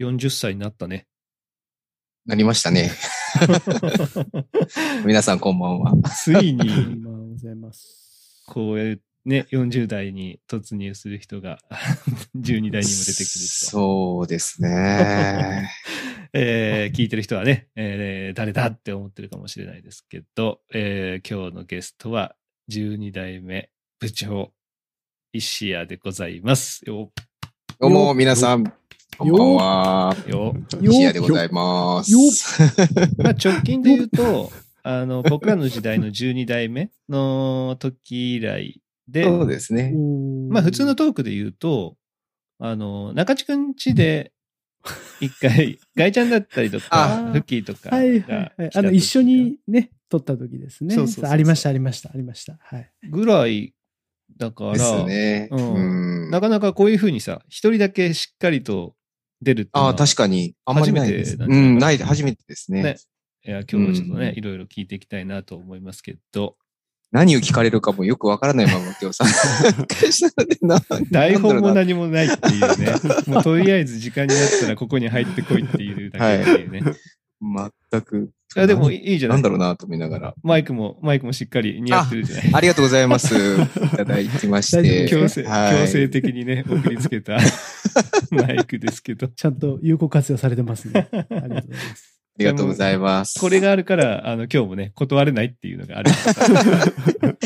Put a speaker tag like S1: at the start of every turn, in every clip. S1: 40歳になったね。
S2: なりましたね。皆さんこんばんは。
S1: ついに、
S3: 今ございます。
S1: こうやってね、40代に突入する人が 12代にも出てくると。
S2: そうで すね。
S1: えー聞いてる人はね、えー誰だって思ってるかもしれないですけど、えー今日のゲストは12代目部長、石谷でございます。よ
S2: どうも皆さん、こんばんは。
S1: よ
S3: よ
S2: 西谷でございます。
S3: よ
S1: まあ、直近で言うと、あの、僕らの時代の12代目の時以来で、
S2: そうですね。
S1: まあ、普通のトークで言うと、あの、中地くんちで、一回、ガイちゃんだったりと
S2: あ
S1: か、フッキーとかが
S3: はいはいはい。あの、一緒にね、撮った時ですね。
S1: そうそうそうそう
S3: ありました、ありました、ありました。はい。
S1: ぐらいだから、
S2: ですね。
S1: う
S2: うんん
S1: な。かなかこういうふうにさ、一人だけしっかりと出るっていうの
S2: あ
S1: は
S2: あ、確かに。あんまりないです。
S1: 初めてなん
S2: う
S1: じゃない
S2: ん、ない、初めてです
S1: ね
S2: ね。
S1: いや、今日はちょっとね、
S2: うん
S1: いろいろ聞いていきたいなと思いますけど、
S2: 何を聞かれるかもよくわからないまま今日さ、したのでな
S1: 台本も
S2: なん だろ
S1: 何もないっていう ね、もうとりあえず時間になったらここに入ってこいっていうだけって いうね。いう
S2: な全く。
S1: や、でもいいじゃな
S2: ないんだろうなと思いながら。
S1: マイクも、マイクもしっかり似合ってるじゃない
S2: ありがとうございます。いただきまし
S3: あ
S2: て。
S1: 強制、
S2: はい
S1: 強制的にね、送りつ けたマイクですけど。
S3: ちゃんと有効活用されてます ね。ありがとうございます。
S2: ありがとうございます。
S1: これがあるから、あの、今日もね、断れないっていうのがあるから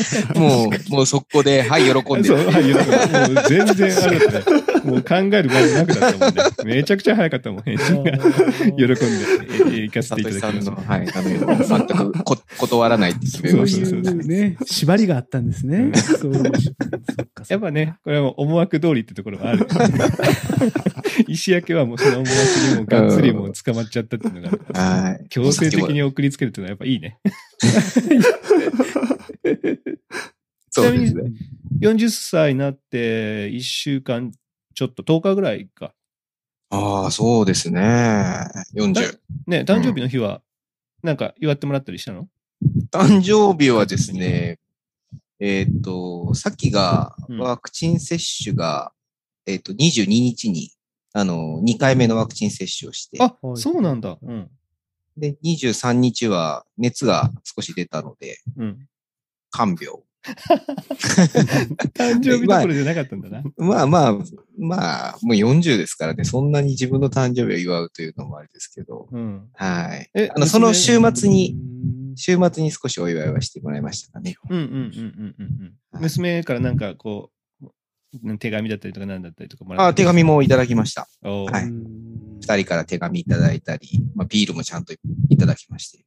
S1: さ。
S2: もう、もう速攻で、はい、喜んで
S1: そう、
S2: る。
S1: はい、喜んでもう全然あれだったね。もう考える場合なくなったもんね。めちゃくちゃ早かったもん、返信が。喜んで、え行かせ
S2: サ
S1: てい
S2: ト
S1: ただ
S2: シ
S1: きま
S2: さん
S1: し
S2: の、
S1: た。
S2: はい、あの、全くこ断らないって決め
S3: そう
S2: ました。
S3: いうね、縛りがあったんですね。そういう
S1: やっぱね、、これはもう思惑通りってところもあ る。石焼けはもうその思惑にもうがっつりもう捕まっちゃったっていうのがあるからさ
S2: はい。
S1: 強制的に送りつけるっていうのはやっぱいいね。
S2: そうですね。
S1: 40歳になって1週間ちょっと10日ぐらいか。
S2: ああ、そうですね。40。
S1: ね、誕生日の日はなんか祝ってもらったりしたの
S2: 誕生日はですね、えっ、と、さっきが
S1: うん
S2: ワクチン接種が、えっ、と、22日に、あの、2回目のワクチン接種をして、
S1: あ
S3: は、い
S1: そうなんだ。うん。
S2: で、23日は熱が少し出たので、
S1: うん。
S2: 看病。
S1: 誕生日どころじゃなかったんだな。
S2: まあまあ、まあ、もう40ですからね、そんなに自分の誕生日を祝うというのもあれですけど、
S1: うん。
S2: はい。
S1: え
S2: あの、その週末に、
S3: に
S2: 週末に少しお祝いはしてもらいましたかね。
S1: うんうんうんうんうんう
S2: は
S1: ん。
S2: い
S1: 娘からなんかこう、手紙だったりとか何だったりとかもら
S2: あ、
S1: った
S2: 手
S1: り
S2: 紙もいただきました。
S1: おー
S2: はい二人から手紙いただいたり、まあ、ビールもちゃんといただきまして。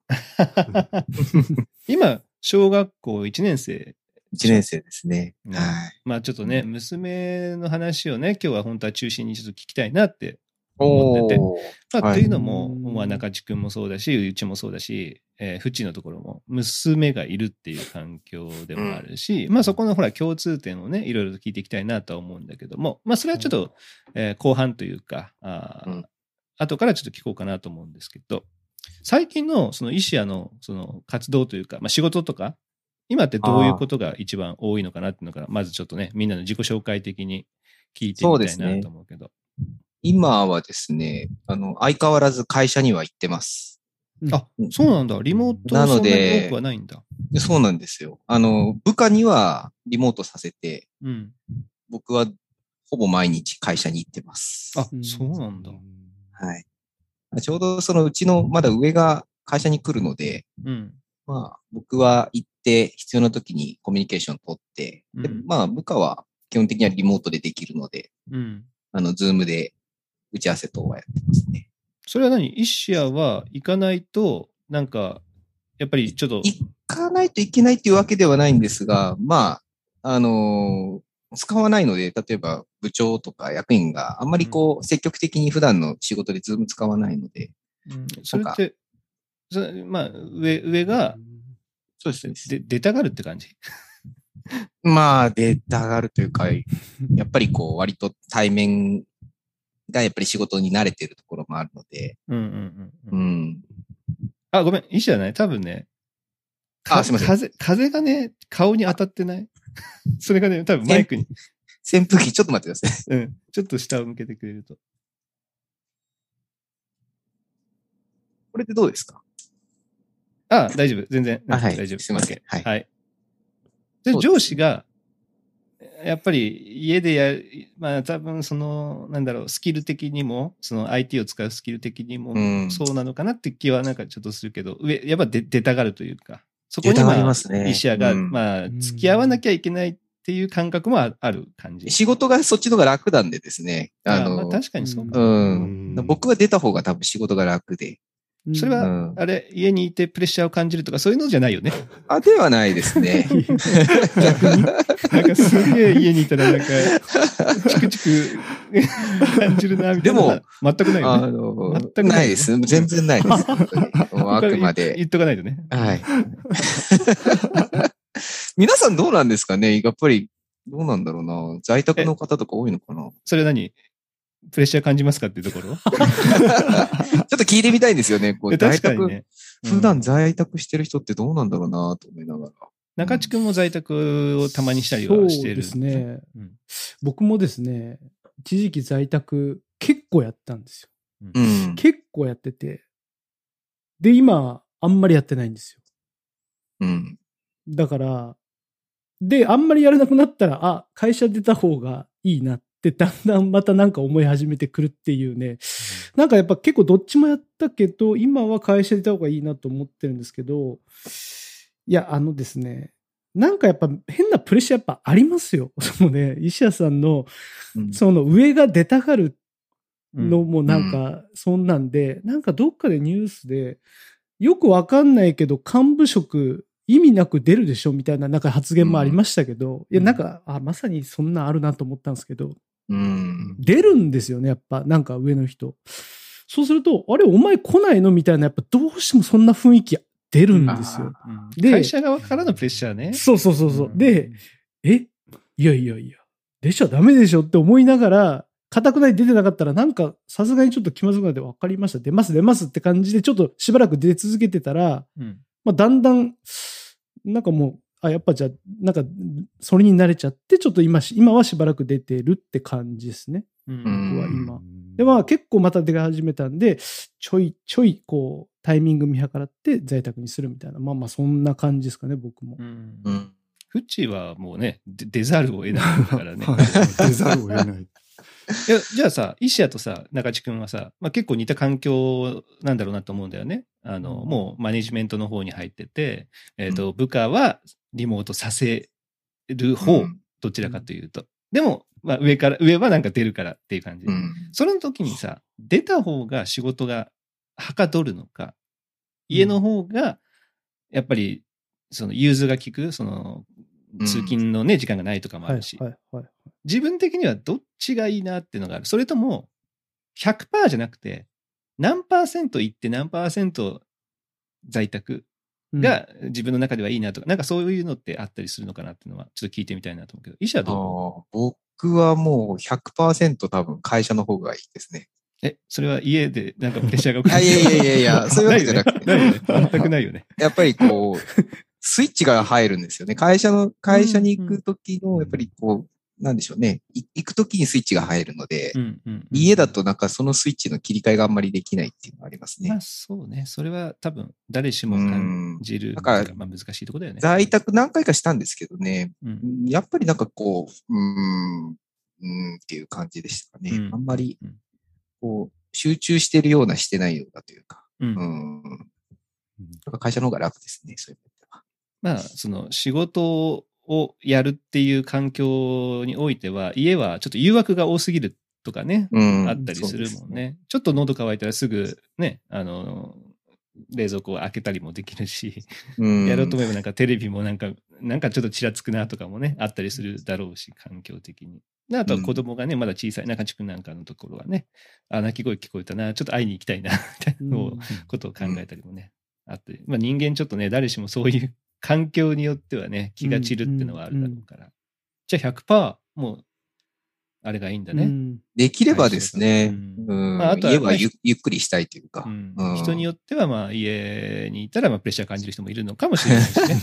S1: 今、小学校1年生。
S2: 1年生ですね。
S1: うん
S2: はい。
S1: まあちょっとね、娘の話をね、今日は本当は中心にちょっと聞きたいなって。思ってて
S2: おー
S1: まあ、
S2: は
S1: と
S2: い
S1: いうのも、
S3: うん
S1: まあ、中地君もそうだし、うちもそうだし、えー、フチのところも、娘がいるっていう環境でもあるし、まあそこのほら、共通点をね、いろいろと聞いていきたいなとは思うんだけども、まあそれはちょっと、えー後半というか、あー
S2: うん
S1: 後からちょっと聞こうかなと思うんですけど、最近のその医師やのその活動というか、まあ、仕事とか、今ってどういうことが一番多いのかなっていうのから、まずちょっとね、みんなの自己紹介的に聞いて
S2: そう
S1: み
S2: で
S1: たい
S2: すね
S1: なと思うけど。
S2: 今はですね、あの、相変わらず会社には行ってます。
S1: あ、そうなんだ。リモートは
S2: な
S1: そ
S2: の
S1: んなに
S2: で
S1: 多くはないんだ。
S2: でそうなんですよ。あの、部下にはリモートさせて、
S1: うん。
S2: 僕はほぼ毎日会社に行ってます。
S1: あ、そうなんだ。
S2: はい。ちょうどそのうちのまだ上が会社に来るので、
S1: うん。
S2: まあ僕は行って必要な時にコミュニケーション取って、
S1: う
S2: で
S1: ん
S2: まあ部下は基本的にはリモートでできるので、
S1: うん。
S2: あの、ズームで打ち合わせ等はやってますね。
S1: それは何医師やは行かないと、なんか、やっぱりちょっと、
S2: 行かないといけないっていうわけではないんですが、まあ、あのー使わないので、例えば部長とか役員があんまりこう積極的に普段の仕事でズーム使わないので、
S1: うんそれって、それまあ、上、上が、
S2: そうです
S1: で、出たがるって感じ。
S2: まあ、データがあるというか、やっぱりこう、割と対面がやっぱり仕事に慣れてるところもあるので、
S1: うんうんうん。
S2: う
S1: うん、
S2: ん。
S1: あ、ごめん、医師じゃない多分ね。か
S2: あすいません
S1: 風、風がね、顔に当たってない。それがね、多分マイクに、
S2: 扇風機、ちょっと待ってください。
S1: うん、ちょっと下を向けてくれると。
S2: これってどうですか
S1: ああ大丈夫。全然。
S2: あはい
S1: 大丈夫。
S2: すいません
S1: OK
S2: はい
S1: で、
S2: そうです
S1: 上司が、やっぱり家でやる、まあ多分その、なんだろう、スキル的にも、その IT を使うスキル的にも、
S2: うん
S1: そうなのかなって気はなんかちょっとするけど、上、やっぱ出出たがるというか、そこに、
S2: 出た
S1: ま
S2: がりま
S1: あ、
S2: すね
S1: 医者が、
S2: うん
S1: まあ、付き合わなきゃいけないっていう感覚もあある感じ。
S2: 仕事がそっちの方が楽なんでですね。あ
S1: まあ
S2: の、
S1: 確かにそうか。
S2: うん
S1: うん
S2: 僕は出た方が多分仕事が楽で。
S3: うん
S1: それは
S2: うん
S1: あれ、家にいてプレッシャーを感じるとか、そういうのじゃないよね。
S2: あ、ではないですね。
S1: なんかすげえ家にいたらなんか、チクチク感じるな、みたいなのは。
S2: で
S1: 全 くないよ
S2: あ
S1: ね。
S2: の
S1: 全くない
S2: ないです。全然ないで す。本当にもうあくまで。
S1: 言っとかないとね。
S2: はい。 皆さんどうなんですかねやっぱり、どうなんだろうな。在宅の方とか多いのかな
S1: それ何プレッシャー感じますかっていうところ
S2: ちょっと聞いてみたいんですよね。こう
S1: え
S2: 在
S1: 確かに
S2: 宅、
S1: ね。
S2: 普段
S1: うん
S2: 在宅してる人ってどうなんだろうなと思いながら。
S1: 中地君も在宅をたまにしたり
S3: そ
S1: は
S3: う
S1: してる。
S3: です。ね。
S1: うん
S3: 僕もですね、一時期在宅結構やったんですよ。
S2: うん。
S3: 結構やってて。で、今、あんまりやってないんです
S2: う
S3: よ。
S2: ん。
S3: だから、で、あんまりやらなくなったら、あ、会社出た方がいいなって、だんだんま たなんか思い始めてくるっていうね。なんかやっぱ結構どっちもやったけど、今は会社出た方がいいなと思ってるんですけど、いや、あのですね、なんかやっぱ変なプレッシャーやっぱありますよ。 そのね、石谷さんの、
S2: うん
S3: その上が出たがる
S1: うん
S3: のもなんか、そんなんで、なんかどっかでニュースで、よくわかんないけど、幹部職、意味なく出るでしょみたいな、なんか発言もありましたけど、いや、なんか、あ、まさにそんなんあるなと思ったんですけど、
S2: うん。
S3: 出るんですよね、やっぱ、なんか上の人。そうすると、あれ、お前来ないのみたいな、やっぱどうしてもそんな雰囲気出るんですよ。
S1: うん
S3: で
S1: 会社側からのプレッシャーね。
S3: そうそうそうそう。
S1: ん
S3: で、、えいやいやいや、出ちゃダメでしょって思いながら、かたくなに出てなかったら、なんか、さすがにちょっと気まずくなって、わかりました、出ます、出ますって感じで、ちょっとしばらく出続けてたら、
S1: うん
S3: まあ、だんだん、なんかもう、あ、やっぱじゃあ、なんか、それに慣れちゃって、ちょっと今し、今はしばらく出てるって感じですね。
S1: う
S2: うん
S1: ん
S3: 僕は今。
S1: うん
S3: で、まあ、結構また出始めたんで、ちょいちょい、こう、タイミング見計らって在宅にするみたいな、まあまあ、そんな感じですかね、僕も。
S1: うん
S2: うん。
S1: フッチーはもうね、で出ざるを得ないからね。
S4: はい出ざるを得ない。
S1: いやじゃあさ、石谷とさ、中地君はさ、まあ、結構似た環境なんだろうなと思うんだよね。あの、もうマネジメントの方に入ってて、えっ、と、部下はリモートさせる方、
S2: うん
S1: どちらかというと。でも、まあ、上から、上はなんか出るからっていう感じ。
S2: うん。
S1: それの時にさ、出た方が仕事がはかどるのか、家の方が、やっぱり、その、融通が効く、その、通勤のね、時間がないとかもあ
S3: はい
S1: るし、、
S3: はい、はい。
S1: 自分的にはどっちがいいなっていうのがある。それとも、100%じゃなくて、何パーセント行って何パーセント在宅
S3: うん
S1: が自分の中ではいいなとか、なんかそういうのってあったりするのかなっていうのは、ちょっと聞いてみたいなと思うけど、医者は
S2: あ
S1: どう
S2: ー僕はもう100%多分会社の方がいいですね。
S1: え、それは家でなんかプレッシャーが起き
S2: あいやいやいやい や、そういう
S1: な
S2: わ
S1: い
S2: けじ
S1: よ
S2: ゃ
S1: ね
S2: なくて。
S1: ないよね全くないよね。
S2: やっぱりこ う、スイッチが入るんですよね。会社の、会社に行くとき
S1: うん
S2: の、やっぱりこう、なんでしょうね。い行くときにスイッチが入るので、
S1: うんうんうん
S2: 家だとなんかそのスイッチの切り替えがあんまりできないっていうのがあります
S1: ま
S2: ね
S1: あ。そうね。それは多分誰しも
S2: う
S1: 感
S2: ん。
S1: じる。
S2: だから
S1: まあ難しいとこだよね。
S2: 在宅何回かしたんですけどね、
S1: うん。
S2: やっぱりなんかこう、うーん、うーんっていう感じでしたかね。
S1: うん
S2: あんまり
S1: うん、
S2: こう、集中してるようなしてないようなというか、
S1: うん
S2: うん。なんか会社の方が楽ですね、そういう意味では。
S1: まあ、その仕事をやるっていう環境においては、家はちょっと誘惑が多すぎるとかね、
S2: うん。
S1: あったりするも
S2: そうんで
S1: ね。ちょっと喉乾いたらすぐね、あの、冷蔵庫を開けたりもできるし、
S2: うん
S1: やろうと思えばなんかテレビもなんか、なんかちょっとちらつくなとかもね、あったりするだろうし、環境的に。であとは子供がね、まだ小さい中地区なんかのところはね、あ、泣き声聞こえたな、ちょっと会いに行きたいな、みたいなのを
S3: うん
S1: ことを考えたりもね、あって、まあ、人間ちょっとね、誰しもそういう環境によってはね、気が散るってのはあるだろうから。じゃあ100%もう、あれがいいんだ
S3: う
S1: ね。
S3: ん
S2: できればですね。
S1: う
S2: うんん。
S1: まああとは
S2: 家はゆゆっくりしたいというか
S1: う。ん
S2: うん
S1: 人によっては、まあ、家にいたら、まあ、プレッシャー感じる人もいるのかもしれないし ね。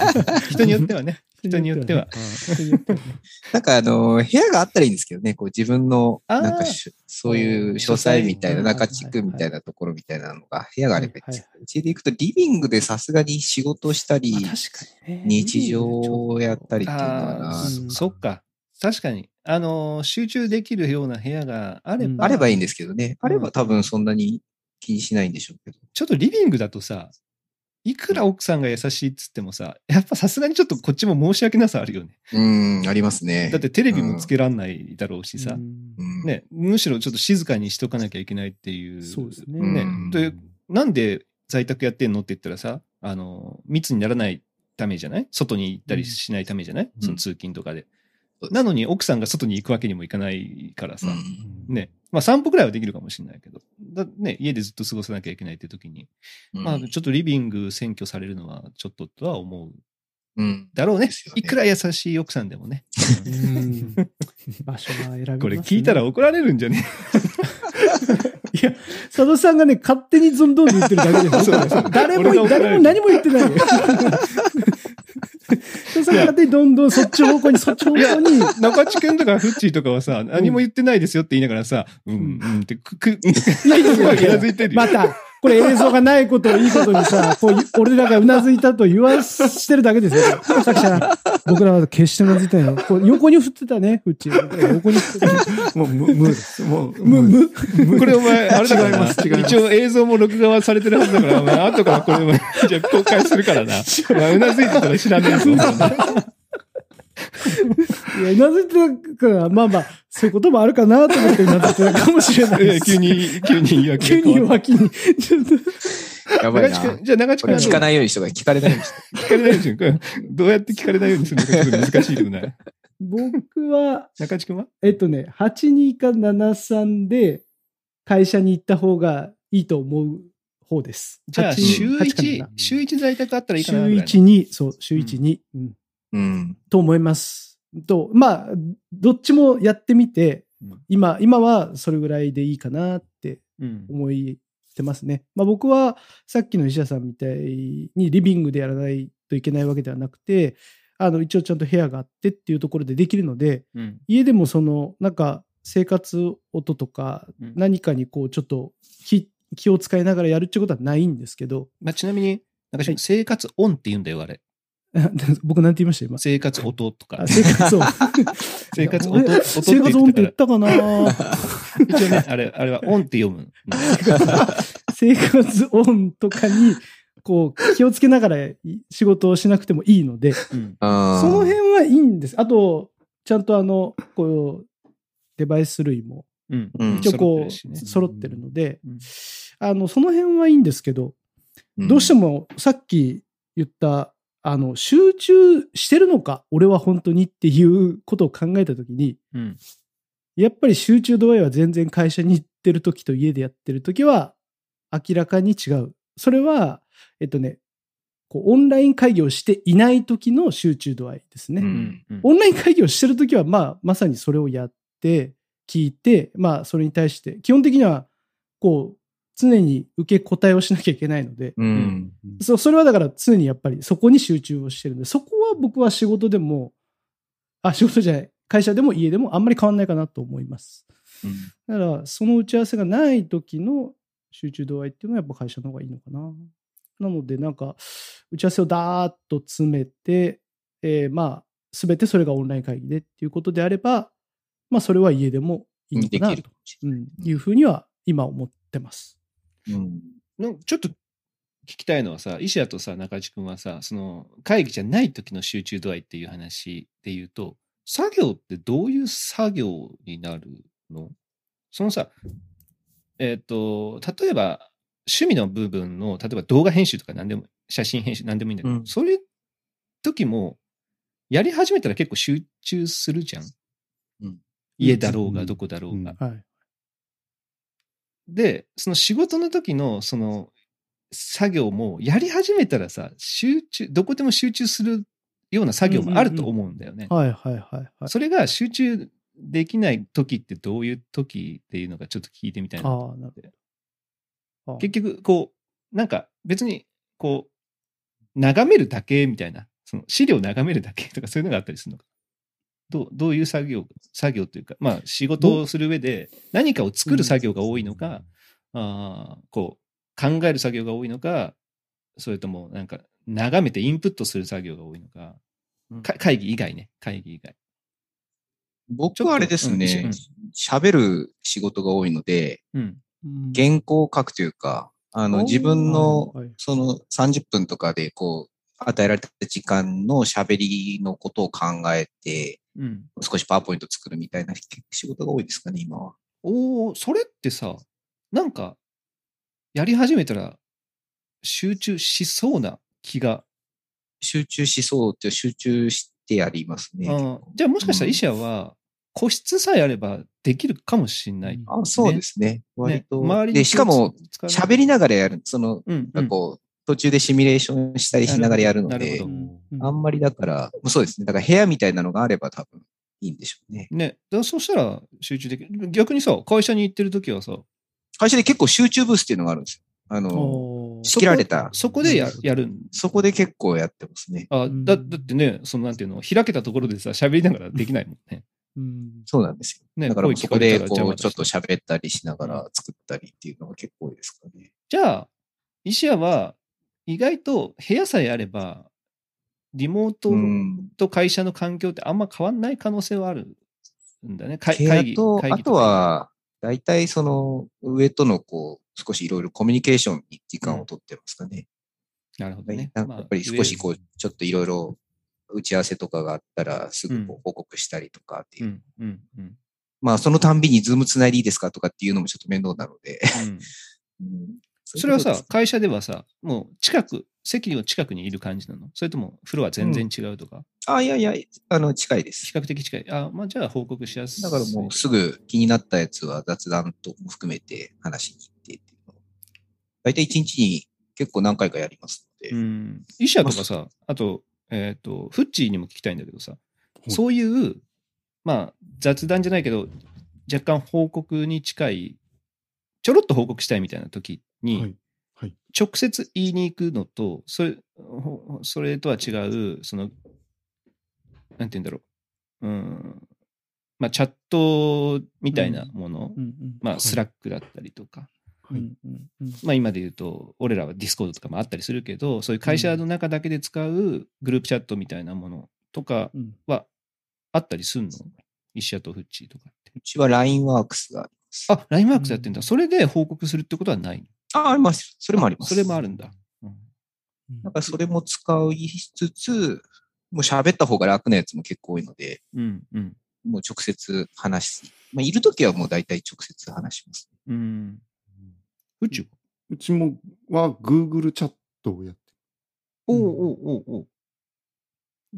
S1: 人によってはね、人によっては。
S3: 人によってはね。
S2: なんかあの、部屋があったらいいんですけどね、こう自分の、
S1: あー
S2: なんかしゅそういう書斎みたいな、
S3: うん
S2: 中地区みたいなところみたいなのが、部屋があればいいですけどうちで行くと、リビングでさすがに仕事したり
S3: まあ、確かにね。
S2: 日常をやったりっていうのは
S1: あ
S2: な
S1: あ
S3: う、ん
S1: そそっか。確かに。あのー、集中できるような部屋があれば、
S3: うん
S2: あればいいんですけどね。あれば多分そんなに気にしないんでしょうけど。
S1: ちょっとリビングだとさ、いくら奥さんが優しいっつってもさ、やっぱさすがにちょっとこっちも申し訳なさあるよね。
S2: うーん、ありますね。
S1: だってテレビもつけらんないだろうしさ、
S3: うん
S2: うん、
S1: ね、むしろちょっと静かにしとかなきゃいけないっていう。
S3: そうですね
S2: うん
S1: でなんで在宅やってんのって言ったらさ、あの、密にならないためじゃない外に行ったりしないためじゃない、
S2: ん
S1: その通勤とかで。
S2: そうです
S1: なのに奥さんが外に行くわけにもいかないからさ、
S2: うん
S1: ね、まあ散歩くらいはできるかもしれないけど、だね、家でずっと過ごさなきゃいけないって時に、まあ
S2: うん
S1: ちょっとリビング占拠されるのはちょっととは思う
S2: うん。
S1: だろうね
S2: です。よね
S1: いくら優しい奥さんでもね。
S3: うん場所が選びますね
S1: これ聞いたら怒られるんじゃね
S3: いや、佐藤さんがね、勝手にどんどん言ってるだけです
S1: そうそう
S3: 誰
S1: 俺が
S3: も、
S1: 怒られ
S3: 誰
S1: る
S3: も何も言ってない よ。佐藤さんが勝手にどんどんそっち方向に、そっち方向に。
S1: 中地君とかフッチーとかはさ、何も言ってないですよって言いながらさ、うん、うんってく、く、
S3: いやいやい
S1: すご
S3: や
S1: い
S3: いや
S1: 頷いてるよ
S3: また、これ映像がないことをいいことにさ、こう俺らがうなずいたと言わしてるだけですよ。作者、僕らは決してうなずいてないよ。こう横に振ってたね、うち。僕ら横に振ってた。
S4: もう、む、むです。もう、
S3: む、む。
S4: む
S1: これお前、あれだから
S4: 違います違いま
S1: な、
S4: す
S1: 一応映像も録画はされてるはずだから、お前、後からこれも、じゃあ公開するからな。お前、うなずいてたら知らねえぞ。
S3: いや、うなずいてたから、まあまあ、そういうこともあるかなと思ってうなずいてたかもしれない
S1: い
S3: で
S1: や
S3: す。
S1: 急に、急に言い訳
S3: 急
S1: が変
S3: に
S1: わっ
S3: 脇に。 ちょっと
S2: や
S1: た。
S2: ばいな。
S1: 中地君じゃあ中地
S2: こ
S1: 君
S2: れ
S1: はどう
S2: 聞かないようにして聞かれないようにして。
S1: 聞かれないようにしようどうやって聞かれないようにするのかちょっと難しいけどな。
S3: 僕は、
S1: 中地君は
S3: えっとね、82か73で会社に行った方がいいと思う方です。
S1: じゃあ、
S3: 8
S1: 週
S3: 8か
S1: 一
S3: な、
S1: 週一在宅あったらいいかなぐ
S3: 週
S1: らいの。
S3: 一に、そう、週一に、うん
S2: うん。
S3: と思います。と、まあ、どっちもやってみて、
S1: うん
S3: 今、今はそれぐらいでいいかなって
S1: うん。
S3: 思ってますね。まあ、僕はさっきの石田さんみたいにリビングでやらないといけないわけではなくて、あの一応ちゃんと部屋があってっていうところでできるので、
S1: うん。
S3: 家でもそのなんか生活音とか
S1: うん
S3: 何かにこうちょっと気気を使いながらやるってことはないんですけど、
S1: まあ、ちなみに、中地君
S3: はい
S1: 生活音って言うんだよ、あれ。
S3: 僕なんて言いました今。
S1: 生活音とか
S3: あ。生活音。
S1: 生活音、
S3: 俺
S1: 音って
S3: 生活音
S1: 言
S3: って言
S1: っ
S3: ってたかな
S1: たから。一応ね、あれ、あれは音って読むんだよ。
S3: 生活音とかにこう気をつけながらい仕事をしなくてもいいので、
S1: うん。
S2: あー
S3: その辺はいいんです。あと、ちゃんとあの、こう、デバイス類も
S1: うん。
S2: うん
S3: 一応
S1: 揃ってる
S3: こう、
S1: しね
S3: 揃ってるので
S1: うん、
S3: あの、その辺はいいんですけど、どうしてもさっき言った、あの、集中してるのか、俺は本当にっていうことを考えたときに、
S1: うん。
S3: やっぱり集中度合いは全然会社に行ってるときと家でやってるときは明らかに違う。それは、えっとね、こうオンライン会議をしていないときの集中度合いですね。
S2: う
S1: うんん。うん
S3: オンライン会議をしてるときは、まあ、まさにそれをやって、聞いて、まあ、それに対して、基本的には、こう、常に受け答えをしなきゃいけないので、
S2: うん。
S3: そう、それはだから常にやっぱりそこに集中をしてるんで、そこは僕は仕事でも、あ、仕事じゃない、会社でも家でもあんまり変わんないかなと思います。
S2: うん
S3: だから、その打ち合わせがない時の集中度合いっていうのはやっぱ会社の方がいいのかな。なので、なんか、打ち合わせをダーッと詰めて、えーまあ、すべてそれがオンライン会議でっていうことであれば、まあ、それは家でもいいの
S2: で
S3: かな
S2: き
S3: と
S2: る、。
S3: うん、いうふうには今思ってます。
S2: うん
S1: なんかちょっと聞きたいのはさ、石谷とさ、中地君はさ、その会議じゃない時の集中度合いっていう話で言うと、作業ってどういう作業になるのそのさ、えっ、と、例えば趣味の部分の、例えば動画編集とか何でも、写真編集何でもいいんだけど、
S2: うん
S1: そういう時も、やり始めたら結構集中するじゃん。
S2: うん
S1: 家だろう
S4: う
S1: が、
S4: ん
S1: どこだろうが。
S3: はい。
S1: で、その仕事の時の、その、作業もやり始めたらさ、集中、どこでも集中するような作業もあると思うんだよね。
S3: はいはいはいはい。
S1: それが集中できない時ってどういう時っていうのがちょっと聞いてみたいな。
S3: ああ、なるほど。ああ
S1: 結局、こう、なんか別に、こう、眺めるだけみたいな、その資料眺めるだけとかそういうのがあったりするのか。どうどういう作業、作業というか、まあ仕事をする上で何かを作る作業が多いのか、ああこ考える作業が多いのか、それともなんか眺めてインプットする作業が多いのか、か会議以外ね、会議以外。
S2: 僕はあれです
S1: ちょっとう
S2: ね
S1: ん、
S2: 喋る仕事が多いので、
S1: うん。
S3: うん
S2: 原稿を書くというか、あ
S3: おー
S2: の、自分の
S3: はいはい、
S2: その30分とかで、こう、与えられた時間の喋りのことを考えて、
S1: うん。
S2: 少しパワーポイント作るみたいな仕事が多いですかね、今は。
S1: おお、それってさ、なんか、やり始めたら集中しそうな気が。
S2: 集中しそうって、集中してやりますね。
S1: あーじゃあもしかしたら医者は、個室さえあればできるかもしれない。
S3: うん
S2: あそうですね。割と。
S1: ね周りに
S2: で、しかも、
S1: 気を使わない
S2: 喋りながらやる。その、
S1: うん
S2: なんかこう、途中でシミュレーションしたりしながらやるの
S1: なるほ
S2: で
S1: ど、
S3: うん
S2: あんまりだから、そうですね。だから部屋みたいなのがあれば多分いいんでしょうね。
S1: ね、だからそしたら集中できる。逆にさ、会社に行ってるときはさ、
S2: 会社で結構集中ブースっていうのがあるんですよ。あの、
S3: おー
S2: 仕切られた。
S1: そこでややるん
S2: そこで結構やってますね。
S1: あだ。
S3: うん
S1: だってね、そのなんていうの、開けたところでさ、喋りながらできないもんね。
S3: うん
S2: そうなんですよ。
S1: ね
S2: だからもうそこで、
S1: 声聞
S2: こ
S1: かれたら邪魔
S2: う、
S1: だし
S2: ちょっと喋ったりしながら作ったりっていうのが結構多いですかね。
S1: じゃあ、石屋は意外と部屋さえあれば、リモート
S2: うん。
S1: と会社の環境ってあんま変わんない可能性はあるんだね。会
S2: 部屋
S1: 会議
S2: と、
S1: 会議
S2: あと、は、大体その、上とのこう、少しいろいろコミュニケーションに時間を取ってますかね。
S1: なるほどね。
S2: なんかやっぱり
S1: まあ
S2: 少しこう、ちょっといろいろ打ち合わせとかがあったら、すぐこ
S1: う
S2: う報告したりとかっていうう。
S1: ん、うん、うん。
S2: まあ、そのたんびにズームつないでいいですかとかっていうのもちょっと面倒なので。
S1: うん
S2: うん
S1: それは
S2: ういう
S1: さ
S2: こ、
S1: 会社ではさ、もう近く、席の近くにいる感じなのそれともフロア全然違うとか、
S2: とあ、いやいや、あの、近いで
S1: 比
S2: す。
S1: 較的近い。あ、まあじゃあ報告しやすい。
S2: だからもうすぐ気になったやつは雑談とも含めて話しに行ってっていうのを大体1日に結構何回かやりますので。
S1: うん。医者とかさ、あと、えっ、と、フッチーにも聞きたいんだけどさ、
S4: い
S1: そういう、まあ、雑談じゃないけど、若干報告に近い、ちょろっと報告したいみたいな時
S4: は
S1: に
S4: いはい、
S1: 直接言いに行くのと、それ、ほそれとは違う、その、なんて言うんだろう。うん。まあ、チャットみたいなもの、
S3: うんうん
S1: ま
S4: は
S1: あ、
S4: い
S1: スラックだったりとか、
S4: はい
S3: うんうんうん
S1: まあ今で言うと、俺らはディスコードとかもあったりするけど、そういう会社の中だけで使うグループチャットみたいなものとか
S3: うん
S1: はあったりすんの石屋とフッチーとかって。
S2: うちは LINE ワークスがあります。
S1: あ、ラインワークスやってんだ。それで報告するってことはない。
S2: あ、あります。それもあります。
S1: それもあるんだ。うん
S2: なんかそれも使いつつ、もう喋った方が楽なやつも結構多いので、
S1: うん、うん。
S2: もう直接話す。まあ、いるときはもう大体直接話します。
S1: うん。フッチーは
S4: うちもは Google チャットをやって
S1: おうおうおうおう。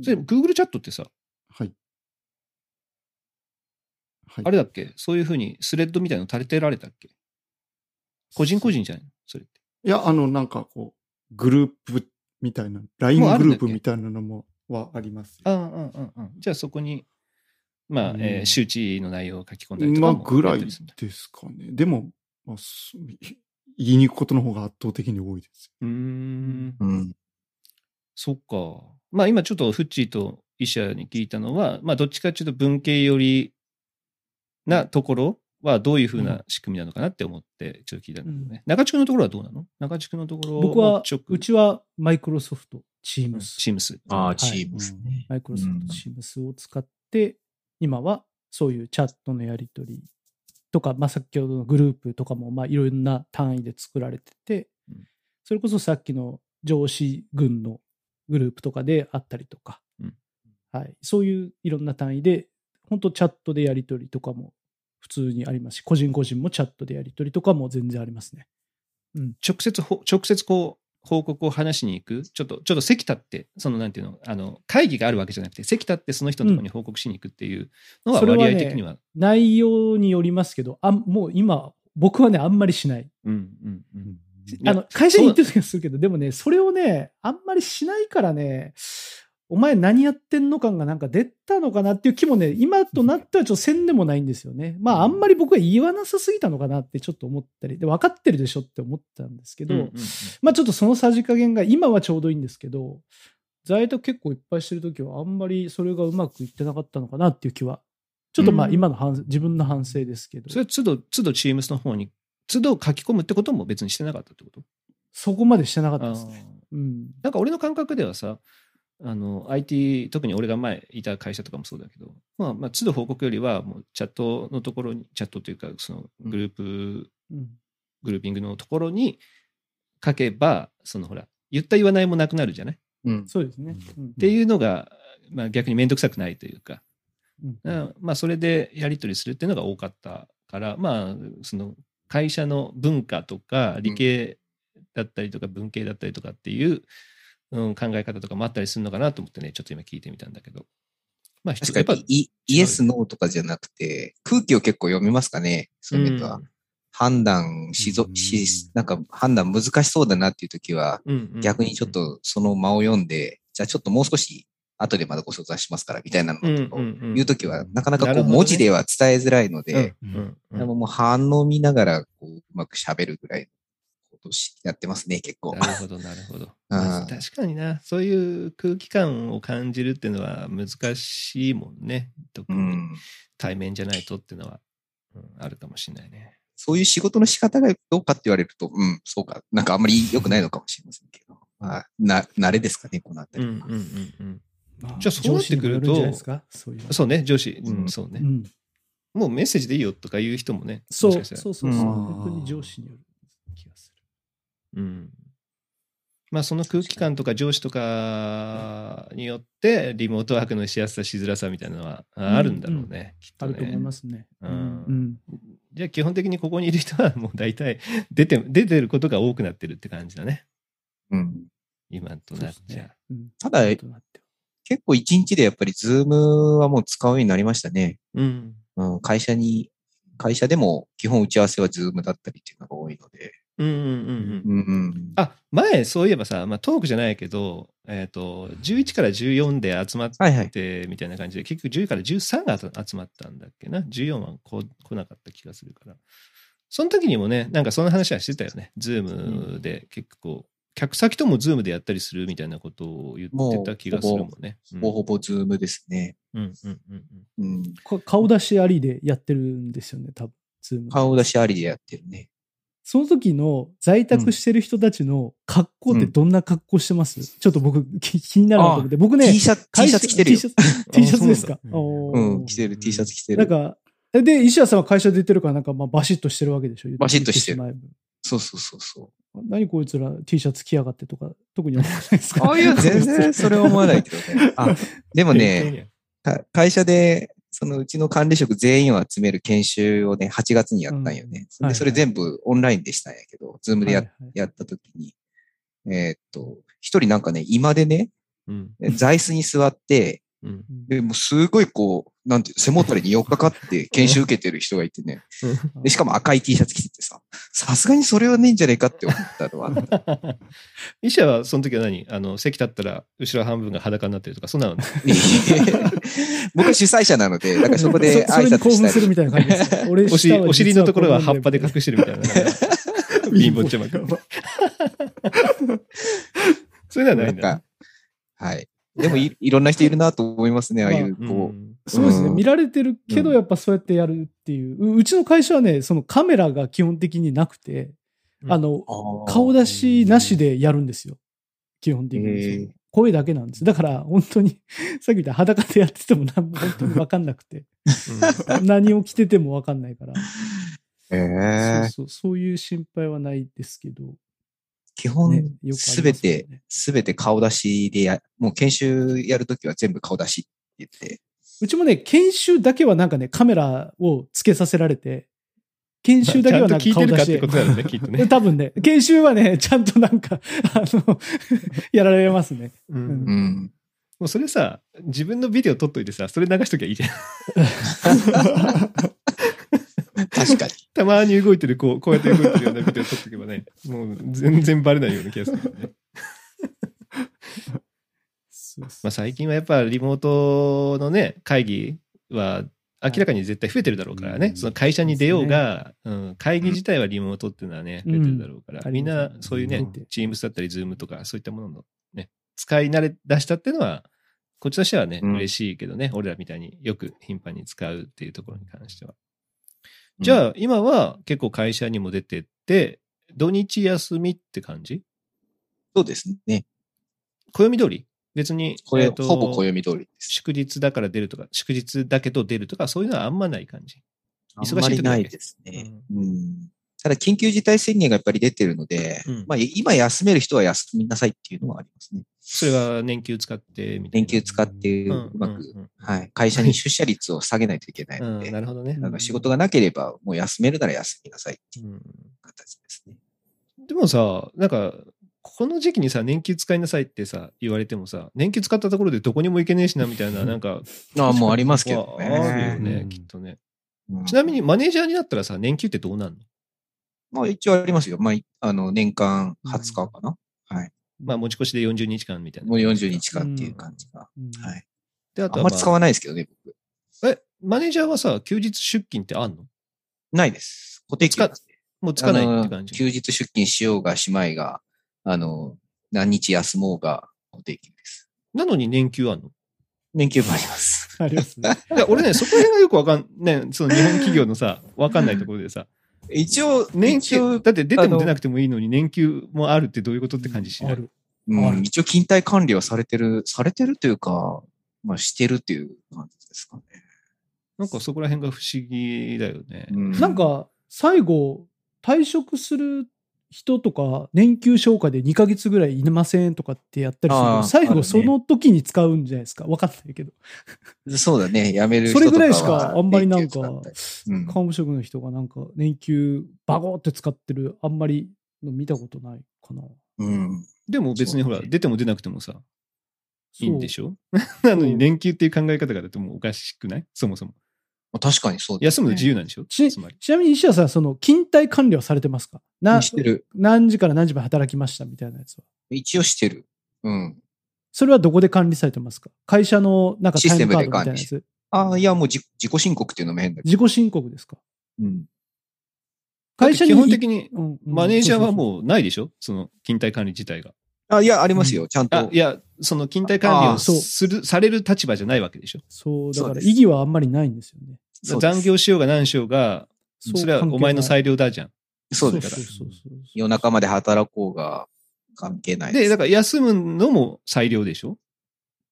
S1: それ、Google チャットってさ、
S4: はい。はい、
S1: あれだっけそういうふうにスレッドみたいなの垂れてられたっけ個人個人じゃないのそれって。
S4: いや、あの、なんかこう、グループみたいな、LINE
S1: もうある
S4: グ
S1: んだっ
S4: ルー
S1: け
S4: プみたいなのもはありますよ。
S1: ああ、うんうんうん。じゃあそこに、まあ、
S4: うん
S1: えー周知の内容を書き込んだりとか
S4: まあ、
S1: も
S4: ぐ
S1: や
S4: ら
S1: った
S4: い
S1: りするんだ
S4: ですかね。でも、まあ、す言いに行くことの方が圧倒的に多いです。
S1: うーん、
S2: うん。
S1: そっか。まあ今ちょっとフッチーと医者に聞いたのは、まあどっちかというと文系寄りなところはどういうふうな仕組みなのかなって思ってちょっと聞いたんだけどね。中地区のところはどうなの中地区のところ
S3: 僕は
S1: 直、
S3: うちはマイクロソフト、チー
S1: うん
S3: ムス。
S1: チームス。
S2: ああ、
S3: い
S2: チームですね。
S3: マイクロソフ
S2: うん
S3: ト Teams を使って、今はそういうチャットのやり取りとか、まあ、先ほどのグループとかも、まあ、いろんな単位で作られてて
S1: うん、
S3: それこそさっきの上司軍のグループとかであったりとか
S1: うん、
S3: はい、そういういろんな単位で、本当チャットでやり取りとかも普通にありますし、個人個人もチャットでやり取りとかも全然ありますね。
S1: 直接ほ、直接こう、報告を話しに行く、ちょっと、ちょっと席立って、そのなんていうの、あの、会議があるわけじゃなくて、席立ってその人のところに報告しに行くっていうのは
S3: それは
S1: 割
S3: ね
S1: 合的には、
S3: 内容によりますけど、あんもう今、僕はね、あんまりしない。
S1: うんうんうん。
S3: あの会社に行ってる時はするけど、でもね、それをね、あんまりしないからね、お前何やってんの感がなんか出たのかなっていう気もね、今となってはちょっとせんでもないんですよね。まあ、あんまり僕は言わなさすぎたのかなってちょっと思ったり、で分かってるでしょって思ったんですけど、
S1: うんうんうん
S3: まあちょっとそのさじ加減が今はちょうどいいんですけど、在宅結構いっぱいしてる時はあんまりそれがうまくいってなかったのかなっていう気は、ちょっとまあ
S1: うん
S3: 今の反、自分の反省ですけど。
S1: それは都度、都度チームスの方に都度書き込むってことも別にしてなかったってこと
S3: そこまでしてなかったですね。
S1: あー
S3: うん。
S1: なんか俺の感覚ではさ、あの、IT、特に俺が前いた会社とかもそうだけど、まあ、まあ、都度報告よりは、もうチャットのところに、チャットというか、そのグループ、
S3: うん。
S1: グルーピングのところに書けば、そのほら、言った言わないもなくなるじゃないっ
S2: うん。
S3: そうですね。うん
S1: ていうのが、まあ逆にめんどくさくないというか、
S3: うん
S1: うんまあそれでやり取りするっていうのが多かったから、まあその会社の文化とか理系だったりとか文系だったりとかっていう、うん、考え方とかもあったりするのかなと思ってね、ちょっと今聞いてみたんだけど。まあ
S2: 確
S1: やっ
S2: か
S1: ぱ
S2: に、イイエス、ノーとかじゃなくて、空気を結構読みますかね、そういう意味では。判断しぞ
S4: う、ん
S2: し、なんか判断難しそうだなっていう時は、
S1: うんうん
S2: 逆にちょっとその間を読んで、じゃあちょっともう少し後でまだご相談しますから、みたいなの
S1: うん
S2: とかを
S1: うん
S2: 言う時は、なかなか
S1: なる
S2: こう
S1: ほどね
S2: 文字では伝えづらいので、
S1: うんうんうん
S2: でももう反応見ながら、こう、うまく喋るぐらいのことしやってますね、結構。
S1: なるほど、なるほど。
S2: あー
S1: 確かにな、そういう空気感を感じるっていうのは難しいもんね。特
S2: う
S1: に
S2: ん。
S1: 対面じゃないとっていうのは、うんあるかもしれないね。
S2: そういう仕事の仕方がどうかって言われると、うん、そうか。なんかあんまり良くないのかもしれませんけど。まあ、な、慣れですかね、このあた
S1: うん
S2: り
S1: う
S2: は。
S1: んうんうん。
S3: まあ
S1: じゃあそうなってくると
S3: 上司にもよんじゃないですかそういうの
S1: そうね、上司、うん
S2: うん
S1: そうね、
S3: うん
S1: もうメッセージでいいよとか言う人もね、
S3: そう
S1: もしかした
S3: そう
S1: ら
S3: そうそう。
S2: うん
S3: 本当に上司による気がする。
S1: うん。まあ、その空気感とか上司とかによって、リモートワークのしやすさ、しづらさみたいなのは
S3: ん
S1: ああるんだろうね、きっ
S3: あ
S1: と
S3: ると思い
S1: ね。
S3: ますね。
S1: う
S3: うんん。
S1: じゃあ、基本的にここにいる人は、もう大体 出て、出てることが多くなってるって感じだね、
S2: うん
S1: 今となっ
S3: そうです
S1: ちゃ
S3: ね。うん
S2: ただ
S3: そういうことになってる
S2: 結構一日でやっぱりズームはもう使うようになりましたね。
S1: うん。
S2: うん、会社に、会社でも基本打ち合わせはズームだったりっていうのが多いので。
S1: うんうんうんうん。
S2: うん、うん。
S1: あ前、そういえばさ、まあ、トークじゃないけど、えっと11から14で集まっ
S2: はいはい。
S1: てみたいな感じで、結局10から13が集まったんだっけな、14はこ来なかった気がするから、その時にもね、なんかその話はしてたよね、ズームで結構、客先ともズームでやったりするみたいなことを言ってた気がするもんね。
S2: ほぼほぼズームですね。
S1: うんうんうんうん
S2: うん。
S3: こ顔出しありでやってるんですよね、多分ズーム。
S2: 顔出しありでやってるね。
S3: その時の在宅してる人たちの格好ってどんな格好してます、ちょっと僕気気になるなと思って。僕ね、
S2: T シャツ、T シャツ着てるよ
S3: T。シャツ T シャツですか
S4: あ。そうなんだ
S3: お
S2: う
S3: ー
S2: ん、着てる、T シャツ着て
S3: なん
S2: る。
S3: か、えで、石田さんは会社出てるから、なんか、まあ、バシッとしてるわけでしょ
S2: バシッとしてる。
S3: 言ってしま
S2: そうそうそうそう。
S3: えば何こいつら T シャツ着やがってとか、特に思わないですか
S2: あいや、全然それは思わないけどね。あ、でも ね、か会社で、そのうちの管理職全員を集める研修をね、8月にやったんよね。
S3: うんはいはい
S2: でそれ全部オンラインでしたんやけど、ズームでや,、
S3: はいはい
S2: やった時に、えーっと、一人なんかね、今でね、
S1: うん
S2: 座椅子に座って、
S1: うん
S2: でもうすごいこう、なんていう、背もたれに寄っかかって研修受けてる人がいてね、でしかも赤い T シャツ着ててさ、さすがにそれはねえんじゃねえかって思ったのはあ った。
S1: 医者はその時は何あの席立ったら後ろ半分が裸になってるとか、そんなのね
S2: 僕は主催者なので、だからそこで
S3: そ
S2: 挨
S3: それに
S2: 拶
S3: 興
S2: した
S3: 奮
S2: り
S3: するみたいな感じですね。俺
S1: お尻お尻のところは葉っぱで
S3: か
S1: 隠してるみたいな。 貧乏ちゃまくん。そういうのはないんだ
S2: なんか、はい。でもい、いろんな人いるなと思いますね、ああいう、
S1: ね。
S2: こ
S1: ん
S3: そうですね。
S2: うん
S3: 見られてるけど、
S2: うん
S3: やっぱそうやってやるっていう。ううちの会社はね、そのカメラが基本的になくて、
S1: うん
S3: あの、
S2: う。
S3: 顔出しなしでやるんですよ。基本的に。
S2: へえ
S3: その声だけなんです。だから、本当に、 さっき言った裸でやってても何も本当に分かんなくて、 何を着てても分かんないから、
S2: ええ
S3: そうそう、そういう心配はないですけど、
S2: 基本、
S3: よくありますよね
S2: べて、すべて顔出しでや、もう研修やるときは全部顔出しって言って。
S3: うちもね、研修だけはなんかね、カメラをつけさせられて、研修だけはなんか
S1: ちゃんと聞
S3: 顔
S1: いてる
S3: 出
S1: かっ
S3: してて
S1: ことだよね、きっとね。
S3: 多分ね、研修はね、ちゃんとなんか、あの、 やられますね。
S1: うん
S3: ん
S1: も
S2: うん。
S1: うそれさ、自分のビデオ撮っといてさ、それ流しときゃいいじゃん。
S2: 確かに。
S1: たまに動いてる、こう、こうやって動いてるようなビデオ撮っとけばね、もう全然バレないような気がするけどね。
S3: そうそ
S1: ま
S3: う
S1: あ最近はやっぱリモートのね、会議は明らかに絶対増えてるだろうからね、
S4: うん
S1: その会社に出ようが、うん、会議自体はリモートっていうのはね、
S3: う
S1: 増え
S3: ん
S1: てるだろうから、
S3: うん
S1: みんなそういうね、
S3: 増えてる
S1: Teams だったり Zoom とかそういったもののね、使い慣れ出したっていうのは、こっちとしてはね、
S2: うん
S1: 嬉しいけどね、俺らみたいによく頻繁に使うっていうところに関しては。じゃあ、今は結構会社にも出てって、土日休みって感じ
S2: そうですね。
S1: 暦通り別に、
S2: これ、
S1: えーと
S2: ほぼ暦通りです。
S1: 祝日だから出るとか、祝日だけど出るとか、そういうのはあんまない感じ。忙しい時
S2: あんまりない
S1: だけ
S2: ですね。うんただ、緊急事態宣言がやっぱり出てるので、
S1: うん
S2: まあ、今休める人は休みなさいっていうのはありますね。
S1: それは年休使ってみたいな。
S2: 連休使って、
S1: う
S2: うんまく、
S1: うん
S2: はい、会社に出社率を下げないといけない
S1: うん
S2: の
S1: う
S2: で、
S1: ん、なるほどね
S2: あ。の仕事がなければ、もう休めるなら休みなさいっていう
S1: うん
S2: 形ですね。
S1: でもさ、なんか、この時期にさ、年休使いなさいってさ、言われてもさ、年休使ったところでどこにも行けねえしな、みたいな、なんか、
S2: ああ、もうありますけ
S1: は
S2: ど
S1: あるよ
S2: ね。
S1: ね
S4: う、ん
S1: きっとね。
S2: うん
S1: ちなみに、、マネージャーになったらさ、年休ってどうなんの
S2: まあ一応ありますよ。まあ、いあの、年間20日かな、
S1: まあ、持ち越しで40日間みたいな。
S2: もう40日間っていう感じが。
S3: うん
S2: はい。
S1: で、あと
S2: あ
S1: は、
S2: んま
S1: ま
S2: り使わ
S1: あ、
S2: ないですけどね、僕。
S1: え、マネージャーはさ、休日出勤ってあんの
S2: ないです。固定給なんで
S1: もうつかないって
S2: あの
S1: 感
S2: 休
S1: じ。
S2: 日出勤しようがしまいが、あの、何日休もうが固定給です。
S1: なのに年休あんの
S2: 年休もあります。
S3: ありますね。
S1: いや俺ね、そこら辺がよくわかんない、その日本企業のさ、わかんないところでさ、
S2: 一応、
S1: 年休、
S2: 一応
S1: だって出ても出なくてもいいのに、年休もあるってどういうことって感じしな
S3: あ
S1: い
S3: る。
S2: う
S3: あ
S2: ん、
S3: る
S2: 一応勤怠管理はされてる、されてるというか、まあしてるっていう感じですかね。
S1: なんかそこら辺が不思議だよね。
S2: うん
S3: なん、か、最後、退職する人とか、年休消化で2ヶ月ぐらいいませんとかってやったりするけ
S2: あ
S3: ど、
S2: ー
S3: 最
S2: ある
S3: 後
S2: ね
S3: その時に使うんじゃないですか。わかんないけど。
S2: そうだね、辞める人
S3: それ
S2: とか
S3: ぐ
S2: は
S3: らいしかあんまりな
S2: 年
S3: んか、
S2: 休使ったりうん
S3: 看護職の人がなんか年休バゴーって使ってる、あんまりの見たことないかな。
S2: うん。
S1: でも別にほら、
S2: そうね
S1: 出ても出なくてもさ、いいんでし
S3: ょ
S1: ょなのに年休っていう考え方がだってもうおかしくないそもそも。
S2: まあ確かにそうです
S1: 休むの自由なんでしょ
S3: ち
S1: つまり。
S3: ちなみに西田さん、その勤怠管理はされてますかな
S2: してる。
S3: 何時から何時まで働きましたみたいなやつは。
S2: 一応してる。うん。
S3: それはどこで管理されてますか会社のなんかタイムカードみたいなや
S2: システ
S3: つ。
S2: ああ、いや、もう自自己申告っていうのも変だけ
S3: 自己申告ですか
S2: ど。うん。
S3: 会社に
S1: 基本的に
S3: うんうん
S1: マネージャーは
S3: そう
S1: もうないでしょその勤怠管理自体が。
S2: あ、いや、ありますよ。ちゃん
S1: あ
S2: と
S1: い。や、その勤怠管理
S2: あ
S1: を
S2: ー
S3: そう
S1: する、される立場じゃないわけでしょ
S3: そうそう、
S2: そ
S3: だ
S2: う
S3: か
S2: で
S3: ら
S2: す
S3: 意義はあんまりないんですよね。
S2: そうです
S1: 残業しようが何しようが、
S3: う
S1: それはお前の裁量だじゃん。
S2: そう
S3: 関係
S2: で
S3: ない
S2: す。
S3: そうそうそうそう
S2: 夜中まで働こうが関係ない
S1: で、だか
S2: か
S1: ら休むのも裁量でしょ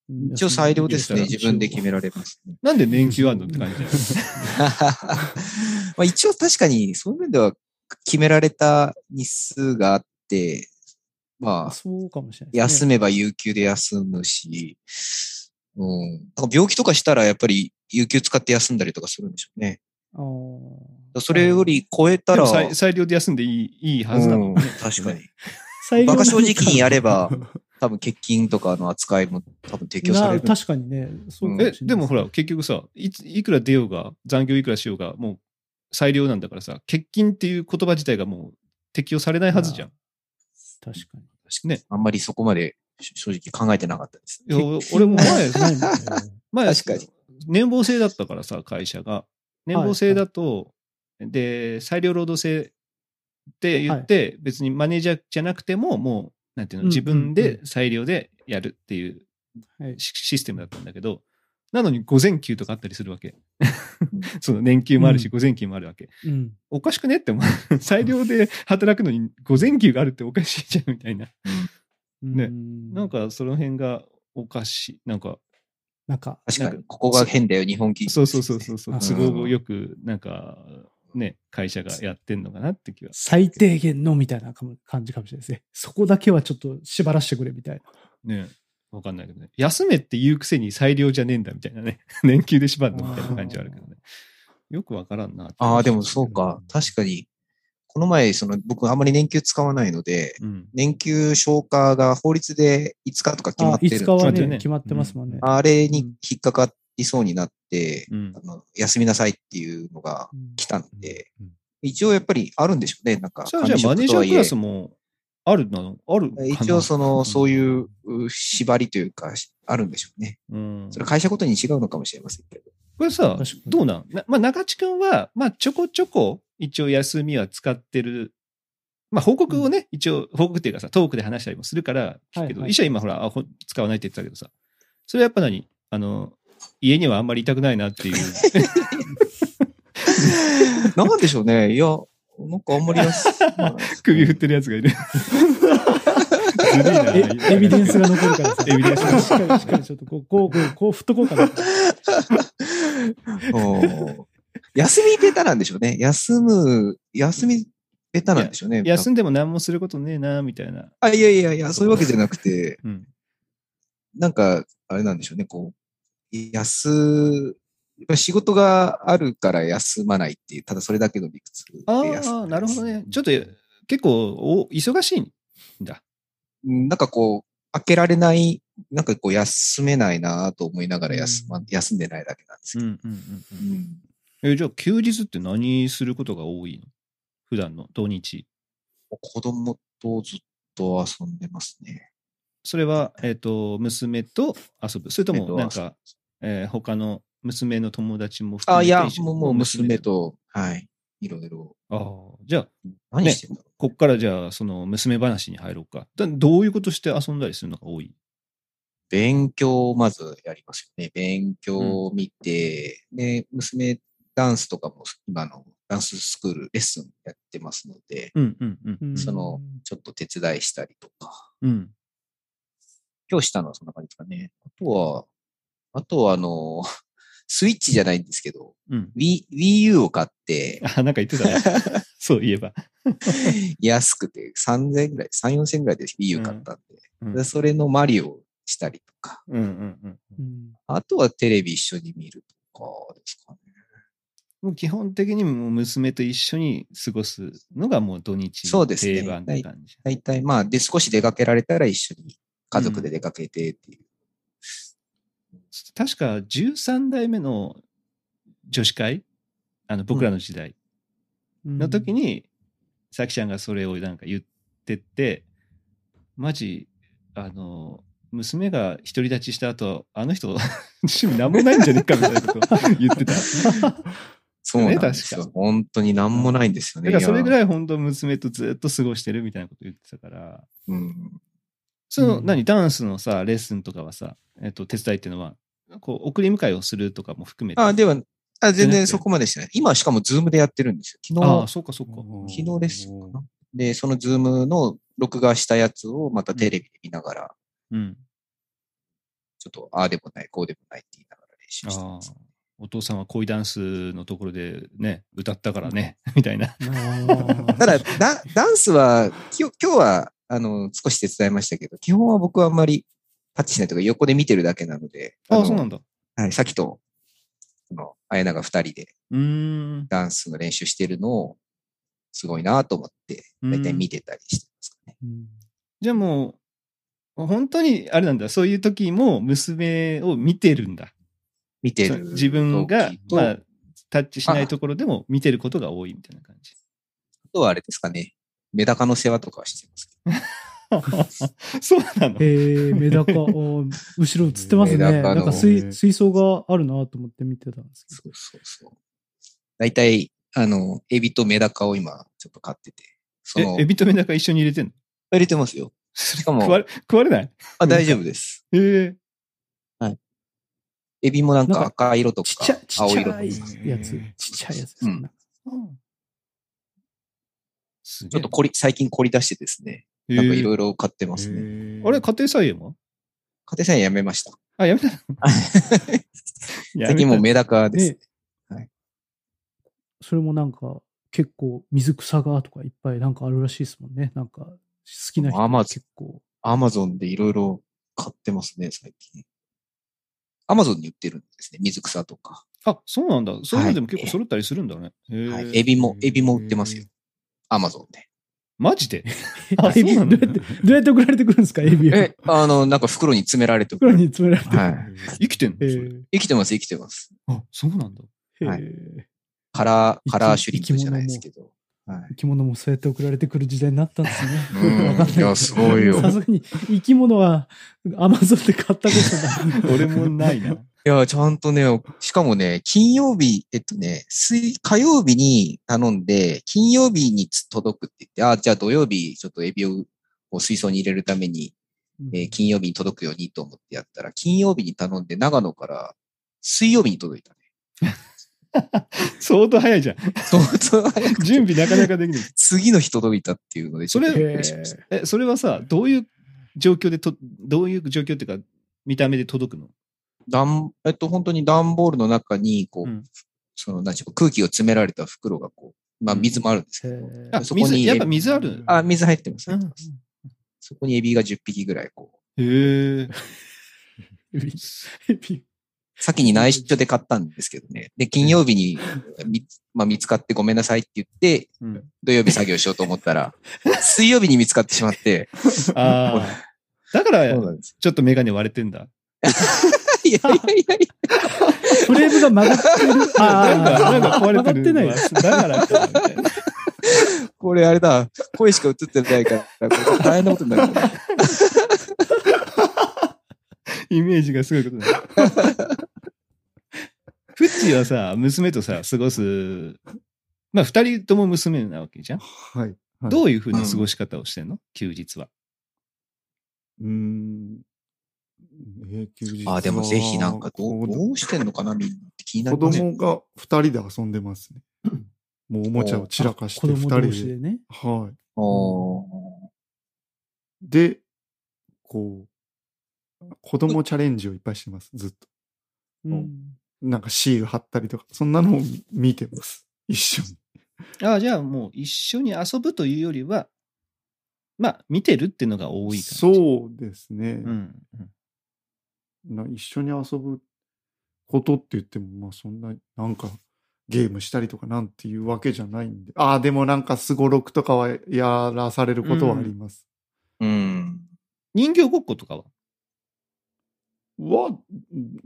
S3: うん
S2: 一応裁量ですね。
S1: いい
S2: 自分で決めら
S3: れ
S2: れます、ね。
S1: なんで年休あんのって感じだ よね。
S2: まあ一応確かに、そういう面では決められた日数があって、まあ、
S3: そうかもしれないで
S2: 休
S3: すね。
S2: めば有給で休むし、うん。なんか病気とかしたらやっぱり有給使って休んだりとかするんでしょうね。
S3: あー
S2: それより超えた
S1: で
S2: ら
S1: も、裁裁量で休んでいいいいはずなの。
S2: うん確かに。
S3: 裁量
S2: バ
S3: な
S2: カ
S3: のか
S2: 正直にや れば、多分欠勤とかの扱いも多分提供され
S3: な
S2: る。
S3: 確かにね。そうかもしれな
S1: え
S3: いすね
S1: でもほら、結局さいつ、いくら出ようが、残業いくらしようが、もう裁量なんだからさ、欠勤っていう言葉自体がもう適用されないはずじゃん。
S3: 確かに。
S1: ね。
S2: あんまりそこまで正正直考えてなかったです。
S1: いや俺も 前、
S3: ないんだよね
S1: 前
S2: 確かに
S1: 年俸制だったからさ、会社が。年俸制だと、で、裁量労働制って言って、別にマネージャーじゃなくても、もう、なんていうの、
S3: うんうん
S1: 自分で
S3: う
S1: 裁量でやるっていう
S3: はい
S1: シシステムだったんだけど、なのに午前休とかあったりするわけ。 その年休もあるし、
S3: うん
S1: 午前休もあるわけ。
S3: うん。
S1: おかしくねって思う。 裁量で働くのに午前休があるっておかしいじゃんみたいな。ね
S3: うん
S1: なん、かその辺がおかしい。なんか、
S3: なんか、
S2: 確
S1: なん
S2: か
S1: か
S2: に、ここが変だよ、日本企業。
S1: そうそうそうそうそう、
S3: あ
S1: 都
S3: ー
S1: 合よく、なんか、ね、会社がやってんのかなって気は。
S3: 最低限のみたいなかも感じかもしれないですね。そこだけはちょっと縛らしてくれみたいな。
S1: ね、わかんないけどね。休めって言うくせに裁量じゃねえんだみたいなね。 年休で縛るのみたいな感じはあるけどね。よくわからんなって
S2: ああ、でもそうか。確かに。この前、その、僕あんまり年休使わないので、
S1: うん。
S2: 年休消化が法律で5日とか決ま
S3: あ
S2: ってるんです
S3: 5日
S1: 決
S3: は
S1: まってる
S3: ね、
S1: ね
S3: 決まってますもんね。
S2: あれに引っかかりそうになって、
S1: うん
S2: あの休みなさいっていうのが
S3: うん
S2: 来たんで、
S4: うん
S2: 一応やっぱりあるんでしょうね。なんか、
S1: じゃあ、じゃあマネージャークラスもあるなのあるかな
S2: 一応その、そういうう縛りというか、しあるんでしょうね。
S1: うん
S2: それ会社ごとに違うのかもしれません けど。
S1: これさ
S3: 確かに、
S1: どうなんなまあ、中地君は、まあ、ちょこちょこ、一応休みは使ってる。まあ、報告をね、一応、報告っていうかさ、トークで話したりもするから聞くけ
S3: はい
S1: ど、
S3: はい
S1: 医者今ほら、あほ使わないって言ってたけどさ、それはやっぱ何あの、家にはあんまりいたくないなっていう。
S2: なんでしょうね。いや、なんかあんまり やす
S1: 首振ってるやつがいる。ずるいな
S3: え エビデンスが残るからさ。
S1: エビデンスが
S3: しっかり、しっかり、ちょっとこう、こう、こう、こう振っとこうかな。
S2: お休みベタなんでしょうね。休む、休みベタなんでしょうね。
S1: 休んでも何もすることねえな、みたいな。
S2: あ、いやいやいや、そういうわけじゃなくて、
S1: うん。
S2: なんか、あれなんでしょうね。こう、休、やっぱ仕事があるから休まないっていう、ただそれだけの理屈で
S1: あ
S2: 休んでま
S1: あ、
S2: す
S1: なるほどね。ちょっと結構お忙しいんだ。
S2: うんなんかこう、開けられない、なんかこう、休めないなと思いながら休,、ま
S1: うん
S2: 休んでないだけなんですけど。
S1: んうん
S2: うん
S1: え、じゃあ休日って何することが多いの普段の土日。
S2: 子供とずっと遊んでますね。
S1: それは、えっ、と、娘と遊ぶ。それとも、
S2: 娘
S1: なん
S2: と遊ぶ
S1: か、えー他の娘の友達も含
S2: あ、
S1: めて
S2: いや
S1: 一、緒に
S2: もうもう娘。と、はい、いろいろ。
S1: ああ、じゃあ、
S2: 何してんだろ。
S1: こっからじゃあ、その娘話に入ろうか。だどういうことして遊んだりするのが多いう
S2: 勉強をまずやりますよね。勉強を見て、で、娘ダンスとかも今のダンススクールレッスンやってますので、
S1: うんうんうん。
S3: うん
S2: その、ちょっと手伝いしたりとか。
S1: うん。
S2: 今日したのはそんな感じですかね。あとは、あとはあの、スイッチじゃないんですけど、
S1: うん。
S2: Wii Wii U を買って、
S1: あ、なんか言って たね。そういえば。
S2: 安くて3000円ぐらい、3、4000円ぐらいで Wii U 買ったんで、
S1: うん
S2: でそれのマリオをしたりとか、
S1: うんうんうん。
S3: うん
S2: あとはテレビ一緒に見るとかですかね。
S1: もう基本的にもう娘と一緒に過ごすのがもう土日
S2: そ
S1: の
S2: うですね
S1: 定番って感じ。
S2: 大体まあ、で、少し出かけられたら一緒に家族で出かけてっていう。
S1: 確か13代目の女子会あの僕らの時代の時、に、さきちゃんがそれをなんか言ってってマジあの娘が独り立ちした後あの人 趣味なんもないんじゃねえかみたいなことを言 ってただか
S2: そうなんです
S1: ね
S2: よ。
S1: 確
S2: 本当に何もないんですよね。
S1: らそれぐら
S2: いや。
S1: い本当娘とずっと過ごしてるみたいなこと言ってたから
S2: うん
S1: その、
S3: うん
S1: 何ダンスのさレッスンとかはさ、えっと手伝いっていうのはこう送り迎えをするとかも含めて
S2: あ、では、あ
S1: じゃな
S2: 全
S1: くて
S2: 然そこまでしてない。今しかもズームでやってるんですよ。
S1: ああ
S2: 昨日、
S1: そうかそうか
S4: 昨
S2: 昨日ですかな。で、そのズームの録画したやつをまたテレビで見ながら、
S1: うん
S2: ちょっとああでもない、こうでもないって言いながら練習して
S1: あ
S2: ます。
S1: あお父さんは恋ダンスのところでね歌ったからね みたいな
S2: ただだ、ダンスは、きょ今日は、あの、少し手伝いましたけど、基本は僕はあんまりタッチしないというか、横で見てるだけなので、
S1: あ
S2: の
S1: あそうなんだ
S2: はい、さっきと、あの、あやなが二人で
S1: うーん
S2: ダンスの練習してるのを、すごいなと思って、だいたい見てたりしてますかね。
S3: うん
S1: じゃあもう本当にあれなんだそういう時も娘を見てるんだ
S2: 見て
S1: そう
S2: る。
S1: 自分が
S2: 時、と
S1: まあ、タッチしないところでも見てることが多いみたいな感じ
S2: あとはあれですかね。メダカの世話とかはしてますけ
S1: そうなの
S3: えー、メダカ、お後ろ映ってま
S2: メ
S3: すね。
S2: ダカ
S3: な
S2: の
S3: んか水水槽があるなと思って見てたんです
S2: ど。そ
S3: け
S2: うそうそう。大体、あの、エビとメダカを今、ちょっと飼ってて。その
S1: えエビとメダカ一緒に入れてんの
S2: 入れてますよ。しか
S1: 食わ
S2: も、
S1: れ食われない
S2: あ、大丈夫です。
S1: ええ
S2: エビもなん
S3: なん
S2: か
S3: か
S2: 赤色と
S3: ど。
S2: か
S3: ちっちゃ、ちっ
S2: 青
S3: ち
S2: 色と
S3: ゃ
S2: か。
S3: い
S2: ち
S3: やつ。ちっちゃいやつです
S2: う
S3: ね。
S2: ん
S1: す
S2: ょ
S1: げえ
S2: っと凝り、最近凝り出してですね。なんかいろいろ買ってますね。
S4: ね
S1: あれ、家庭菜園は
S2: 家庭菜園やめま した。
S1: あ、やめたのやめた
S2: 最近もうメダカです。
S3: で、
S2: はい
S3: それもなんか、結構水草がとかいっぱいなんかあるらしいですもんね。なんか、好きな人
S2: まあまあ
S3: 結構。
S2: アマゾンでいろいろ買ってますね、最近。アマゾンに売ってるんですね。水草とか。
S1: あ、そうなんだ。そういうのでも結構揃ったりするんだね。へえ
S2: はい、エビも、エビも売ってますよ。アマゾンで。
S1: マジであ
S3: あ、エビ、
S1: そう
S3: どう
S1: な
S3: や
S1: ん
S3: っ
S1: だ
S3: て、どうやって送られてくるんですか、エビは。
S2: え、あの、なんか袋に詰められてく
S3: 袋
S2: る。
S3: に詰められて。
S2: はい。
S1: 生きてんのそ
S3: え
S1: れ
S3: ー
S2: 生きてます、生きてます。
S1: あ、そうなんだ。
S3: えー
S2: はいカラー、
S3: 生き
S2: カラーシュリンプじゃないですけど。はい。
S3: 生き物もそうやって送られてくる時代になったんですね。
S2: うん
S3: わかんない
S2: いやすごいよ
S3: さすがに生き物はアマゾンで買ったことない。
S1: 俺もないな。
S2: いや、ちゃんとね、しかもね、金曜日、えっとね、水、火曜日に頼んで、金曜日に届くって言って、ああ、じゃあ土曜日、ちょっとエビをこう水槽に入れるために、えー金曜日に届くように と思ってやったら、金曜日に頼んで長野から水曜日に届いたね。
S1: 相当早いじゃん。
S2: 相当早く
S1: 準備なかなかできない。
S2: 次の日届いたっていうので、ちょっと
S1: それ
S2: びっくりしました
S1: え、それはさ、どういう状況でと、どういう状況っていうか、見た目で届くの
S2: 段えっと、本当に段ボールの中に、こう、
S1: うん
S2: その、なんちゅうか、空気を詰められた袋がこう、まあ、
S1: うん
S2: 水もあるんですけ
S3: へ
S2: ど、
S3: ー
S1: あ、
S2: そこに
S1: 水、やっぱ水ある。
S2: あ、水入ってます、
S1: うん
S2: そこにエビが10匹ぐらい、こう、
S1: へえ。
S3: エビ
S2: 先に内緒で買ったんですけどね。で、金曜日に、み まあ、見つかってごめんなさいって言って、
S1: うん
S2: 土曜日作業しようと思ったら、水曜日に見つかってしまって、
S1: ああ。だから、
S2: なんです。
S1: ちょっとメガネ割れてんだ。
S2: いやいやいやい
S3: フレームが曲がってる。
S1: なんか、
S3: あ
S1: な
S3: あ、
S1: んか壊れてる。
S3: 曲が ってない。
S1: だからか、みたいな。
S2: や、これあれだ、声しか映ってないから、これ大変なことになる。
S1: イメージがすごいことだ。 フッチーはさ、娘とさ、過ごす、まあ、二人とも娘なわけじゃん。
S4: はい。はい
S1: どういうふうな過ごし方をしてんの休日は。
S4: うーん。えー休日は
S2: あ、でもぜひなんかどう、どうしてんのかな、みんなって気にな
S4: 子
S2: りますね。
S4: 供が二人で遊んでま すね。もうおもちゃを散らかして
S3: 子
S4: 二
S3: 供
S4: 人
S3: 同士で
S4: で。
S3: ね。
S4: はい。
S2: お
S4: で、こう、子供チャレンジをいっぱいしてます、ずっと。
S3: うん
S4: なんかシール貼ったりとか、そんなのを見てます。一緒に。
S1: ああ、じゃあもう一緒に遊ぶというよりは、まあ、見てるっていうのが多い感じ。う。
S4: そうですね、
S1: うん。
S4: な。一緒に遊ぶことって言っても、まあそんな、なんかゲームしたりとかなんていうわけじゃないんで。ああ、でもなんかすごろくとかはやらされることはあります。
S2: ーうん。
S1: 人形ごっことかは
S4: は、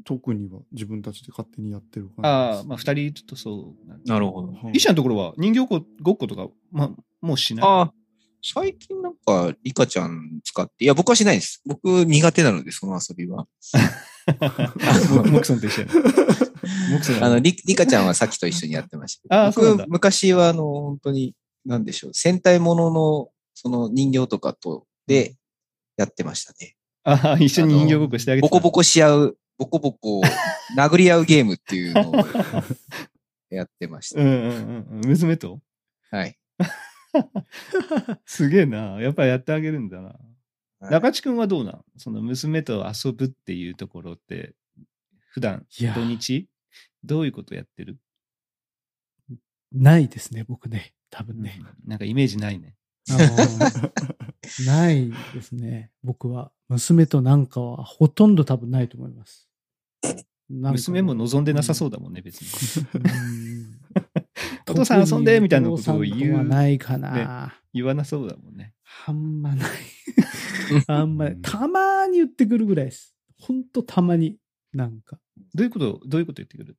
S4: 特には自分たちで勝手にやってる感じです。
S1: ああ、まあ、二人とそうなんだ。
S2: なるほど。
S4: はい
S1: リシャのところは人形ごっことか、まあ、もうしない。
S2: ああ、最近なんか、リカちゃん使って、いや、僕はしないです。僕苦手なので、その遊びは。
S1: モモクソンと一緒やな。モクソン
S2: あ
S1: や
S2: の、
S1: な
S2: リリカちゃんはさっきと一緒にやってましたけど。
S1: あーそうなんだ
S2: 僕、昔は、あの、本当に、なんでしょう、戦隊ものの、その人形とかと、で、やってましたね。
S1: ああ、一緒に人形ごっこしてあげて
S2: ボ
S1: た。
S2: コボコし合う、ボコボ コを殴り合うゲームっていうのをやってまし
S1: う
S2: た。
S1: んうんうんうん。娘 と
S2: はい。
S1: すげえな。やっぱやってあげるんだな。
S2: はい
S1: 中地君はどうなんその娘と遊ぶっていうところって、普段、
S3: いや
S1: 土日、どういうことやってる
S3: ないですね、僕ね。多分ね。
S1: なんかイメージないね。
S3: あの ないですね。僕は。娘となんかはほとんど多分ないと思います。なんか
S1: 娘も望んでなさそうだもんね、別 に。
S3: うん
S1: お父さん遊んでみたいなことを
S3: 特にお父
S1: 言
S3: さんとは
S1: う、
S3: ないかな。
S1: 言わなそうだもんね。
S3: あんま ない。あんまり、たまーに言ってくるぐらいです。ほんとたまに。なんか。
S1: どういうこと、どういうこと言ってくる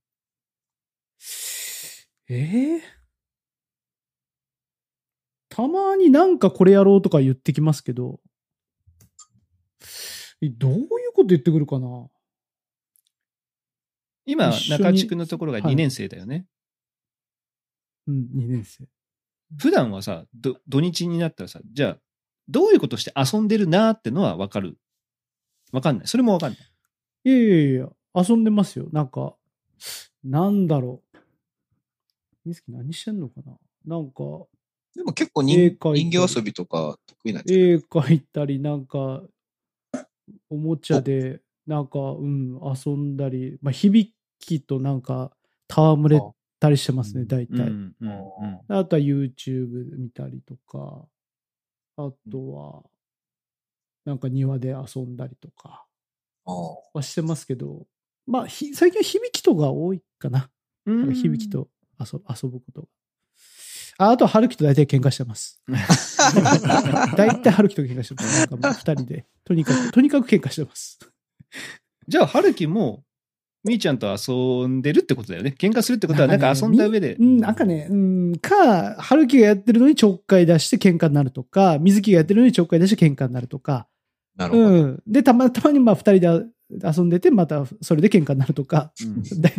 S3: えーたまになんかこれやろうとか言ってきますけど、えどういうこと言ってくるかな
S1: 今、
S3: 一緒に
S1: 中地君のところが
S3: は
S1: 2
S3: い
S1: 年生だよね。
S3: うん、2年生。
S1: 普段はさ、ど土日になったらさ、じゃあ、どういうことして遊んでるなーってのは分かる。分かんない。それも分かんない。
S3: いやいやいや、遊んでますよ。なんか、なんだろう。みずき何してんのかななんか、
S2: でも結構
S3: 絵
S2: 人
S3: 描いて
S2: 人形遊びとか得意なんです
S3: 絵描いたり、なんか、おもちゃで、なんか、うん、遊んだり、まあ、響きとなんか、戯れたりしてますね、大体。
S1: うんうんうん
S3: あとは YouTube 見たりとか、あとは、なんか庭で遊んだりとか
S2: あー
S3: はしてますけど、まあ、ひ最近は響きとが多いかな。なんか響き。と遊ぶ遊ぶことが。ああとは春樹と大体喧嘩して ます。大体春樹と喧嘩してます。なんかもう二人で。とにか く、とにかく喧嘩してます。
S1: じゃあ、春樹も、みーちゃんと遊んでるってことだよね。喧嘩するってことは、なんか遊んだ上で
S3: う。ん、なんかね、うん、か、春樹がやってるのにちょっかい出して喧嘩になるとか、水木がやってるのにちょっかい出して喧嘩になるとか、
S2: なるほど。
S3: うん。で、たま、たまにまあ二人で遊んでて、またそれで喧嘩になると か、
S1: うん
S3: で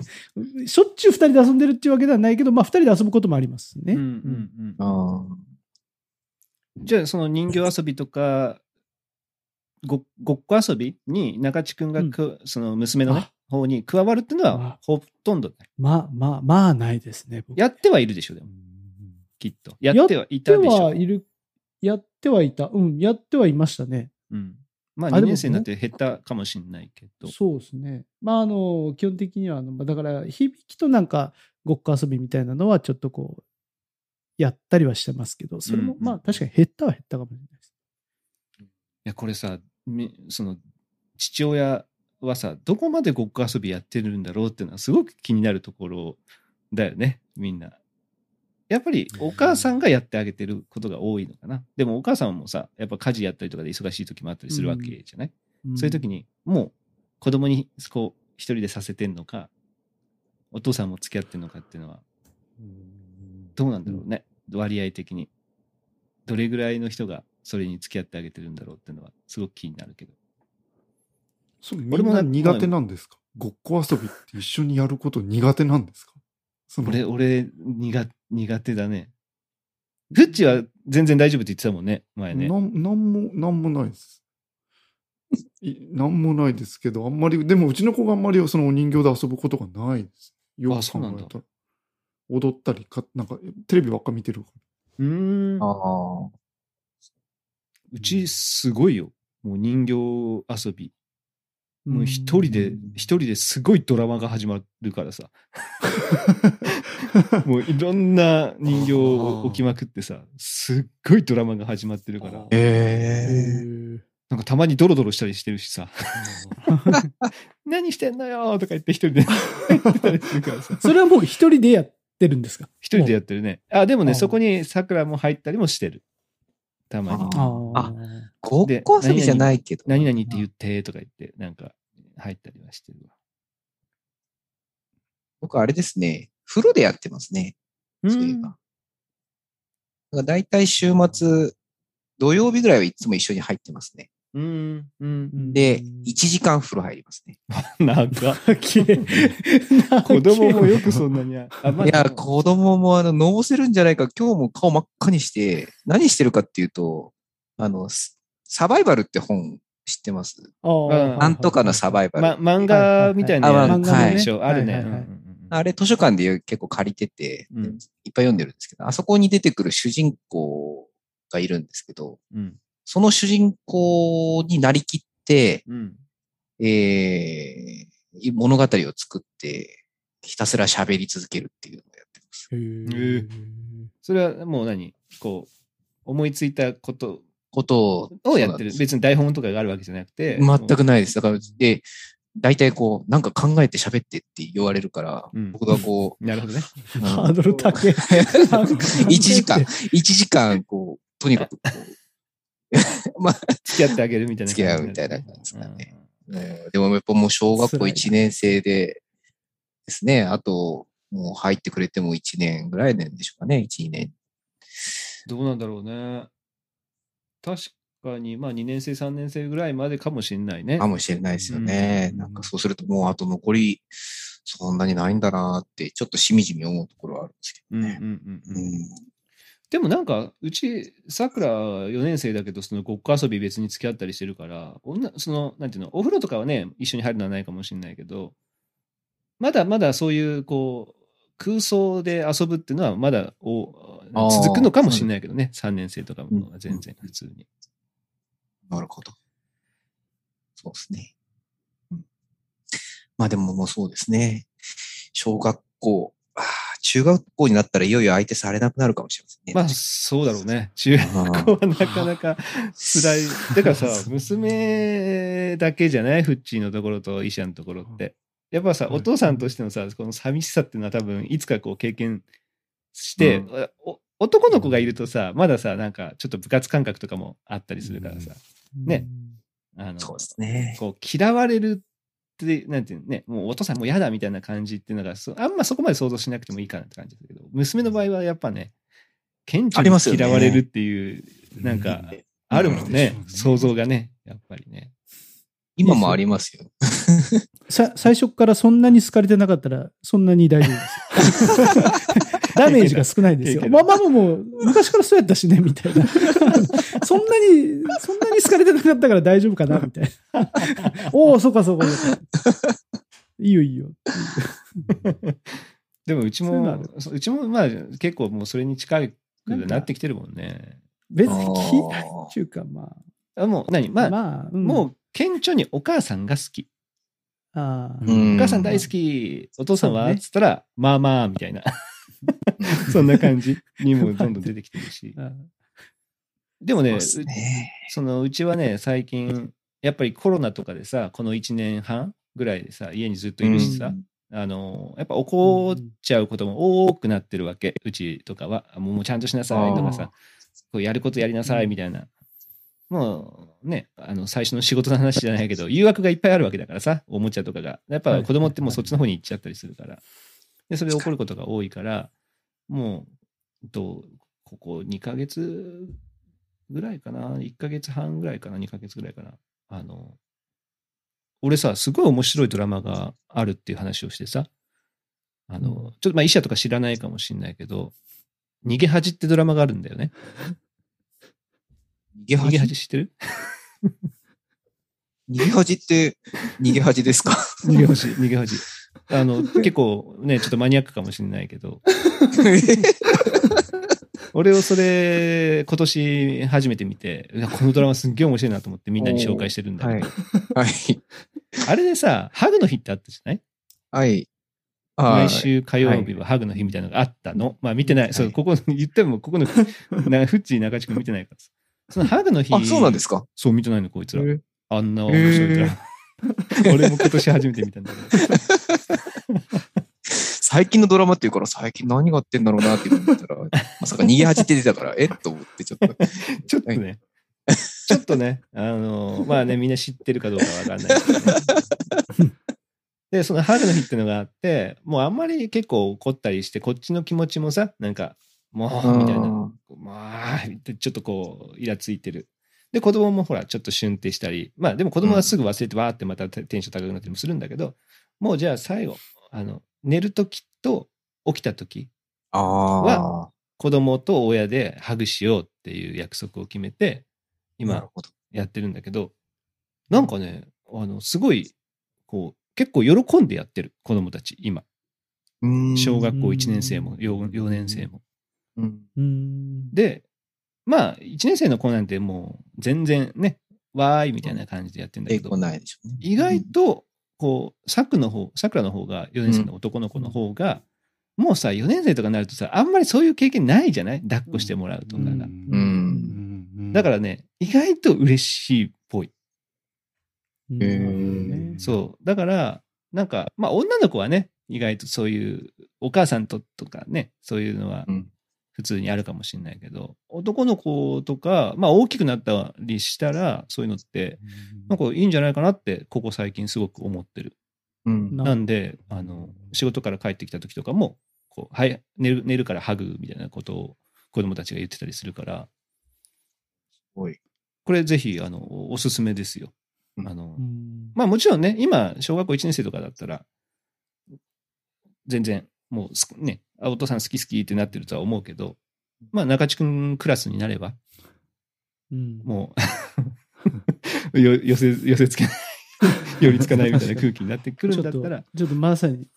S3: しょっちゅう二人で遊んでるっていうわけではないけど、まあ二人で遊ぶこともありますね。
S1: うんうんう
S2: あー
S1: んじゃあ、その人形遊びとか、ごごっこ遊びに中地君がく、その娘のね
S3: あ
S1: 方に加わるっていうのは
S3: あ
S1: ほとんどない。
S3: まあまあ、まあないですね。僕
S1: やってはいるでしょ、で
S4: う
S1: も、
S4: ん
S1: きっと。やってはいたでし
S3: やっ
S1: ょ
S3: てはい。る、やってはいた。うん、やってはいましたね。
S1: うん、まあ、
S3: あでも
S1: 2年生になって減ったかもしれないけど。
S3: そうですね。まあ、あの、基本的には、あのまあだから、響きとなんか、ごっこ遊びみたいなのは、ちょっとこう、やったりはしてますけど、それも
S1: う、んうん
S3: まあ、確かに減ったは減ったかもしれないです。
S1: いやこれさみその父親はさどこまでごっこ遊びやってるんだろうっていうのはすごく気になるところだよねみんな。やっぱりお母さんがやってあげてることが多いのかな。でもお母さんもさやっぱ家事やったりとかで忙しい時もあったりするわけじゃない、
S3: ん
S1: そういう時にもう子供にこう一人でさせてんのかお父さんも付き合ってんのかっていうのは
S4: うん
S1: どうなんだろうね、割合的に。どれぐらいの人がそれに付き合ってあげてるんだろうっていうのはすごく気になるけど。
S4: それ
S1: 俺
S4: みん
S1: もな
S4: な苦手なんですかごっこ遊びって一緒にやること苦手なんですかその
S1: 俺、俺、苦、苦手だね。フッチは全然大丈夫って言ってたもんね、前ね。
S4: なんなんも、なんもないです。いなんもないですけど、あんまり、でもうちの子があんまりそのお人形で遊ぶことがないです。よ
S1: あ
S4: く
S1: そ
S4: 考
S1: うなんだ
S4: えたら。踊ったりか、なんかテレビばっか見てるか
S1: うーん。
S2: ああ。
S1: うち、すごいよ。もう人形遊び。もう一人で、一人ですごいドラマが始まるからさ。もういろんな人形を置きまくってさ、すっごいドラマが始まってるから。
S3: へ
S2: ええ
S3: ー
S1: なんかたまにドロドロしたりしてるしさ、
S4: ら。
S1: 何してんのよーとか言って一人でやってたりするからさ。
S3: それはもう一人でやってるんですか
S1: 一人でやってるね。あ、でもね、
S3: あ
S1: そこに桜も入ったりもしてる。たまに。
S2: あ
S3: あ
S2: ごっこ遊びじゃないけど。
S1: 何々って言ってとか言って、なんか入ったりはしてるわ。
S2: 僕、あれですね。風呂でやってますね。そういえば。だから大体週末、土曜日ぐらいはいつも一緒に入ってますね。
S1: うん、うん。
S3: あ。
S2: で、1時 間風呂入りますね。
S1: なんか、
S3: 子
S1: 子供もよくそんなにあ。あまあ
S2: いや、子供もあの、のぼせるんじゃないか、今日も顔真っ赤にして、何してるかっていうと、あの、スサバイバルって本知ってます
S1: うん
S2: なんとかのサバイバル。
S1: ま、漫画みたいな
S2: はいはいはい
S1: やつ
S2: あ漫画ね
S1: でしょ。あるね。
S3: はいはいはい
S1: うんうんうん
S2: あれ図書館で結構借りてて、
S1: うん
S2: いっぱい読んでるんですけど、あそこに出てくる主人公がいるんですけど、
S1: うん
S2: その主人公になりきって、
S1: うん
S2: えー、物語を作って、ひたすら喋り続けるっていうのをやってます。
S3: へー
S1: それはもう何こう、思いついたこと
S2: ことを
S1: をやってる。別に台本とかがあるわけじゃなくて。
S2: 全くないです。だから、で、大体こう、なんか考えて喋ってって言われるから、
S1: うん
S2: 僕がこ
S1: なるほどね。
S2: う、うん
S3: ハードル 高 い。
S2: 1時間、1時間、こう、とにかくこう、まあ、
S1: 付き合ってあげるみたいな感じになる。
S2: 付き合うみたいな感じですかねうんでもやっぱもう小学校
S3: 辛いな
S2: 1年生でですね、あと、もう入ってくれても1年ぐらいなんでしょうかね、1、2年。
S1: どうなんだろうね。確かに、まあ2年生、3年生ぐらいまでかもしれないね
S2: か。もしれないですよね。
S4: うん
S2: なんかそうするともうあと残り、そんなにないんだなって、ちょっとしみじみ思うところはあるんですけ
S1: う
S2: ど
S1: んうん
S2: ね。
S1: うん
S2: う
S1: うん
S2: ん
S1: でもなんか、うち、さくら4年生だけど、そのごっこ遊び別に付き合ったりしてるから、女その、なんていうの、お風呂とかはね、一緒に入るのはないかもしれないけど、まだまだそういう、こう、空想で遊ぶっていうのは、まだお
S2: あー
S1: 続くのかもしれないけどね、3年生とかも全然普通に。
S2: なるほど。そうですね。うんまあでももうそうですね。小学校、あー中学校になったらいよいよ相手されなくなるかもしれませんね。
S1: まあ、そうだろうね。中学校はなかなか辛い。だからさ、娘だけじゃないフッチーのところとイシャのところって。やっぱさ、
S4: はい
S1: お父さんとしてのさ、この寂しさっていうのは多分、いつかこう経験して、
S4: う
S1: お男の子がいるとさ、まださ、なんかちょっと部活感覚とかもあったりするからさ、ねあの、
S2: そうですね。
S1: こう嫌われるって、なんていうのね、もうお父さんもう嫌だみたいな感じっていうのが、そあんまそこまで想像しなくてもいいかなって感じだけど、娘の場合はやっぱね、顕
S2: あ
S1: 著
S2: りますよ
S1: に
S2: ね
S1: 嫌われるっていう、なんか、あるもんね、
S4: うん
S1: 想像がね、やっぱりね。
S2: 今もありますよ。
S3: さ最初からそんなに好かれてなかったら、そんなに大丈夫です。ダメージが少ないですよ。
S1: 経験
S3: ま
S1: だ
S3: あまあまあもう、昔からそうやったしね、みたいな。 そんなに、そんなに好かれてなかったから大丈夫かな、みたいな。おお、そうかそうかそうか。いいよいいよ。
S1: でもうち
S3: そういうの
S1: も
S3: ある
S1: そううちもまあ結構もうそれに近くなってきてるもんね。
S3: 別に聞いたっ
S2: あ
S3: ていうか、まあ、
S1: あもう何ま
S3: ま
S1: あ、
S3: あ、うん
S1: もう顕著にお母さんが好き。
S3: ああ
S4: う
S2: ー
S4: ん
S1: お母さん大好き、お父さんは、
S3: そうね
S1: つったら、まあまあ、みた いな、そんな感じにもどんどん出てきてるし。
S3: ああ
S1: でもね、
S2: そう
S1: う
S2: っすね。
S1: そのうちはね、最近、やっぱりコロナとかでさ、この1年半ぐらいでさ、家にずっといるしさ、あの、やっぱ怒っちゃうことも多くなってるわけ、うちとかは。もうもうちゃんとしなさいとか
S4: あー
S1: さ、こうやることやりなさいみたいな。もうね、あの最初の仕事の話じゃないけど、誘惑がいっぱいあるわけだからさ、おもちゃとかが。やっぱ子供ってもうそっちの方に行っちゃったりするから。で、それで怒ることが多いから、もう、と、ここ2ヶ月ぐらいかな、1ヶ月半ぐらいかな、2ヶ月ぐらいかな。あの、俺さ、すごい面白いドラマがあるっていう話をしてさ、あの、
S4: うん
S1: ちょっとまあ医者とか知らないかもしれないけど、逃げ恥ってドラマがあるんだよね。
S2: 逃
S1: 逃げ
S2: げ恥
S1: 恥知ってる
S2: 逃げ恥って、逃げ恥ですか
S1: 逃げ恥、逃げ恥。あの、結構ね、ちょっとマニアックかもしれないけど、俺をそれ、今年初めて見て、うわこのドラマすっげえ面白いなと思ってみんなに紹介してるんだけど、
S2: はい。
S1: あれでさ、ハグの日ってあったじゃない
S2: はい。あ
S1: 毎
S2: ー
S1: 週火曜日はハグの日みたいなのがあったの。まあ見てない。そう、ここ、言っても、ここの、なフッチー中地君見てないからさ。そのハグの日。。
S2: あ、そうなんですすか
S1: そう、見てないの、こいつら。
S2: へ
S1: あんな面白いドラマ。 俺も今年初めて見たんだけど。
S2: 最近のドラマっていうから、最近何があってんだろうなって思 ったら、まさか逃げ恥って出たから、えっと思ってちょっと。
S1: ちょっとね。 ちょっとね、あの、まあね、みんな知ってるかどうかわかんない けどね。で、そのハグの日っていうのがあって、もうあんまり結構怒ったりして、こっちの気持ちもさ、なんか、もう、みたいな。まあ、ってちょっとこう、イラついてる。で、子供もほら、ちょっと瞬停したり、まあ、でも子供はすぐ忘れて、わーってまたテテンション高くなったりもするんだけど、もうじゃあ最後、あの、寝るときと起きたとき、
S2: ああ。
S1: 子供と親でハグしようっていう約束を決めて、
S2: な
S1: 今
S2: るほど。
S1: やってるんだけど、なんかね、あの、すごい、こう、結構喜んでやってる、子供たち、今。
S2: うーん
S1: 小学校1年生も4、4年生も。
S2: うん
S3: うん。
S1: で、まあ、1年生の子なんてもう全然ね、わーいみたいな感じでやってんだけ
S2: 英
S1: ど、
S2: 語ないでしょうね。
S1: 意外と、こう、さくの方、さくらの方が、4年生の男の子の方が、もうさ、4年生とかになるとさ、あんまりそういう経験ないじゃない抱っこしてもらうとかが。
S2: う。
S4: うんん
S1: だからね、意外と嬉しいっぽい。
S3: うん
S2: へー
S3: なるほどね
S1: そう。だから、なんか、まあ、女の子はね、意外とそういう、お母さんととかね、そういうのは
S2: うん
S1: 普通にあるかもしれないけど、男の子とか、まあ、大きくなったりしたら、そういうのって、なんかいいんじゃないかなって、ここ最近すごく思ってる。
S2: うん
S3: な
S1: なんで、あの、仕事から帰ってきた時とかも、こう、はい、寝る、寝るからハグみたいなことを子供たちが言ってたりするから、
S2: ごい。
S1: これぜひ、あの、おすすめですよ。
S2: うん
S1: あの
S3: う、ん
S1: まあもちろんね、今、小学校1年生とかだったら、全然、もうすね、あお父さん好き好きってなってるとは思うけど、まあ中地くんクラスになれば、
S3: うん
S1: もう よ、寄せ、寄せつけない、 寄りつかないみたいな空気になってくるんだったら、
S3: ちょっとまさに、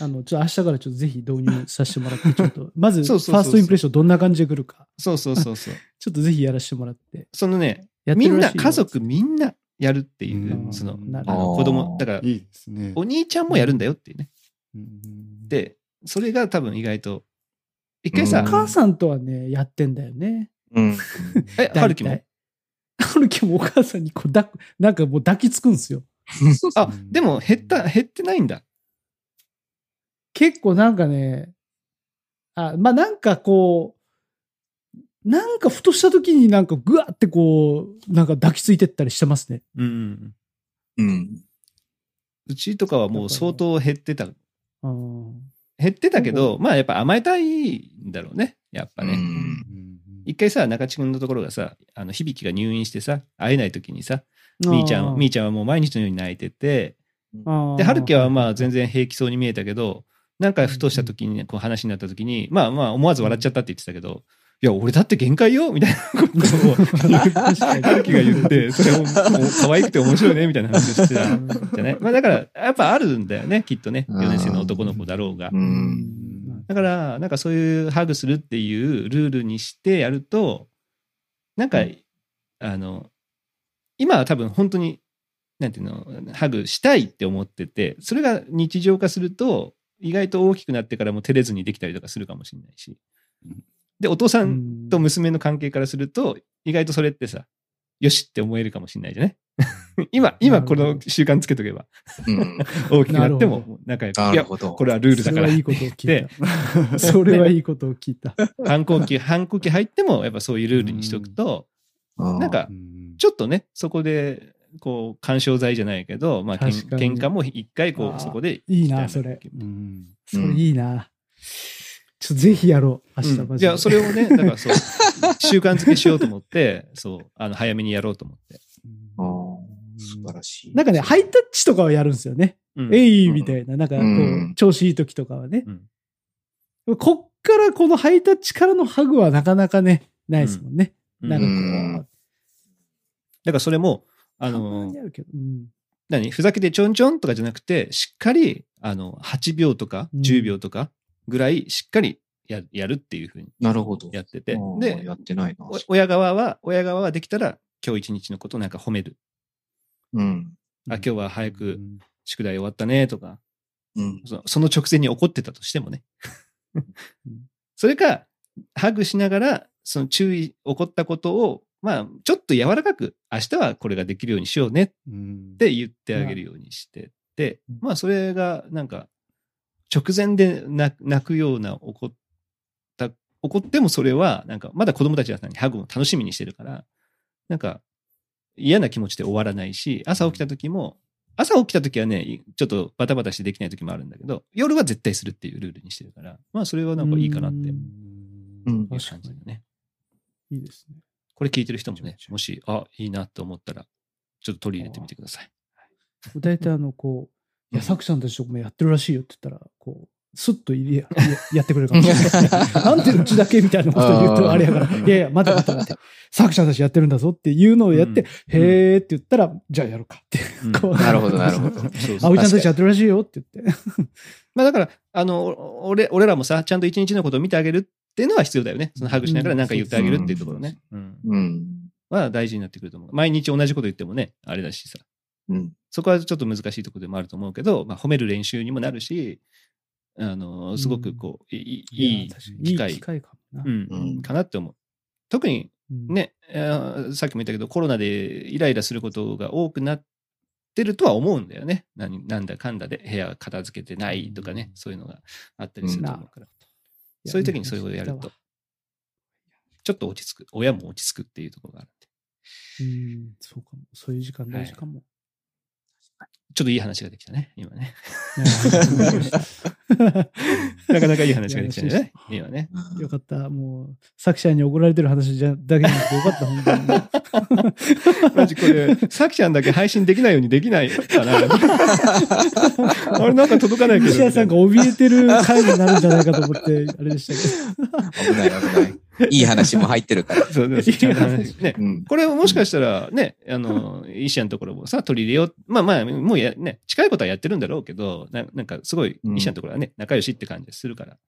S3: あの、ちょっと明日からちょっとぜひ導入させてもらって、ちょっと、まず、フ
S1: そう
S3: ァ
S1: そうそうそう
S3: ーストインプレッションどんな感じで来るか、
S1: そうそうそうそう。
S3: ちょっとぜひやらせてもらって。
S1: そのね、
S3: やって
S1: み
S3: る
S1: ん
S3: ら
S1: な、
S3: しいよ
S1: 家族みんなやるっていうう、
S4: ん
S1: その、
S3: なる
S1: あの
S2: あー
S1: 子供、だから、
S4: いいですね。
S1: お兄ちゃんもやるんだよっていうね。
S4: うん、
S1: で、それが多分意外と、一回さ
S2: う
S3: お、母さんとはね、やってんだよね。
S2: うん。
S1: え、
S3: 大体
S1: はるきも。
S3: 春樹もお母さんにこう抱く、なんかもう抱きつくんですよ。
S1: あ、でも減った、減ってないんだ。
S3: 結構なんかね、あ、まあなんかこう、なんかふとした時になんかぐわってこう、なんか抱きついてったりしてますね。
S1: うん。
S2: うん。
S1: うちとかはもう相当減ってた。
S3: うん。
S1: 減ってたけど、まあやっぱ甘えたいんだろうね。やっぱ
S2: う
S1: ね。
S2: ん
S1: 一回さ、中地君のところがさ、あの、響が入院してさ、会えない時にさ、みーちゃん、みーちゃんはもう毎日のように泣いてて、
S3: あー
S1: で、春樹はまあ全然平気そうに見えたけど、なんかふとした時に、こう話になった時に、まあまあ思わず笑っちゃったって言ってたけど、いや、俺だって限界よみたいなことを、春樹が言って、それももう可愛くて面白いねみたいな話をしてたんじゃないまあだから、やっぱあるんだよね、きっとね。4年生の男の子だろうが
S2: う。ん。
S1: だから、なんかそういうハグするっていうルールにしてやると、なんか、あの、今は多分本当に、なんていうの、ハグしたいって思ってて、それが日常化すると、意外と大きくなってからも照れずにできたりとかするかもしれないし。で、お父さんと娘の関係からすると、意外とそれってさ、よしって思えるかもしれないじゃない 今、今この習慣つけとけば、
S2: うん。
S1: 大きくなって
S3: なる
S1: も仲良く、
S2: ない
S1: や
S2: る、ほど。
S1: これはルールだから
S3: それは
S1: っ
S3: いいことを
S1: て
S3: 聞いた。 それはいいことを聞いた。
S1: 反抗期、反抗期入っても、やっぱそういうルールにしとくと、
S2: うん
S1: なんか
S4: う、ん
S1: ちょっとね、そこで、こう、干渉剤じゃないけど、まあ、けん
S3: 確かに
S1: 喧嘩も一回、こ
S3: あー
S1: う、そこで。
S3: いいなそれ
S4: うん
S3: それいいな。ちょっとぜひやろう。明日
S1: う
S3: マ
S1: んい
S3: ジで。
S1: や、それをね、だから そう、習慣づけしようと思って、そう、あの、早めにやろうと思って。
S2: あー素晴らしい。
S3: なんかね、ハイタッチとかはやるんですよね。
S1: うん
S3: えいみたいな。なんかこ
S2: う
S3: う、
S2: ん
S3: 調子いい時とかはね
S1: う。ん
S3: こっからこのハイタッチからのハグはなかなかね、ないですもんね。
S1: うん
S3: な
S1: だ
S3: ん
S1: か
S3: かこ
S1: ら、それも、あ
S3: う、たま
S1: の
S3: に、あるけど。うん
S1: 何ふざけてちょんちょんとかじゃなくて、しっかり、あの、8秒とか、10秒とかぐらい、しっかりややるっていうふうに
S2: なるほど。
S1: やってて
S2: あ。ー
S1: で、
S2: やってないな。
S1: お親側は、親側はできたら、今日一日のことなんか褒める。
S2: うん。
S1: あ、今日は早
S4: う
S1: く
S4: ん
S1: 宿題終わったねとか、
S2: うん。
S1: そのその直前に怒ってたとしてもね。 それか、ハグしながら、その注意、怒ったことを、まあ、ちょっと柔らかく、明日はこれができるようにしようねっ
S4: うん
S1: て言ってあげるようにしてて、まあ、それが、なんか、直前で泣泣くような怒った、怒ってもそれは、なんか、まだ子供たちは何ハグも楽しみにしてるから、なんか、嫌な気持ちで終わらないし、朝起きた時も、朝起きた時はね、いちょっとバタバタしてできない時もあるんだけど、夜は絶対するっていうルールにしてるから、まあ、それはなんかいいかなっていう
S2: うん
S1: 感じだね。
S3: いいですね。
S1: これ聞いてる人もね
S4: 確か、に
S1: もし、あ、いいなと思ったら、ちょっと取り入れてみてください。
S3: 大体あの、こう、いや、
S2: うん
S3: 作者たちとかもやってるらしいよって言ったら、こう、スッと入 れやややってくれるかもしれない。なんでうちだけみたいなこと言うと
S2: あー
S3: あれやから、いやいや、まだまだ待って、作者たちやってるんだぞっていうのをやって、
S1: うん
S3: へーって言ったら、じゃあやろうかって。
S1: うん
S3: こう
S2: なるほど、なるほど。
S1: そうそう
S3: 葵ちゃんたちやってるらしいよって言って。
S1: まあだから、あの、お俺、俺らもさ、ちゃんと一日のことを見てあげるっていうのは必要だよね。そのハグしながら何か言ってあげるっていうところね。うん。
S2: うん。
S1: は大事になってくると思う。毎日同じこと言ってもね、あれだしさ。
S2: うん。
S1: そこはちょっと難しいところでもあると思うけど、まあ褒める練習にもなるし、あの、すごくこう、いいいい
S3: や確かに
S1: 機
S3: いい
S1: 会
S3: 機、会かもな。
S1: うん
S2: うん
S1: かなって思う。特に
S3: うん、
S1: ね、えーさっきも言ったけど、コロナでイライラすることが多くなってるとは思うんだよね。何なんだかんだで部屋片付けてないとかね、そういうのがあったりすると思うから。そういう時にそれをやると、ちょっと落ち着く。親も落ち着くっていうところがあるんで。
S3: うん、そうかも。そういう時間大事かも。
S1: ちょっといい話ができたね、今ね。
S3: ね
S1: なかなかいい話ができたね、今ね。
S3: よかった。もう、作者に怒られてる話じゃだけじゃなくてよかった、本当にね。
S1: マジこ れ、さきちゃんだけ配信できないようにできないか な。あれなんか届かないけど。
S3: 西谷さんが怯えてる回になるんじゃないかと思って、あれでしたけ
S2: 危な い、危ない。いい話も入ってるから。
S1: そうそうそうちゃんと話ね
S2: うん。
S1: これもしかしたらね、あの、医師のところもさ、取り入れよう。まあまあ、もうや、ね、近いことはやってるんだろうけど、ななんかすごい、
S2: うん
S1: 医師のところはね、仲良しって感じがするから。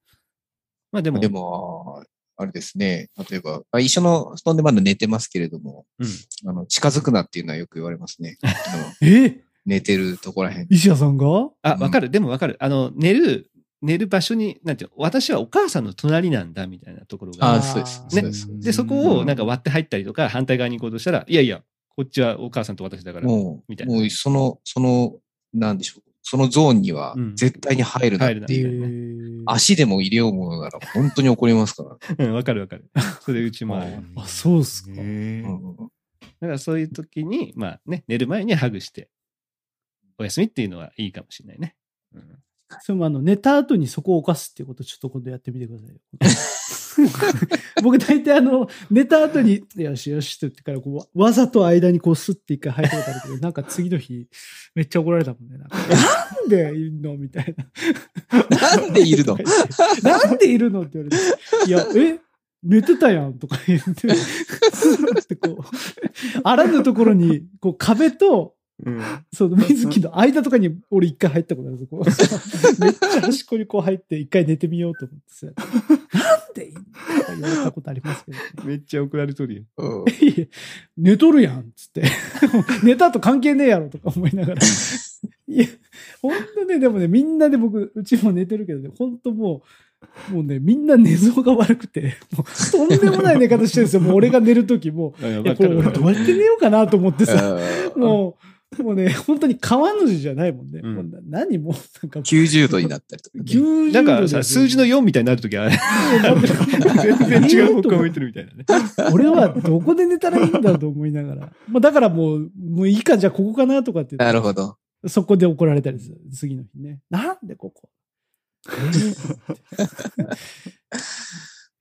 S1: まあでも、
S2: でも、あれですね。例えば、あ一緒の布団でまだ寝てますけれども、
S1: うん
S2: あの近づくなっていうのはよく言われます ね。あの
S3: ど。え
S2: 寝てるとこらへん。
S3: 石谷さんが
S1: あ、わかる、でもわかる。あの、寝る、寝る場所に、なんていうの私はお母さんの隣なんだ、みたいなところ
S2: あ
S1: が。
S2: あ、そうです。
S3: ね
S2: そうです。
S1: で、そこをなん
S4: か、
S1: か割って入ったりとか、反対側に行こうとしたら、いやいや、こっちはお母さんと私だから、
S2: も、
S1: みたいうな
S2: もうその、その、なんでしょう。そのゾーンには
S1: うん
S2: 絶対に入るなって
S1: 入
S2: い
S1: る
S2: う。
S1: なね
S3: えー
S2: 足でも入れようものなら本当に怒りますから。
S1: うんわかるわかる。 それうちもある。
S3: あ、そうっすか。
S4: え
S2: うんうんうん
S1: だからそういう時に、まあね、寝る前にハグして、おやすみっていうのはいいかもしれないね。うん
S3: それもあの、寝た後にそこを犯すっていうことをちょっと今度やってみてくださいよ。 僕大体あの、寝た後に、よしよしって言ってからこう、わざと間にこうスッて一回入ったことあるけど、なんか次の日、めっちゃ怒られたもんね。 なんかなんでいるのみたいな。
S2: なんでいるの
S3: なんでいるのって言われて。いや、え寝てたやんとか言って、スーってこう、あらぬところに、こう壁と、
S4: うん。
S3: その水木の間とかに俺一回入ったことあるんですよ。こうめっちゃ端っこにこう入って一回寝てみようと思ってさ。なんでいいんだとか言われたことありますけどね。
S1: めっちゃ怒られとるやん。
S2: うん
S3: いや寝とるやんっつって。 寝たと関係ねえやろとか思いながら。いや、ほんとね、でもね、みんなで僕、うちも寝てるけどね、ほんともう、もうね、みんな寝相が悪くて、もうとんでもない寝方してるんですよ。もう俺が寝るときも。
S1: あいや
S3: いや、
S1: わ
S3: こ
S1: か
S3: れ
S1: る
S3: 俺
S1: わか
S3: ど
S1: る
S3: うやって寝ようかなと思ってさ、
S2: うん
S3: もう、もうね、本当に川の字じゃないもんね。
S1: うん
S3: もうな何もう、なんか、
S2: 90度になったりとかね。
S3: 90
S1: なん
S3: 度
S1: か
S3: で
S1: さ、数字の4みたいになるときは、全然違う方向向いてるみたいな ね。
S3: 俺はどこで寝たらいいんだと思いながら。 まあだからもう、もういいか、じゃあここかなとかって言っ
S2: な
S3: て
S2: るほど。
S3: そこで怒られたりする、次の日ね。なんでこ こ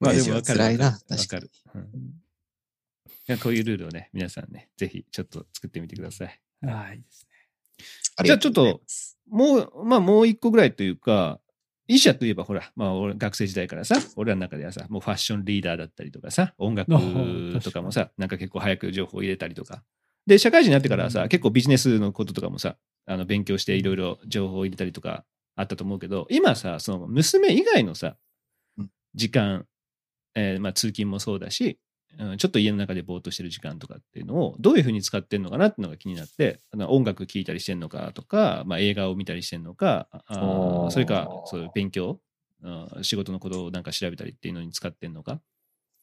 S1: まあで
S2: い
S1: も
S2: や
S1: わかる。
S2: 辛いな
S1: わ
S2: 確か
S1: か
S2: に
S1: る。うんいやこういうルールをね、皆さんね、ぜひちょっと作ってみてください。
S3: ああ、いいです
S2: あり
S1: じゃあ
S2: が
S1: ちょ
S2: う
S1: っ
S2: ござい
S1: と
S2: ます、
S1: もう、まあもう一個ぐらいというか、医者といえばほら、まあ俺学生時代からさ、俺らの中ではさ、もうファッションリーダーだったりとかさ、音楽
S3: あー
S1: とかもさ、なんか結構早く情報を入れたりとか。で、社会人になってからは
S4: う
S1: さ、
S4: ん
S1: 結構ビジネスのこととかもさ、あの勉強していろいろ情報を入れたりとかあったと思うけど、今さ、その娘以外のさ
S2: うん、
S1: 時間、えーまあ通勤もそうだし、うんちょっと家の中でぼーっとしてる時間とかっていうのをどういうふうに使ってんのかなっていうのが気になってあの音楽聴いたりしてんのかとか、まあ、映画を見たりしてんのかああ
S2: おー
S1: それかそういう勉強、うん仕事のことをなんか調べたりっていうのに使ってんのか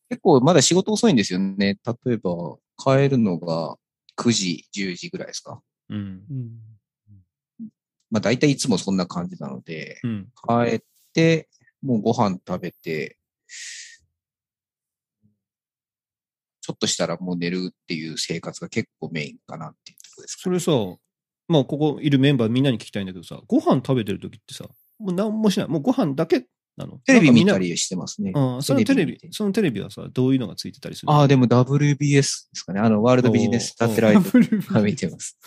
S2: 結構まだ仕事遅いんですよね。例えば、帰るのが9時、10時ぐらいですか。
S1: うん
S3: ね。うん。
S2: まあ大体いつもそんな感じなので、
S1: うん
S2: 帰って、もうご飯食べて、ちょっとしたらもう寝るっていう生活が結構メインかなっていうところですか
S1: そ
S2: ね、
S1: れさまあここいるメンバーみんなに聞きたいんだけどさご飯食べてる時ってさもう何もしないもうご飯だけなの
S2: テレビ見た
S1: なんか
S2: りしてますね
S1: みん。なうんそのテレビ
S2: テレビ見て
S1: そのテレビはさどういうのがついてたりするの
S2: ああ、でも WBS ですかね。あの、ワールドビジネスサテライト は見てます。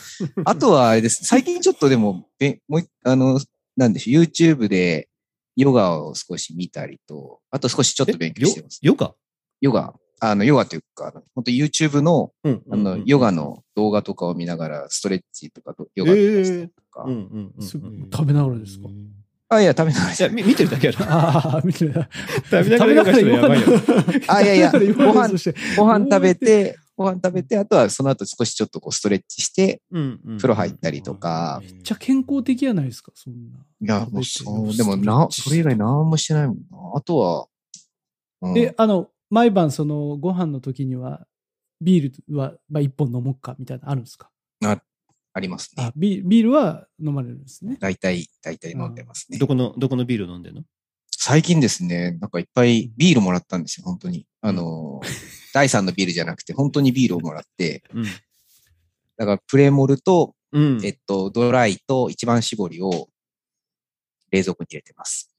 S2: あとはあれです。最近ちょっとでも、べもう一、あの、なんでしょう、YouTube でヨガを少し見たりと、あと少しちょっと勉強してます。
S1: えよヨガ
S2: ヨガ、あの、ヨガというか、本当 YouTube の、
S1: うん
S2: あの、ヨガの動画とかを見ながら、ストレッチとかと、ヨガとかしたりとか。
S1: うんうんうんうん
S3: すごい
S4: うん
S3: 食べながらですか
S2: あ、いや、食べない
S1: いや、み見てるだけやろ。
S3: ああ、みたいな。
S1: 食べながら
S3: 食べ
S1: や
S3: なが
S1: ば
S3: ら
S1: いよ。
S2: あいやいや
S3: 食べながら言われるとして
S2: ご飯食べて、ご飯食べて、あとはその後少しちょっとこうストレッチして、
S1: うんうん
S2: 風呂入ったりとか。
S4: め
S3: めっちゃ健康的やないですか、そんな。
S2: いや、もうそう、でもな、それ以外何もしてないもんな。あとは、うん
S3: で、あの、毎晩そのご飯の時には、ビールは、まあ、一本飲もうか、みたいなのあるんですか
S2: ありますね
S3: あ。ビールビールは飲まれるんですね。
S2: 大体、大体飲んでますね
S1: ど。この、どこのビール飲んでんの
S2: 最近ですね、なんかいっぱいビールもらったんですよ、本当に。あの、 第三のビールじゃなくて、本当にビールをもらって、
S1: うん。
S2: だからプレモルと、
S1: うん
S2: えっと、ドライと一番搾りを冷蔵庫に入れてます。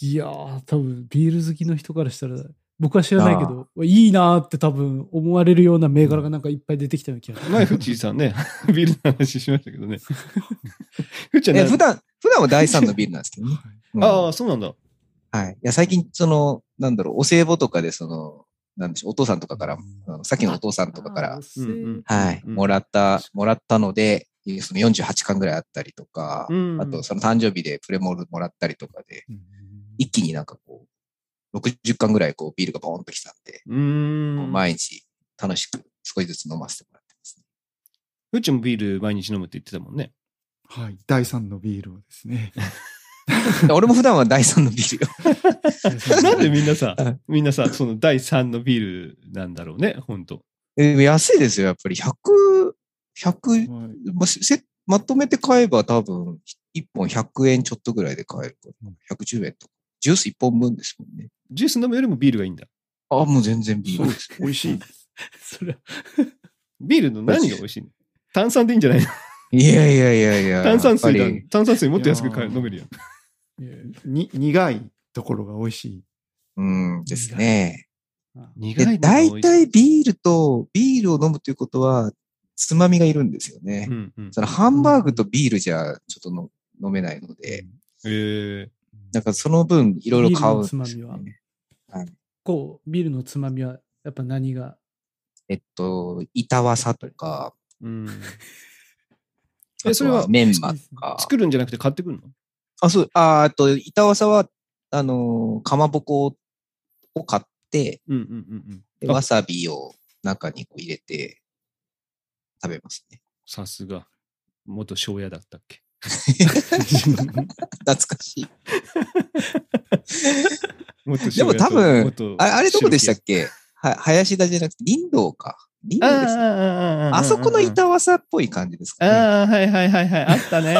S3: いやー、多分ビール好きの人からしたら、僕は知らないけど、いいなーって多分思われるような銘柄がなんかいっぱい出てきたような気がする。
S1: 前、フッチーさんね、 ビールの話しましたけどね。 フッチー
S2: え、
S1: は
S2: 普
S1: ね、
S2: 段、普段は第三のビールなんです けどね。うん
S1: ああ、そうなんだ。
S2: はい。いや、最近、その、なんだろう、お歳暮とかで、その、なんでしょう、お父さんとかから、あのさっきのお父さんとかから
S3: あー、せー
S1: うんうん
S2: はい、
S1: うん
S2: もらった、もらったので、その48巻ぐらいあったりとか、
S1: うん
S2: あとその誕生日でプレモルもらったりとかで、一気になんかこう、60巻ぐらいこうビールがボーンときたんで、
S1: うーん。
S2: 毎日楽しく少しずつ飲ませてもらってます、ね。
S1: フッチーもビール毎日飲むって言ってたもんね。
S4: はい。第三のビールをですね。
S2: 俺も普段は第三のビール を。
S1: なんでみんなさ
S2: うん、
S1: みんなさ、その第3のビールなんだろうね、ほんと。
S2: えでも安いですよ、やっぱり100、100、
S4: はい
S2: まあせまとめて買えば多分、1本100円ちょっとぐらいで買えるから、110円とか。ジュース1本分ですもんね。
S1: ジュース飲むよりもビールがいいんだ。
S2: あ、もう全然ビー
S4: そ
S2: ル
S4: う
S2: で
S4: ですす
S2: ね。。
S4: 美味しいです。
S3: それ
S1: ビールの何が美味しいの炭酸でいいんじゃないの
S2: いやいやいやいや。
S1: 炭酸水
S2: や
S1: だ
S2: っぱり。
S1: 炭酸水もっと安く買え飲めるやん。
S4: に苦いところが美味しい。
S2: うんですね。
S1: 苦
S2: で、
S1: いのが多い
S2: 大体ビールと、ビールを飲むということは、つまみがいるんですよね。
S1: うんうん。
S2: そのハンバーグとビールじゃ、ちょっとの飲めないので、
S1: えー
S2: なんかその分、いろいろ買うん
S3: ビ
S2: で
S3: ールのつ
S2: す
S3: まみ
S2: よ
S3: は
S2: ね。
S3: こう、ビールのつまみは、やっぱ何が。
S2: えっと、板わさとか、
S1: うん。
S2: あ
S1: え、それ
S2: とは
S1: は
S2: メンマとか。
S1: 作るんじゃなくて買ってくるの
S2: あ、そう、あー、あと、板わさは、あのー、かまぼこを買って、
S1: うんうんうんう
S2: で
S1: ん。
S2: わ
S1: あ
S2: さびを中にこう入れて食べますね。
S1: さすが。元庄屋だったっけ
S2: 懐かしい。
S1: 元
S2: で
S1: 庄
S2: も
S1: 屋
S2: 多分
S1: 元
S2: あれ、あれどこでしたっ
S1: 白
S2: けは林田じゃなくて、林道か。林
S1: 木あ
S2: 道でした。
S1: あああ
S2: あそこの。板わさっぽい感じですかね。
S1: ああ、はいはいはいはい。あった ね。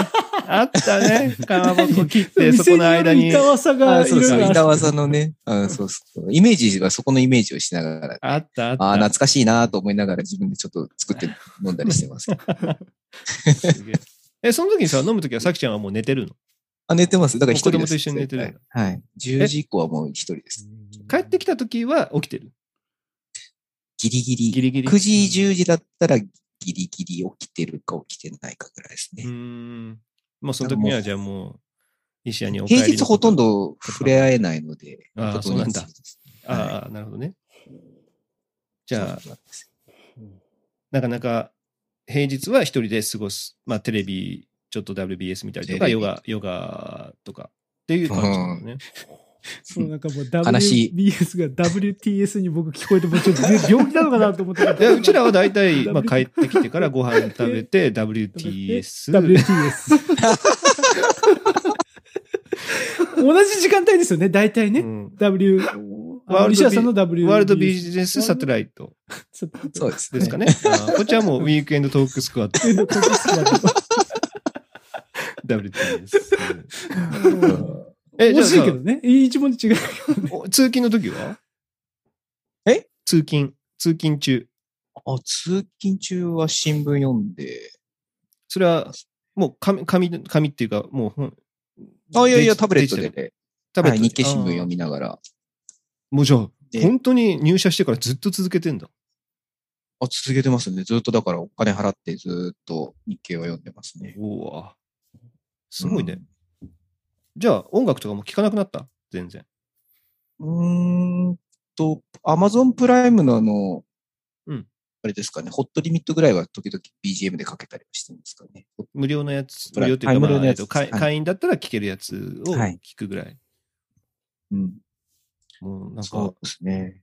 S1: あったね。かまぼこ切って、そこ
S3: 店に
S1: の
S3: よ
S1: 間
S3: る
S1: に
S3: 板。わさ
S2: あ
S3: がい
S2: そう
S3: ろ
S2: そ、
S3: いうろある
S2: 板わさ のね、あそうそう。イメージはそこのイメージをしながら。
S1: あったあった。
S2: ああ、懐かしいなと思いながら自分でちょっと作って飲んだりしてますけど。
S1: すげええ、その時にさ、飲む時はさきちゃんはもう寝てるの
S2: あ、寝てます。だから一人
S1: 子
S2: です。
S1: 供と一緒に寝てるんだ
S2: はい。はい10時以降はもう一人です。
S1: 帰ってきた時は起きてる。
S2: ギリギリ。
S1: ギリギリ。
S2: 9時、10時だったらギリギリ起きてるか起きてないかぐらいですね。
S1: うーん。もうその時にはじゃあもう、石屋にお帰り
S2: 平
S1: のこと
S2: 日ほとん。ど触れ合えないので、
S1: あー
S2: 本当
S1: そうなんだ
S2: 土日です
S1: ああ、なるほどね。じゃあ、
S2: そうなんです
S1: なかなか平日は一人で過ごす。まあ、テレビ、ちょっと WBS 見たりとか、
S2: テレビ
S1: ヨガ、ヨガとかっていう感じなのね。
S3: そう、なんかもう
S2: 悲しい
S3: WBS が WTS に僕聞こえて、もうちょっと病気なのかなと思ってた
S1: いやうちらは大体、まあ、帰
S3: W-
S1: ってきてからご飯食べ て、WTS。
S3: WTS。同じ時間帯ですよね、大体
S1: う
S3: ね。
S1: ん
S3: W、
S1: ワールド
S3: あの
S1: ビ
S3: 西田さんの W。
S1: ワールドビジネスサテライト
S2: そうです
S1: ですかね。あーこっちはもうウィークエンドトークスクワット WTS。
S3: 惜
S1: え、じゃあ
S3: しいけどね。一文字違う。
S1: お通勤の時は
S2: え
S1: 通勤。通勤中。
S2: あ、通勤中は新聞読んで、
S1: それは、もう紙、紙、紙っていうか、もうほん、
S2: あ、いやい
S1: デ
S2: や、
S1: ジ
S2: タブレットで
S1: デジタル
S2: ね、
S1: タブレッ
S2: はい
S1: トで
S2: 日経新聞読みながら、
S1: あーもうじゃあ、
S2: で
S1: 本当に入社してからずっと続けてんだ。
S2: あ、続けてますね。ずっとだからお金払ってずっと日経は読んでますね。
S1: うわすごいね。
S2: うん
S1: じゃあ、音楽とかも聴かなくなった全然。
S2: うーんと、アマゾンプライムのあの、
S1: うん
S2: あれですかね、ホットリミットぐらいは時々 BGM でかけたりはしてますかね。
S1: 無料のやつ、無
S2: プラ
S1: 料っていう
S2: は
S1: か、
S2: い
S1: まあ、
S2: 無料の
S1: え
S2: や
S1: っ
S2: つ
S1: と会
S2: はい
S1: 会員だったら聴けるやつを
S2: はい
S1: 聴くぐらい。
S2: うん。
S1: もうなん
S2: そ
S1: か
S2: う、ですね。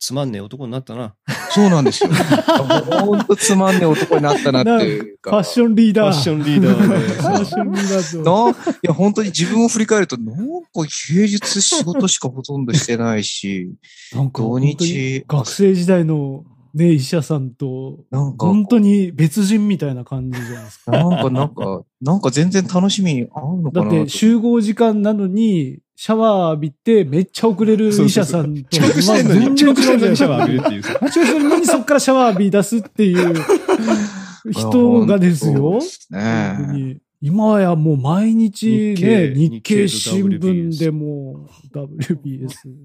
S1: つまんねえ男になったな。
S2: そうなんですよ。ほんとつまんねえ男になったなっていうか。
S3: ファッションリー
S1: ファ
S3: ダ
S1: ッ
S3: ー。
S1: ションリーダー で
S3: ファッシ
S1: さ。
S3: ョンリーダーと。
S2: ないや、本当に自分を振り返ると、なんか平日仕事しかほとんどしてないし、
S3: なんか
S2: 土日、
S3: 学生時代のね、医者さんと、
S2: なんか、
S3: 本当に別人みたいな感じじゃないですか。
S2: なんか、なんか、なんか全然楽しみに合うのか
S3: だ
S2: な
S3: っ
S2: と
S3: て集合時間なのに、シャワー浴びてめっちゃ遅れる医者さんと。
S1: 遅刻してんの
S3: まあ
S1: に、遅刻してんのにシャワー
S3: 全
S1: 浴びる
S3: 然違う
S1: っていうさ。
S3: 遅刻してんのにそっからシャワー浴び出すっていう人がです
S2: そう
S3: よ
S2: で。すね
S3: 本当に今やもう毎日ね、日
S1: 日経
S3: 経新
S1: 日経と WBS
S3: 聞でもう WBS。す
S2: うん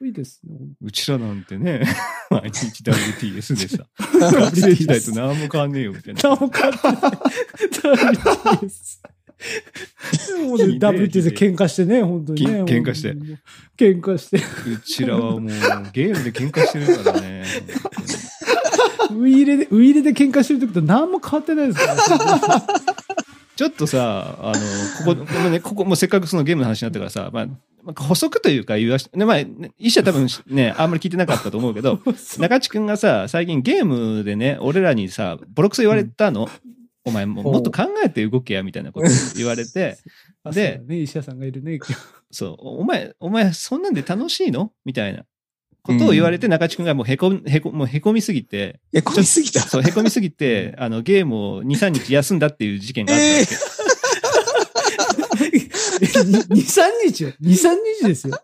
S3: ごいですね。
S1: うちらなんてね、 毎日 WTS で さ、学生時代と何も変わんねえよみたい
S3: な
S1: な。
S3: おかつ、WTS。もうね
S1: ひでえ
S3: WTS で喧嘩してね、本当にね。
S1: けん喧嘩して
S3: 喧嘩して。
S1: うちらはもうゲームで喧嘩してるから ね。
S3: ウイイレで、ウイイレで喧嘩してる時と何も変わってないですから。
S1: ちょっとさ、あの、ここ、ごめんね、ここもうせっかくそのゲームの話になったからさ、まあ、まあ補足というか言わし、ね、まあ、医者多分 ね、あんまり聞いてなかったと思うけ ど、中地君がさ、最近ゲームでね、俺らにさ、ボロクソ言われたの。お前もうもっと考えて動けや、みたいなこと言われて、
S3: あ
S1: で
S3: そうだね、医者さんがいるね。
S1: そう、おお前、お前、そんなんで楽しいのみたいなことを言われて、中地君がもうへこみ、へこ、もうへこみすぎて、
S2: え、混みすぎた。
S1: そう、へこみすぎて、あの、ゲームを2、3日休んだっていう事件があったわけ。
S2: え
S3: 2、3日よ。2、3日ですよ。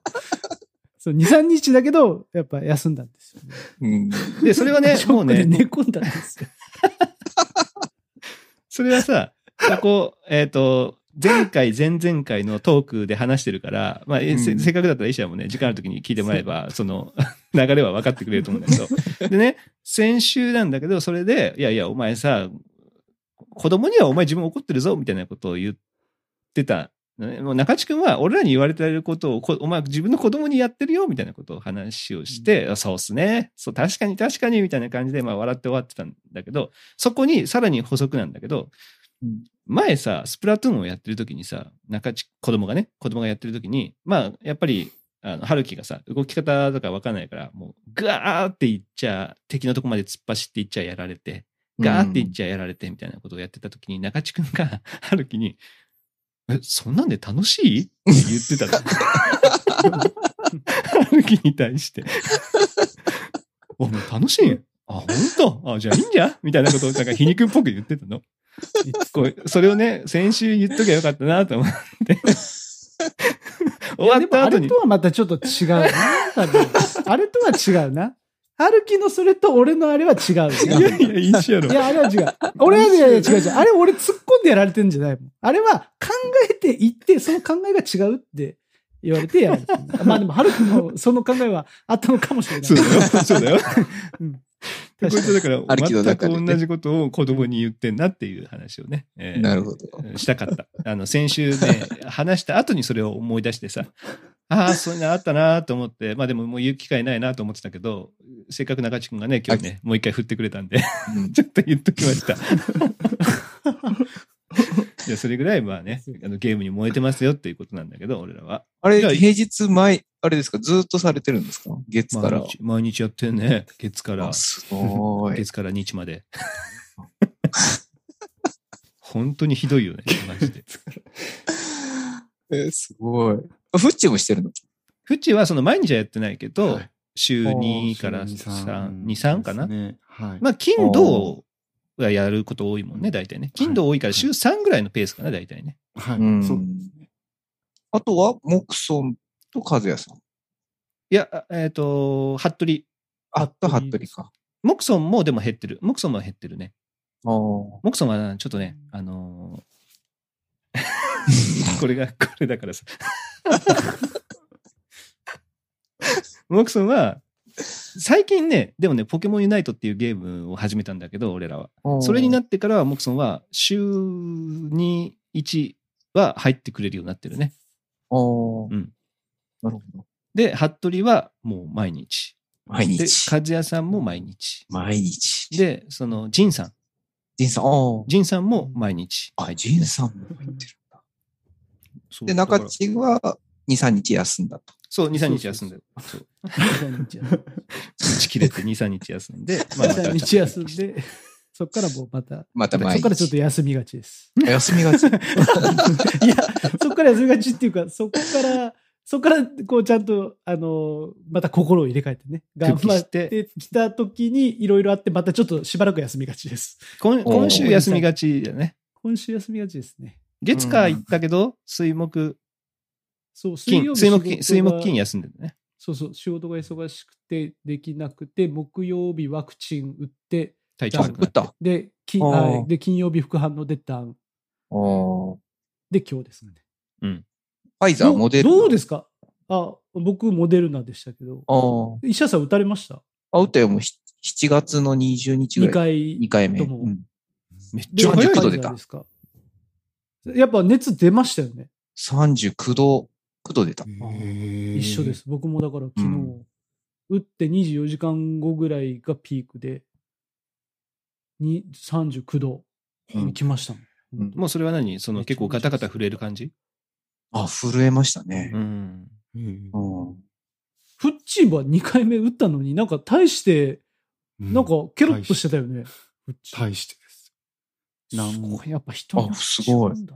S3: そう、2、3日だけど、やっぱ休んだんですよね。
S2: うん
S1: で、それはね、もう
S3: ショッ
S1: ね
S3: ク、で寝込んだんですよ。
S1: それはさ、過去、えっ、と、前回、前々回のトークで話してるから、まあ、え
S2: う
S1: せ
S2: ん
S1: せっかくだったら、医者もね、時間ある時に聞いてもらえば、その 流れは分かってくれると思うんだけど。でね、先週なんだけど、それで、いやいや、お前さ、子供にはお前自分怒ってるぞ、みたいなことを言ってたねもう中地君は俺らに言われてることをこお前自分の子供にやってるよみたいなことを話をして、あそうっすねそう確かに確かにみたいな感じで、まあ、笑って終わってたんだけどそこにさらに補足なんだけど、
S2: うん
S1: 前さスプラトゥーンをやってる時にさ中地子供がね子供がやってる時にまあやっぱりあの春樹がさ動き方とか分かんないからもうグワーっていっちゃ敵のとこまで突っ走っていっちゃやられてガーっていっちゃやられてみたいなことをやってた時に、中地君が春樹に、え、そんなんで楽しいって言ってたの。春樹に対して。お、もう楽しいんあ、本当あ、じゃあいいんじゃんみたいなことをなんか皮肉っぽく言ってたの。こうそれをね、先週言っときゃよかったなと思って。終わ
S3: で
S1: っ
S3: も
S1: た
S3: あ
S1: 後
S3: れ
S1: に
S3: と。はまたちょっと違うな。多分あれとは違うな。春樹のそれと俺のあれは違うよ
S1: いやいや、一緒やろ
S3: い。や、あれは違う。俺は、いやいや、違う違う。あれ、俺突っ込んでやられてんじゃないもん。あれは考えていって、その考えが違うって言われてやられてるまあでも、ハルクのその考えはあったのかもしれない。
S1: そうだよ。そうだよ。
S3: うん
S1: でこいつだから
S2: あるけど
S1: 全
S2: 中でね
S1: く同じことを子供に言ってんなっていう話をね。えー
S2: なるほど。
S1: したかった。あの、先週ね、話した後にそれを思い出してさ、ああ、そういうのあったなと思って、まあでももう言う機会ないなと思ってたけど、せっかく中地君がね、今日ね、もう一回振ってくれたんで、
S2: うん
S1: ちょっと言っときま した。いや、それぐらい、まあね、あのゲームに燃えてますよっていうことなんだけど、俺らは。
S2: あれ、
S1: いや
S2: 平日前、あれですか、ずっとされてるんですか月から
S1: 毎。日毎日やってんね、月から
S2: あ、すごい。
S1: 月から日まで。本当にひどいよね、マジで。
S2: えすごい。あフッチもしてるの
S1: フチはその毎日はやってないけど、
S4: はい
S1: 週2から3、2、3かな。
S4: ね、はい。
S1: まあ、金、土がやること多いもんね、大体ね。金、土多いから週3ぐらいのペースかな、大体ね。
S4: はい、
S2: うん
S4: そうですね。。
S2: あとは、モクソンと和也さん。
S1: いや、あえっ、と、服部。
S2: あと、服部か。
S1: モクソンもでも減ってる。モクソンも減ってるね。
S2: ああ。
S1: モクソンはちょっとね、あの ーこれが、これだからさ。モクソンは、最近ね、でもね、ポケモンユナイトっていうゲームを始めたんだけど、俺らは。それにな
S2: っ
S1: ってからは、モクソンは週に1は入ってくれるようになってるね。
S2: あー
S1: うん
S2: なるほど。
S1: で、服部はもう毎日。
S2: 毎
S1: で、
S2: 日。
S1: 和也さんも毎日。
S2: 毎日。
S1: で、その、ジンさん。
S2: ジンさん、あー
S1: ジンさんも毎日。
S2: あ。ジンさんも入ってる。
S1: そう
S2: で、
S1: だから
S2: 中地は2、3日休んだと。
S1: そう、2、3日休んでる。そう。打ち切れて2、3日休んで、まあまた
S3: 日休んで、 そっからもうまた、
S2: また
S3: そ
S2: 毎
S3: っ
S2: 日。
S3: からちょっと休みがちです。
S2: 休みがち。
S3: いや、そっから休みがちっていうか、そっから、そっから、こう、ちゃんと、あの、また心を入れ替えてね、頑張ってきた時に、いろいろあって、またちょっとしばらく休みがちです。
S1: 今今週休みがちだよね。
S3: 今週休みがちですね。
S1: 月火行ったけど、水木、
S3: そう、水
S1: 金、
S3: 曜日
S1: 水木、金、水
S3: 仕事
S1: 木、
S3: が
S1: 金休んでるね。
S3: そうそう、仕事が忙しくてできなくて、木曜日ワクチン打って、
S1: 体調
S2: あ、
S1: 悪く
S2: 打
S1: なっ
S2: っ
S1: て
S2: た。あ
S3: で、金
S2: あー
S3: はいで金曜日副反応出たん
S2: ー
S3: で、今日ですね。
S2: ファイザー、
S3: どう
S2: モデルナ。
S3: どうですかあ、僕、モデルナでしたけど。
S2: あー
S3: 医者さん打たれました
S2: あ。打ったよ、もうひ7月の20日ぐ
S3: ?2
S2: らい。
S3: 回。
S2: 2回目。
S3: とも
S2: うん
S1: めっ
S3: で
S1: ちゃ早い
S2: 40
S3: フ
S2: 度
S3: ァ
S1: ぞ
S3: イ
S2: 出
S3: ザー
S2: た
S3: ですかやっぱ熱出ましたよね。
S2: 39度、9度出た。
S3: 一緒ですす。僕もだから昨日、
S2: うん
S3: 打って24時間後ぐらいがピークで、に39度、
S2: うん
S3: 行きましたもん。
S2: うん
S1: もうそれは何その結構ガタガタ震える感じ
S2: あ、震えましたね。
S1: うん。
S4: へー
S2: うん。
S3: フッチーは2回目打ったのになんか大して、なんかケロッとしてたよね。フッチー
S4: 大してです。なんも
S3: すごいやっぱ人によって
S2: あすごい
S3: 違うんだ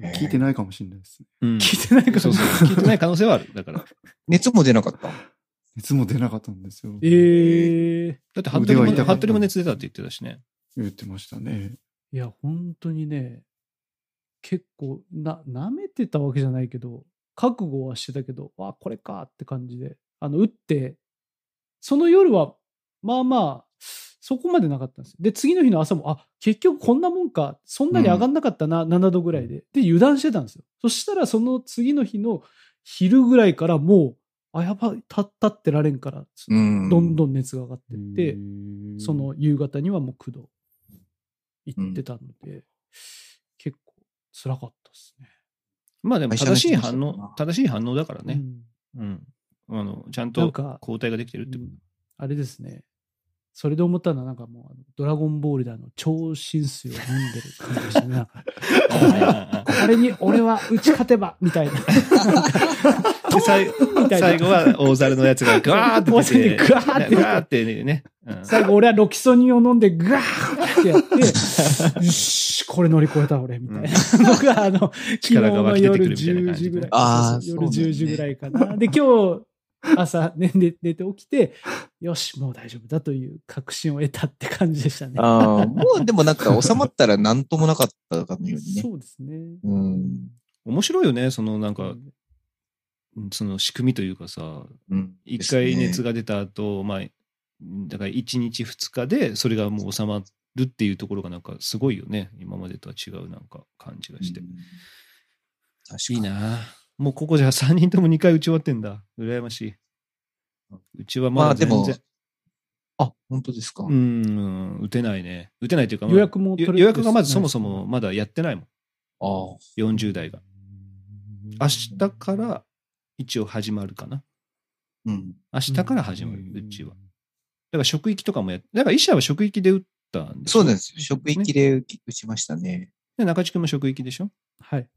S3: ね
S4: 聞いてないかもしれないですね。
S1: うん
S3: 聞いてないかも
S1: そうそう。聞いてない可能性はある。だから。だ
S2: 熱も出なかった。
S4: 熱も出なかったんですよ。
S3: えー、
S1: って、服部も
S4: 腕は痛かった
S1: 服部も熱出たって言ってたしね。
S4: 言ってましたね。
S3: いや、本当にね、結構な、舐めてたわけじゃないけど、覚悟はしてたけど、わあ、これかって感じで、あの、打って、その夜は、まあまあ、そこまでなかったんです。で、次の日の朝も、あ、結局こんなもんか、そんなに上がんなかったな、7度ぐらいで。で、油断してたんですよ。そしたら、その次の日の昼ぐらいからもう、あ、やばい、立立ってられんから、
S2: うん。
S3: どん
S2: ん。
S3: どん熱が上がってって、その夕方にはもう工藤行ってたので、結構辛かったですね。
S1: まあでも正しい反
S2: 会社の人もそうだ
S1: 応
S2: な、
S1: 正しい反応だから
S3: う
S1: ね。
S3: ん
S1: うん。あの、ちゃん
S3: な
S1: と
S3: んか
S1: 交代ができてるってこ
S3: うんあれですね。それで思ったのは、なんかもうあの、ドラゴンボールであの、超新水を飲んでる感じで したね。なんか
S1: と。ああ
S3: これに俺は打ち勝てばみたい な。
S1: あで最
S3: みたいな
S1: 最後は大猿のやつがガー って出て、
S3: 大猿がガーって
S1: ガーってね。うん
S3: 最後、俺はロキソニンを飲んで、ガーって やって、よし、これ乗り越えた俺、みたいな。 僕は、あの、昨日
S1: 力が湧
S3: の
S1: き出てく
S3: 夜
S1: るみたいな
S3: 10
S1: 感じで
S3: 時ぐら
S1: ね
S3: い。
S2: あー
S3: そうそう
S2: そうなんだよ
S3: 夜
S2: ね
S3: 10時ぐらい かな。で、今日、朝、ね、寝寝て起きて、よし、もう大丈夫だという確信を得たって感じでしたね。
S2: ああ、もうでもなんか収まったら何ともなかったかのようにね。
S3: そうですね。
S2: うん。
S1: 面白いよね、そのなんか、その仕組みというかさ、
S2: うん。
S1: 一回熱
S2: が。
S1: が出た後、まあ、だから1日2日でそれがもう収まるっていうところがなんかすごいよね。今までとは違うなんか感じがして。
S2: うん確か
S1: い
S2: に。
S1: いなあもうここじゃ3人とも2回打ち終わってんだ。羨ましい。うちはま
S2: ま
S1: だ
S2: あで
S1: 全然、
S2: も、あ、本当ですか。
S1: うーん、打てないね。打てないというか、まあ
S3: 予約も取れ
S1: 予予約がまずそもそもまだやってないもん。
S2: ああ。
S1: 40代が。明日から一応始まるかな。
S2: うん。
S1: 明日から始まる、うちは。だから職域とかもやっだから医者は職域で打ったんでしょ
S2: そうなんですよ。職域で打ち打ちましたね。
S1: で中地君も職域でしょ
S3: はい。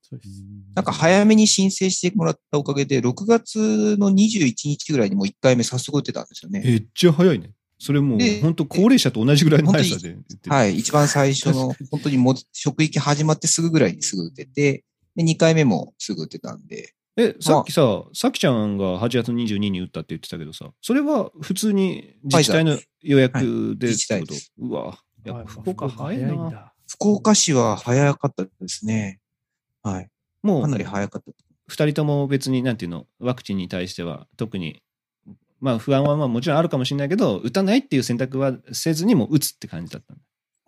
S3: そうです。
S2: なんか早めに申請してもらったおかげで、6月の21日ぐらいにもう1回目早速打てたんですよね。
S1: めっちゃ早いね。それもう
S2: で
S1: 本当高齢者と同じぐらいの速さで打ってる。
S2: はい。一番最初の、本当にもう職域始まってすぐぐらいにすぐ打てて、で、2回目もすぐ打てたんで、
S1: え、さっきさ、さきちゃんが8月22に打ったって言ってたけどさ、それは普通に自治体の予約で
S2: はい
S1: ってこと、
S2: 自治
S1: うわ、やっぱ福岡早い
S3: ん
S1: な。
S3: だ。
S2: 福岡市は早かったですね。はい。
S1: も
S2: か
S1: う
S2: なり早かった。
S1: 2人とも別に、なんていうの、ワクチンに対しては特に、まあ不安はまあもちろんあるかもしれないけど、打たないっていう選択はせずにもう打つって感じだったんだ。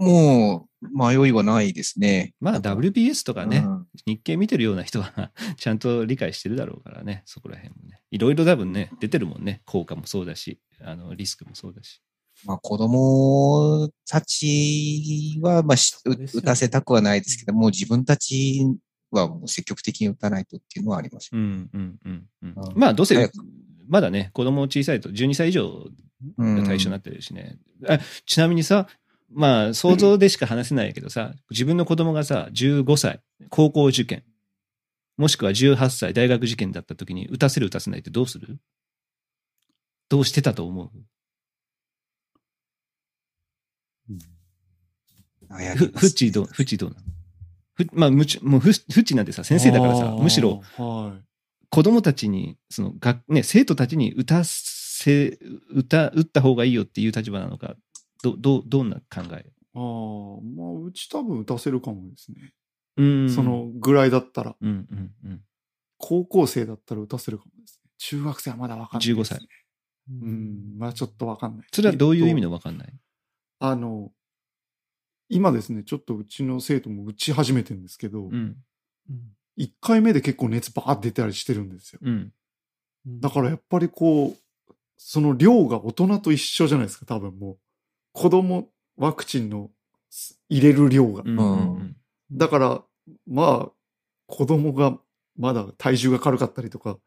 S2: もう、迷いはないですね。
S1: まあ WBS とかね、
S2: うん
S1: 日経見てるような人は ちゃんと理解してるだろうからね、そこら辺もね。いろいろ多分ね、出てるもんね。効果もそうだし、あのリスクもそうだし。
S2: まあ子供たちは、まあし、
S3: そうですよ
S2: 打
S3: ね
S2: たせたくはないですけど、もう自分たちはもう積極的に打たないとっていうのはありますよ。
S1: うんうんうんうん
S2: うん
S1: まあ、どうせ
S2: 早、
S1: まだね、子供小さいと12歳以上
S2: うん
S1: が対象になってるしね。あちなみにさ、まあ、想像でしか話せないけどさ、自分の子供がさ、15歳、高校受験、もしくは18歳、大学受験だった時に、打たせる打たせないってどうするどうしてたと思う
S2: 悩み
S1: ふ
S2: ます
S1: フッチーどう、フッチーどうなのふまあ、むちもうフッフッチーなんてさ、先生だからさ、むしろ、
S4: は
S1: 子供たちに、その学、ね、生徒たちに歌せ、歌、打った方がいいよっていう立場なのか、ど、どう、どんな考え
S4: い。ああ、まあ、うち多分打たせるかもですね。
S1: うん
S4: そ、のぐらいだったら、
S1: うんうんうん。
S4: 高校生だったら打たせるかもですね。中学生はまだわかんない、
S1: 15歳。
S3: う
S4: う
S3: ん
S4: ん、まあちょっとわかんない。
S1: それはどういう意味
S4: えっ
S1: のわかんない、
S4: とあの、今ですね、ちょっとうちの生徒も打ち始めてるんですけど、
S1: うん、
S4: 1回目で結構熱バーって出たりしてるんですよ。
S1: うん。
S4: だからやっぱりこう、その量が大人と一緒じゃないですか、多分もう。子供、ワクチンのす入れる量が。
S1: うんうん
S4: だから、まあ、子供がまだ体重が軽かったりとか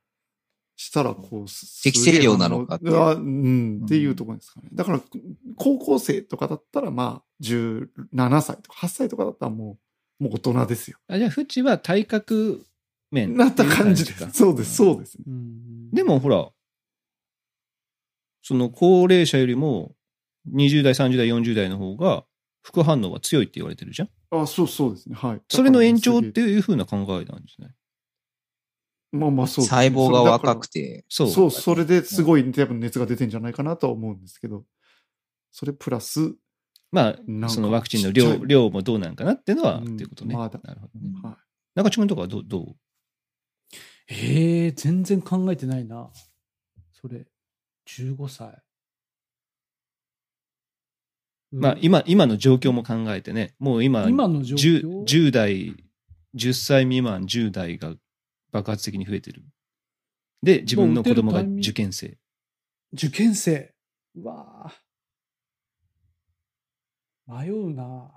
S4: したら、こう、す
S2: 適正量なのかっ
S4: す
S2: て
S4: げえ反応あうん、っていうところですかね。だから、高校生とかだったら、まあ、17歳とか8歳とかだったらもう、もう大人ですよ。
S1: あじゃあ、フチは体格面。
S4: なった感じで
S1: ってい
S4: す
S1: か。
S4: そうです、そうですね。
S3: うん
S1: でもほら、その高齢者よりも20代、30代、40代の方が副反応は強いって言われてるじゃん。
S4: あ、そうそうですね。はい。
S1: それの延長っ
S4: だか
S1: ていうふうな考えなんですね。
S4: ら、まあまあそうですね、
S2: 細胞が若く
S4: て
S2: て、
S1: そう。
S4: そう、それですごい多分熱が出てんじゃないかなとは思うんですけど、それプラス、は
S1: ま
S4: なん
S1: あ、
S4: か
S1: そのワクチンの
S4: ちっ
S1: 量
S4: ちゃい
S1: 量もどうなんかなっていうのは、
S4: う
S1: っ
S4: ん
S1: ていうことね。
S4: まだ
S1: なるほど
S2: うん
S4: い、
S1: 中地君とかはどうどう
S3: ええ全然考えてないな。それ、15歳。
S1: まあ、今、今の状況も考えてね、もう今、
S3: 今の状況
S1: 10, 10代、10歳未満10代が爆発的に増えてる。で、自分の子供が
S3: もう打てるタイミ
S1: 受
S3: ング
S1: 験生。
S3: 受験生。うわあ迷うな。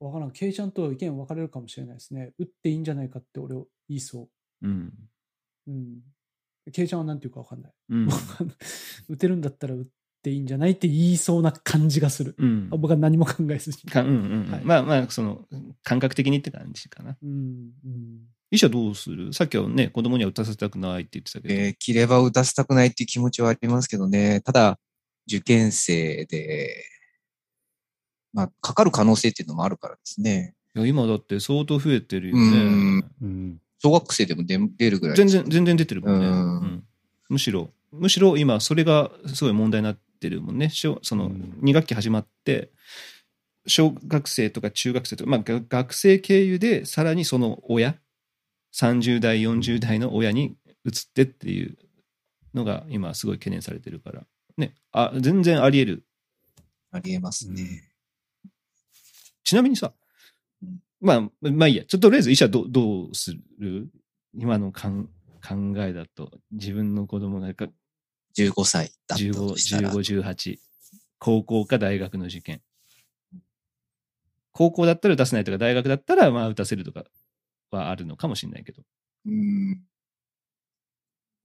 S3: わからん。ケイちゃんと意見分かれるかもしれないですね。打っていいんじゃないかって俺を言いそ
S1: うん。
S3: う。うん。ケイちゃんはなんて言うか分かんない。
S1: うん。
S3: 打てるんだったら打っていいんじゃないって言いそうな感じがする。
S1: うん
S3: あ。僕は何も考えずに。
S1: かうんうん、
S3: はい
S1: まあまあ、その、感覚的にって感じかな。
S3: うん。うん。
S1: 医者どうするさっきはね、子供には打たせたくないって言ってたけど。
S2: えー、切れば打たせたくないっていう気持ちはありますけどね。ただ、受験生で、まあ、かかる可能性っていうのもあるからですね。
S1: いや今だって相当増えてるよ
S2: うん
S1: ね。
S4: うん。
S2: 小学生でも出出るぐらい。
S1: 全然、全然出てるもんね。
S2: うん
S1: うんむしろ、むしろ今、それがすごい問題になってるもんね。小その、
S4: うん
S1: 2学期始まって、小学生とか中学生とか、まあ、が学生経由で、さらにその親、30代、40代の親に移ってっていうのが、今、すごい懸念されてるから。ね、あ全然あり得る
S2: ありえますね。
S1: ちなみにさ
S2: うん、
S1: まあ、まあいいや、ちょっととりあえず医者どどうする今のかん考えだと、自分の子供がか
S2: 15歳だった
S1: 15
S2: としたら。、
S1: 15 18、高校か大学の受験。高校だったら出せないとか、大学だったらまあ打たせるとかはあるのかもしれないけど、
S2: うん。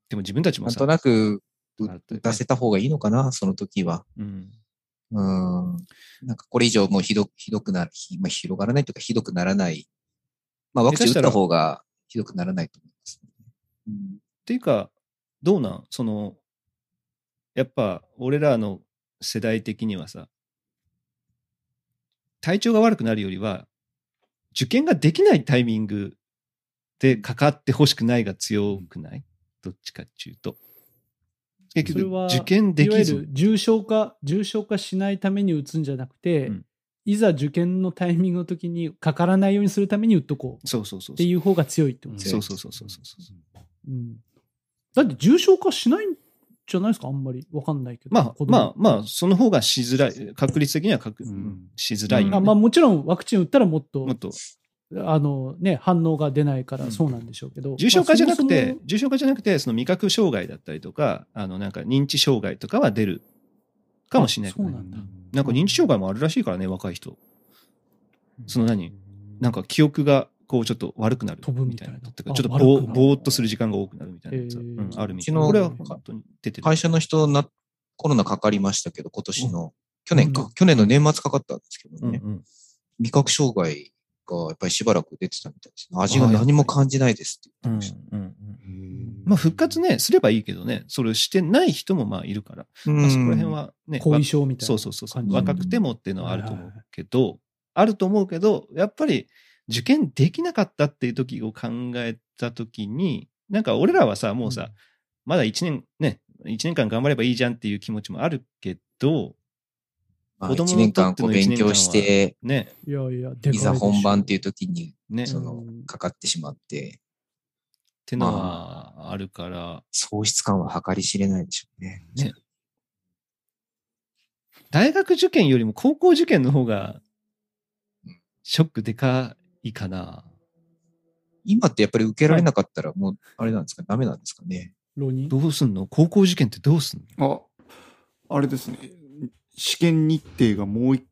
S1: でも自分たちも
S2: なん
S1: さ、
S2: となく
S1: あるとね
S2: 打たせた方がいいのかな、その時は。
S1: うん、
S2: うん。なんかこれ以上もうひどひどくなる、ひまあ、広がらないというかひどくならない。まあワクチン打
S1: 下手した
S2: っ
S1: ら
S2: た方がひどくならないと思います、うん
S1: っていうか、どうなんその、やっぱ、俺らの世代的にはさ、体調が悪くなるよりは、受験ができないタイミングでかかってほしくないが強くない、どっちかっていうと。結
S3: それは
S1: 局、受験で
S3: いわ
S1: き
S3: ゆ
S1: ず
S3: る。重症化、重症化しないために打つんじゃなくて、
S1: うん
S3: いざ受験のタイミングの時にかからないようにするために打っとこうっ
S1: そうそうそう
S3: て
S1: そう。
S3: いう方が強いってことです
S1: そ
S3: ね
S1: うそうそうそうそうそう。
S3: うんだって重症化しないんじゃないですかあんまりわかんないけど。
S1: まあ
S3: 子供
S1: まあまあ、その方がしづらい、確率的には確
S4: うん
S1: しづらいよね、
S3: あまあもちろんワクチン打ったらもっと
S1: もっと
S3: あの、ね、反応が出ないか
S1: う
S3: ら
S1: ん
S3: そうなんでしょうけど、
S1: 重症化じゃなく
S3: まあ
S1: て、重症化じゃなくて、その味覚障害だったりとか、あの、なんか認知障害とかは出るかもしれないけど
S3: あ
S1: ね
S3: そうなんだ
S1: なんか認知障害もあるらしいからね、若い人。その何なんか記憶が、こう、ちょっと悪くなる
S3: 飛ぶ
S1: み
S3: み
S1: た
S3: た
S1: い
S3: い
S1: な
S3: な。
S1: とかちょっと
S3: あ
S1: ぼ
S3: 悪
S1: ー
S3: くなる
S1: ぼーっとする時間が多くなるみたいなやつは、
S3: へー
S1: うん、あるみたいう
S2: ち
S1: な。
S2: の
S1: これは本当に出てる。
S2: 会社の人な、コロナかかりましたけど、今年の、去年
S3: う
S2: か
S3: ん、
S2: 去年の年末かかったんですけど
S1: うんう
S2: ね、
S1: ん。
S2: 味覚障害がやっぱりしばらく出てたみたいですね。味
S1: あ
S2: が
S1: ーやっぱり
S2: 何も感じないですって
S1: うん
S2: 言っ
S1: う
S2: て
S1: ん
S2: ました。
S1: うん。
S4: うん
S1: まあ、復活ね、すればいいけどね、それをしてない人もまあいるから、
S2: うん
S1: まあ、そこら辺はね、
S3: 後遺症みたいな
S1: そ
S3: 感
S1: う
S3: じ
S1: そうそうそう。若くてもっていうのはあると思うけど、あると思うけど、やっぱり受験できなかったっていう時を考えた時に、なんか俺らはさ、もうさ、まだ1年、ね、1年間頑張ればいいじゃんっていう気持ちもあるけど、
S2: まあ、
S1: 子供
S2: 1
S1: に
S2: 年
S1: とっ
S2: 間
S1: て
S2: こ
S1: の
S2: う
S1: 一年間
S2: 勉
S1: は
S2: 強して、
S1: ね、
S3: いやいやでかいで
S2: い
S3: しょ
S2: ざ本番っていう時に、
S1: ね、
S2: そ
S1: っ
S2: の
S3: うん、
S2: かかってしまって、
S1: てのはあるから、
S2: 喪失感は計り知れないでしょうね。
S1: ね大学受験よりも高校受験の方が、ショックでかいかな。
S2: 今ってやっぱり受けられなかったら、もう、あれなんですか、ダメなんですかね。
S3: 浪人
S1: どうすんの高校受験ってどうすんの
S4: あ、あれですね。試験日程がもう一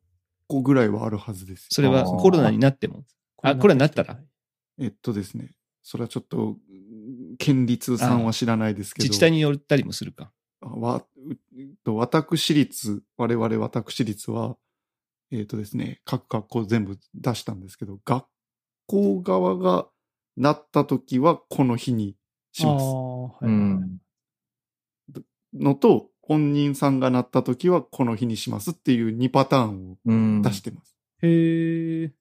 S4: 個ぐらいはあるはずですよ。
S1: それは
S2: あー
S1: コロナになっても。あこれはなったら
S4: えっとですね。それはちょっと、県立さんは知らないですけど。
S1: 自治体によったりもするか。
S4: あわ、ううんと私立、我々私立は、えっ、とですね、各学校全部出したんですけど、学校側がなった時はこの日にします
S3: あ。ーはい
S2: うん。
S4: のと、本人さんがなった時はこの日にしますっていう2パターンを
S2: うん。
S4: 出してます。
S3: へえ。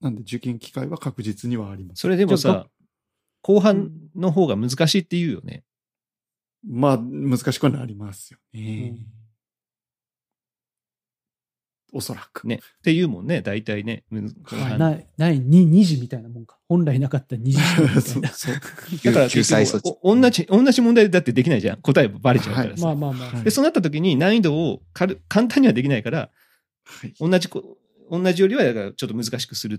S4: なんで受験機会は確実にはあります。
S1: それでも
S3: じゃあ
S1: さ、後半の方が難しいって言うよね。
S4: まあ、難しくはなりますよね。おそらく。
S1: ね。って言うもんね、大体ね。む後
S4: は
S1: 半
S3: ない、ない、に2時みたいなもんか。本来なかった2時み た
S4: そ
S3: いうな。
S4: そう。
S1: だから
S2: 救済措置
S1: お同じ、同じ問題だってできないじゃん。答えバレちゃうからさ。
S3: まあまあまあ。
S4: はい
S1: で、そうなった時に難易度を軽簡単にはできないから、
S4: はい。
S1: 同じこ、同じよりは、だからちょっと難しくするっ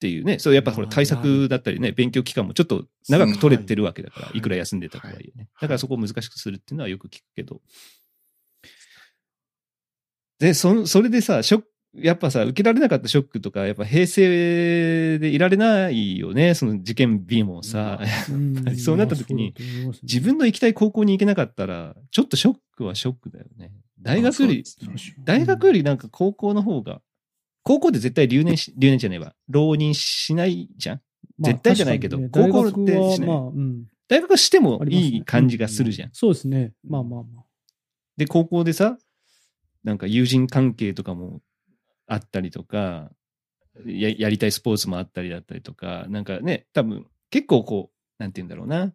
S1: ていうね。そう、やっぱほら
S4: まあ
S1: 対策だったりね、勉強期間もちょっと長く取れてるわけだから、
S4: はい
S1: いくら休んでたとはいえね。だからそこを難しくするっていうのはよく聞くけど。で、そ、それでさ、ショッやっぱさ、受けられなかったショックとか、やっぱ平成でいられないよね、その受験日もさ。
S3: うん
S1: そうなった時に、
S3: まあそうだと思いますね
S1: 自分の行きたい高校に行けなかったら、ちょっとショックはショックだよね。大学より、
S2: そうですね
S1: 大学よりなんか高校の方が、高校で絶対留年し、留年じゃねえわ。浪人しないじゃん。
S3: まあ
S1: 絶対じゃないけど
S3: 確かにね
S1: 高校って
S3: 大学は
S1: しない
S3: まあ、うん。
S1: 大学はしても
S3: ありますね
S1: いい感じがするじゃん。
S3: そうですね。まあまあまあ。
S1: で、高校でさ、なんか友人関係とかもあったりとか、ややりたいスポーツもあったりだったりとか、なんかね、多分結構こう、なんて言うんだろうな。
S2: うん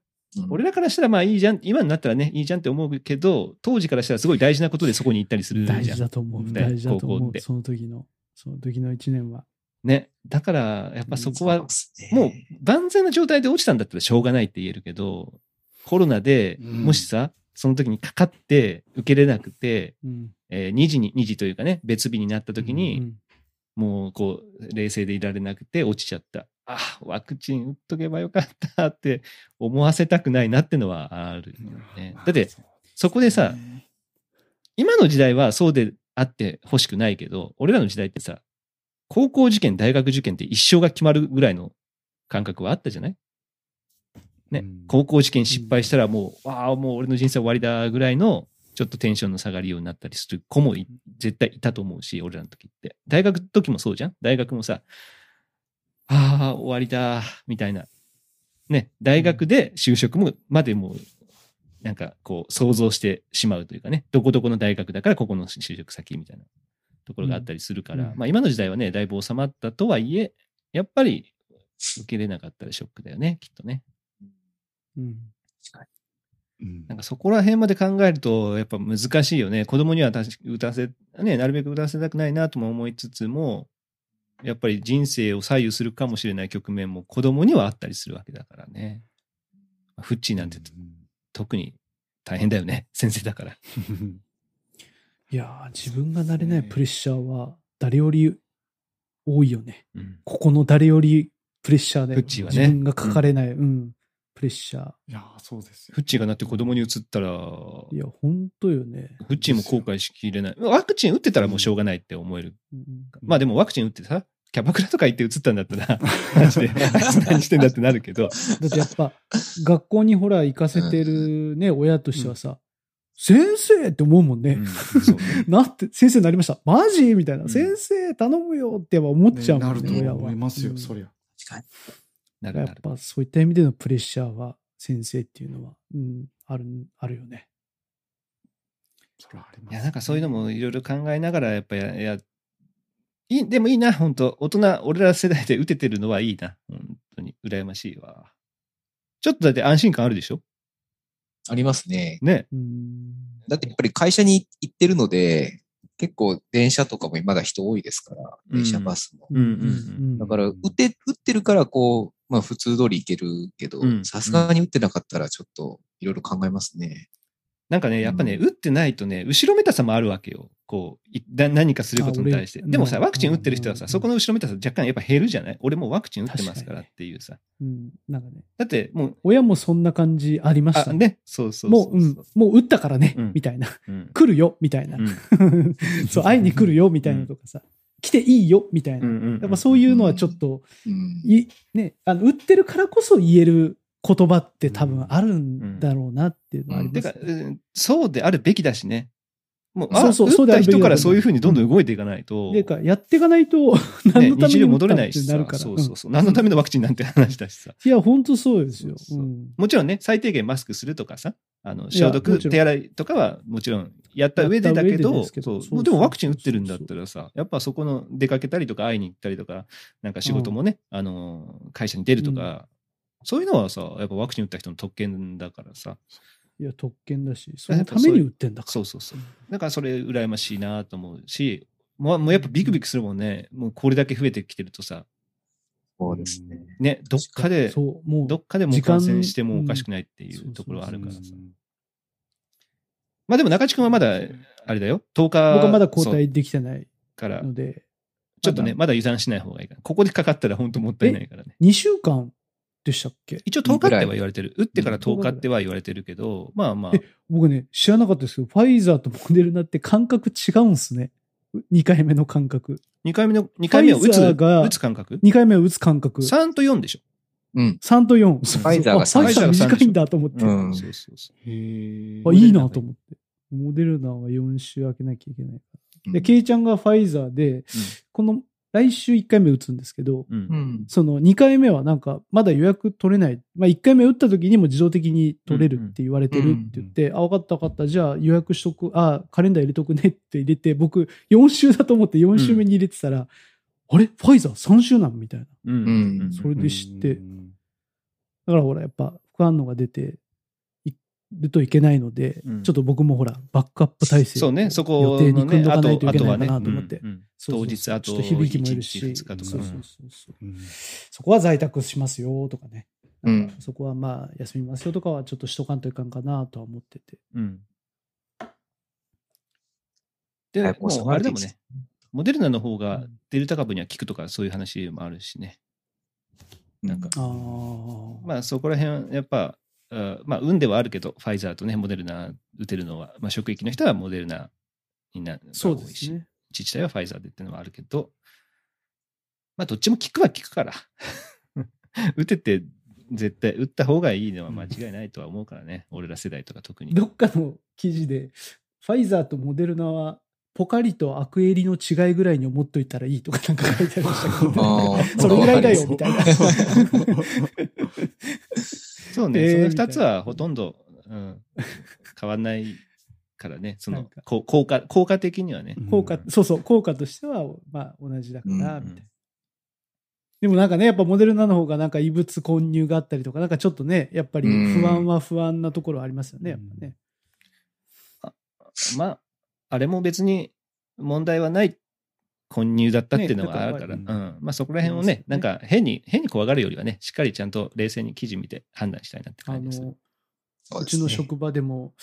S1: 俺らからしたらまあいいじゃん、今になったらね、いいじゃんって思うけど、当時からしたらすごい大事なことでそこに行ったりするじゃん。
S3: 大事だと思う。
S1: ね
S3: 大事だと
S1: 高校
S3: 思
S1: っ
S3: う。
S1: て
S3: その時の、その時の一年は。
S1: ね。だから、やっぱそこは
S2: うですね
S1: もう万全な状態で落ちたんだったらしょうがないって言えるけど、コロナで
S4: うん
S1: もしさ、その時にかかって受けれなくて、
S3: うん。
S1: えー2時に、2時というかね、別日になった時
S3: う
S1: に、
S3: ん
S1: もうこう、冷静でいられなくて落ちちゃった。あ、ワクチン打っとけばよかったって思わせたくないなってのはあるよね。だって、そこでさ、今の時代はそうであってほしくないけど、俺らの時代ってさ、高校受験、大学受験って一生が決まるぐらいの感覚はあったじゃないね
S4: うん、
S1: 高校受験失敗したらもう、わあ、もう俺の人生終わりだぐらいの、ちょっとテンションの下がりようになったりする子もい絶対いたと思うし、俺らの時って。大学の時もそうじゃん大学もさ、ああ、終わりだ、みたいな。ね、大学で就職も、までもう、なんかこう、想像してしまうというかね、どこどこの大学だから、ここの就職先みたいなところがあったりするから、
S3: うん
S1: まあ今の時代はね、だいぶ収まったとはいえ、やっぱり受けれなかったらショックだよね、きっとね。
S3: うん。
S4: うん
S1: なんかそこら辺まで考えると、やっぱ難しいよね。子供には確か歌わせ、ね、なるべく歌わせたくないなとも思いつつも、やっぱり人生を左右するかもしれない局面も子供にはあったりするわけだからね。フッチーなんて特に大変だよね。先生だから。
S4: うん
S3: いやー、自分がなれないプレッシャーは、誰より多いよね。
S1: うん。
S3: ここの誰よりプレッシャーで、
S1: プッチはね
S3: 自分が書かれない、うん、プレッシャー。
S4: いやー、そうですよ
S1: フッチーがなって子供に移ったら、
S3: いや、本当よね。
S1: フッチーも後悔しきれない。ワクチン打ってたらもうしょうがないって思える
S3: うん
S1: まあでもワクチン打ってさ、キャバクラとか行って移ったんだったら、マ ジで、あいつ何してんだってなるけど、
S3: だってやっぱ、 学校にほら、行かせてるね、親としてはさ、先生って思うもんね。
S1: そう
S3: なって、先生になりました。マジみたい
S1: う
S3: な。
S1: ん
S3: 先生頼むよってやっぱ思っちゃう
S4: ね
S3: も
S4: なんると
S3: ね、親は。
S4: 思いますよ、
S3: うん
S4: そりゃ。
S2: 確かに
S1: な
S3: だか
S1: る
S3: ら
S1: な
S3: やっ
S1: る。
S3: ぱそういった意味でのプレッシャーは、先生っていうのは、うん、ある、あるよね。
S4: そりゃあります
S1: いや、なんかそういうのもいろいろ考えながら、やっぱや、や、いい、でもいいな、本当大人、俺ら世代で打ててるのはいいな。本当に、羨ましいわ。ちょっとだって安心感あるでしょ
S2: ありますね。
S1: ね。
S3: うん。
S2: だってやっぱり会社に行ってるので、結構電車とかもまだ人多いですから、電車バスも。
S1: うんうん
S2: だから、打って、打ってるからこう、まあ普通通り行けるけど
S1: うん、
S2: さすがに打ってなかったらちょっといろいろ考えますね。
S1: なんかね、やっぱね、
S2: う
S1: 打ってないとね、後ろめたさもあるわけよ。こう、いな何かすることに対して。
S3: あ俺
S1: でもさ、
S3: うん
S1: ワクチン打ってる人は
S3: う
S1: さ、
S3: ん
S1: そこの後ろめたさ若干やっぱ減るじゃない俺もうワクチン打ってますからっていうさ。
S3: うん、なんかね、
S1: だってもう、
S3: 親もそんな感じありました
S1: あ、
S3: ね。
S1: ね、そうそう
S3: も、
S1: そう
S3: うん、もう打ったからね、
S1: うん
S3: みたいな。
S1: う、うん。
S3: 来るよ、みたいな。 そう、会いに来るよ、みたいなとかさ。来ていいよ、みたいな。やっぱそういうのはちょっと、
S2: うん
S3: い、ね、あの、打ってるからこそ言える言葉って多分あるんだろうなっていうのはあり
S1: て
S3: ま
S1: か、
S3: す、
S1: う
S3: ね。
S1: んそうであるべきだしね。もう、あ
S3: そうそうそう
S1: 打った
S3: であるべきだ
S1: 人
S3: と思う
S1: からそういうふうにどんどん動いていかないと、
S3: でか、やってい かないと、何
S1: ね、
S3: のため
S1: 日常
S3: に打っ
S1: 戻
S3: た
S1: れ
S3: の
S1: な
S3: っ
S1: いしてさ
S3: なるから。
S1: そうそう
S3: う
S1: そう、何のためのワクチンなんて話だしさ。
S3: んいや、本当そうですよ。
S1: そうそう
S3: うん
S1: もちろんね、最低限マスクするとかさ、あの
S3: い
S1: 消
S3: やも
S1: 毒、
S3: ちろん
S1: 手洗いとかはもちろんやった上でだけ
S3: やった上で
S1: ど、
S3: ですけど
S1: そう
S3: そうそう
S1: でもワクチン打ってるんだったらさ、やっぱそこの出かけたりとか会いに行ったりとか、なんか仕事もね、あの会社に出るとか、そういうのはさ、やっぱワクチン打った人の特権だからさ、
S3: いや、特権だし、そのために打ってんだから。
S1: そうそうそう。だからそれ羨ましいなと思うし、もうもうやっぱビクビクするもんね。もうこれだけ増えてきてるとさ、
S2: そうですね。
S1: ね、どっかで、
S3: そう、もう。
S1: どっかでもう
S3: 時間
S1: 感染してもおかしくないっていううんところはあるからさ
S3: そう。
S1: まあでも中地君はまだ、あれだよ、10日
S3: 僕はまだ交
S1: そう
S3: 代できてない
S1: から、
S3: ので、
S1: ちょっとね、まだ油断しない方がいいから。ここでかかったら本当もったいないからね。
S3: 2週間でしたっけ
S1: 一応10日っては言われてる。打ってから10日っては言われてるけど、まあまあ
S3: え、僕ね、知らなかったですけど、ファイザーとモデルナって感覚違うんすね。 2回目の感覚。
S1: 2回目の、二回目を打つ、
S3: ファイザーが
S1: 打つ感覚
S3: 2回目を打つ感覚。3
S1: ?3 と4でしょ。
S2: うん。
S3: と4。フ
S2: ァイザーが
S3: ファイザー
S1: ファイザーが
S3: 短いんだと思って。
S2: う
S3: あ、
S2: ん
S1: そうそうそう。
S4: へ
S1: うん
S3: いいなと思って。モデルナは4週開けなきゃいけない。で、ケイちゃんがファイザーで、この来週1回目打つんですけど、
S1: うん
S2: うん。
S3: その2回目はなんかまだ予約取れない。まあ1回目打った時にも自動的に取れるって言われてるって言って、あ、分かった分かった。じゃあ予約しとく。あ、カレンダー入れとくねって入れて、 僕4週だと思って4週目に入れてたら、あれファイザー3週なんみたいな。
S1: うん
S2: うん
S1: うん
S3: それで知って
S4: うん
S3: だからほらやっぱ副反応が出ているといけないので、
S1: うん
S3: ちょっと僕もほらバックアップ体制
S1: そうね、そこ
S3: 予定
S1: の
S3: に組
S1: ね、
S3: んどか
S1: あ
S3: ないと
S1: と、
S3: い
S1: あ
S3: け
S1: と
S3: な
S1: はい
S3: か
S1: ね、
S3: なと思って。
S1: うんうん
S3: そうそうそう
S1: 当日あと
S3: ちょっ響きもいるし
S1: 一日二日とか
S3: そうそうそうそう
S4: うん
S3: そこは在宅しますよとかね。
S2: うん
S3: そこはまあ休みますよとかはちょっとしとかんといかんかなとは思ってて。
S1: うんで、
S2: 早く
S1: も
S2: 収
S1: う
S2: ま
S1: あ
S2: る
S1: れ
S2: と
S1: でも
S2: いいです
S1: ね、モデルナの方
S3: う
S1: が
S3: ん
S1: デルタ株には効くとかそういう話もあるしね。なんか
S3: ああ。
S1: まあそこら辺はやっぱ、あまあ運ではあるけど、ファイザーとね、モデルナ打てるのは、まあ職域の人はモデルナになるのが
S3: そうで
S1: 多い
S3: す
S1: し、
S3: ね。
S1: 自治体はファイザーでっていうのはあるけど、まあどっちも効くは効くから。 打てて絶対打った方がいいのは間違いないとは思うからね、俺ら世代とか特に。
S3: どっかの記事で、ファイザーとモデルナはポカリとアクエリの違いぐらいに思っといたらいいとかなんか書いてありました けど、
S2: あー
S3: それぐらいだよ
S2: わ
S3: みたいな。
S1: そうね、
S3: えー
S1: その2つはほとんど、うん、変わんないから ね、そ
S3: なん
S1: の
S3: か
S1: こう効果効果的にはね。
S3: 効果、そうそう、効果としては、まあ、同じだから、みたいな。
S1: うんうん
S3: でもなんかね、やっぱモデルナの方がなんか異物混入があったりとか、なんかちょっとね、やっぱり不安は不安なところありますよね、やっぱね。
S1: まあ、あれも別に問題はない混入だったっていうの
S3: ね
S1: はあるから、
S4: だ
S1: う
S4: から
S1: んまあ、そこら辺をね、
S3: あ
S1: なん
S3: りますよね
S1: か変に、変に怖がるよりはね、しっかりちゃんと冷静に記事見て判断したいなって
S3: あ
S1: 感じです。
S3: の、
S2: そう
S3: う
S2: です
S3: ち
S2: ね
S3: の職場でも、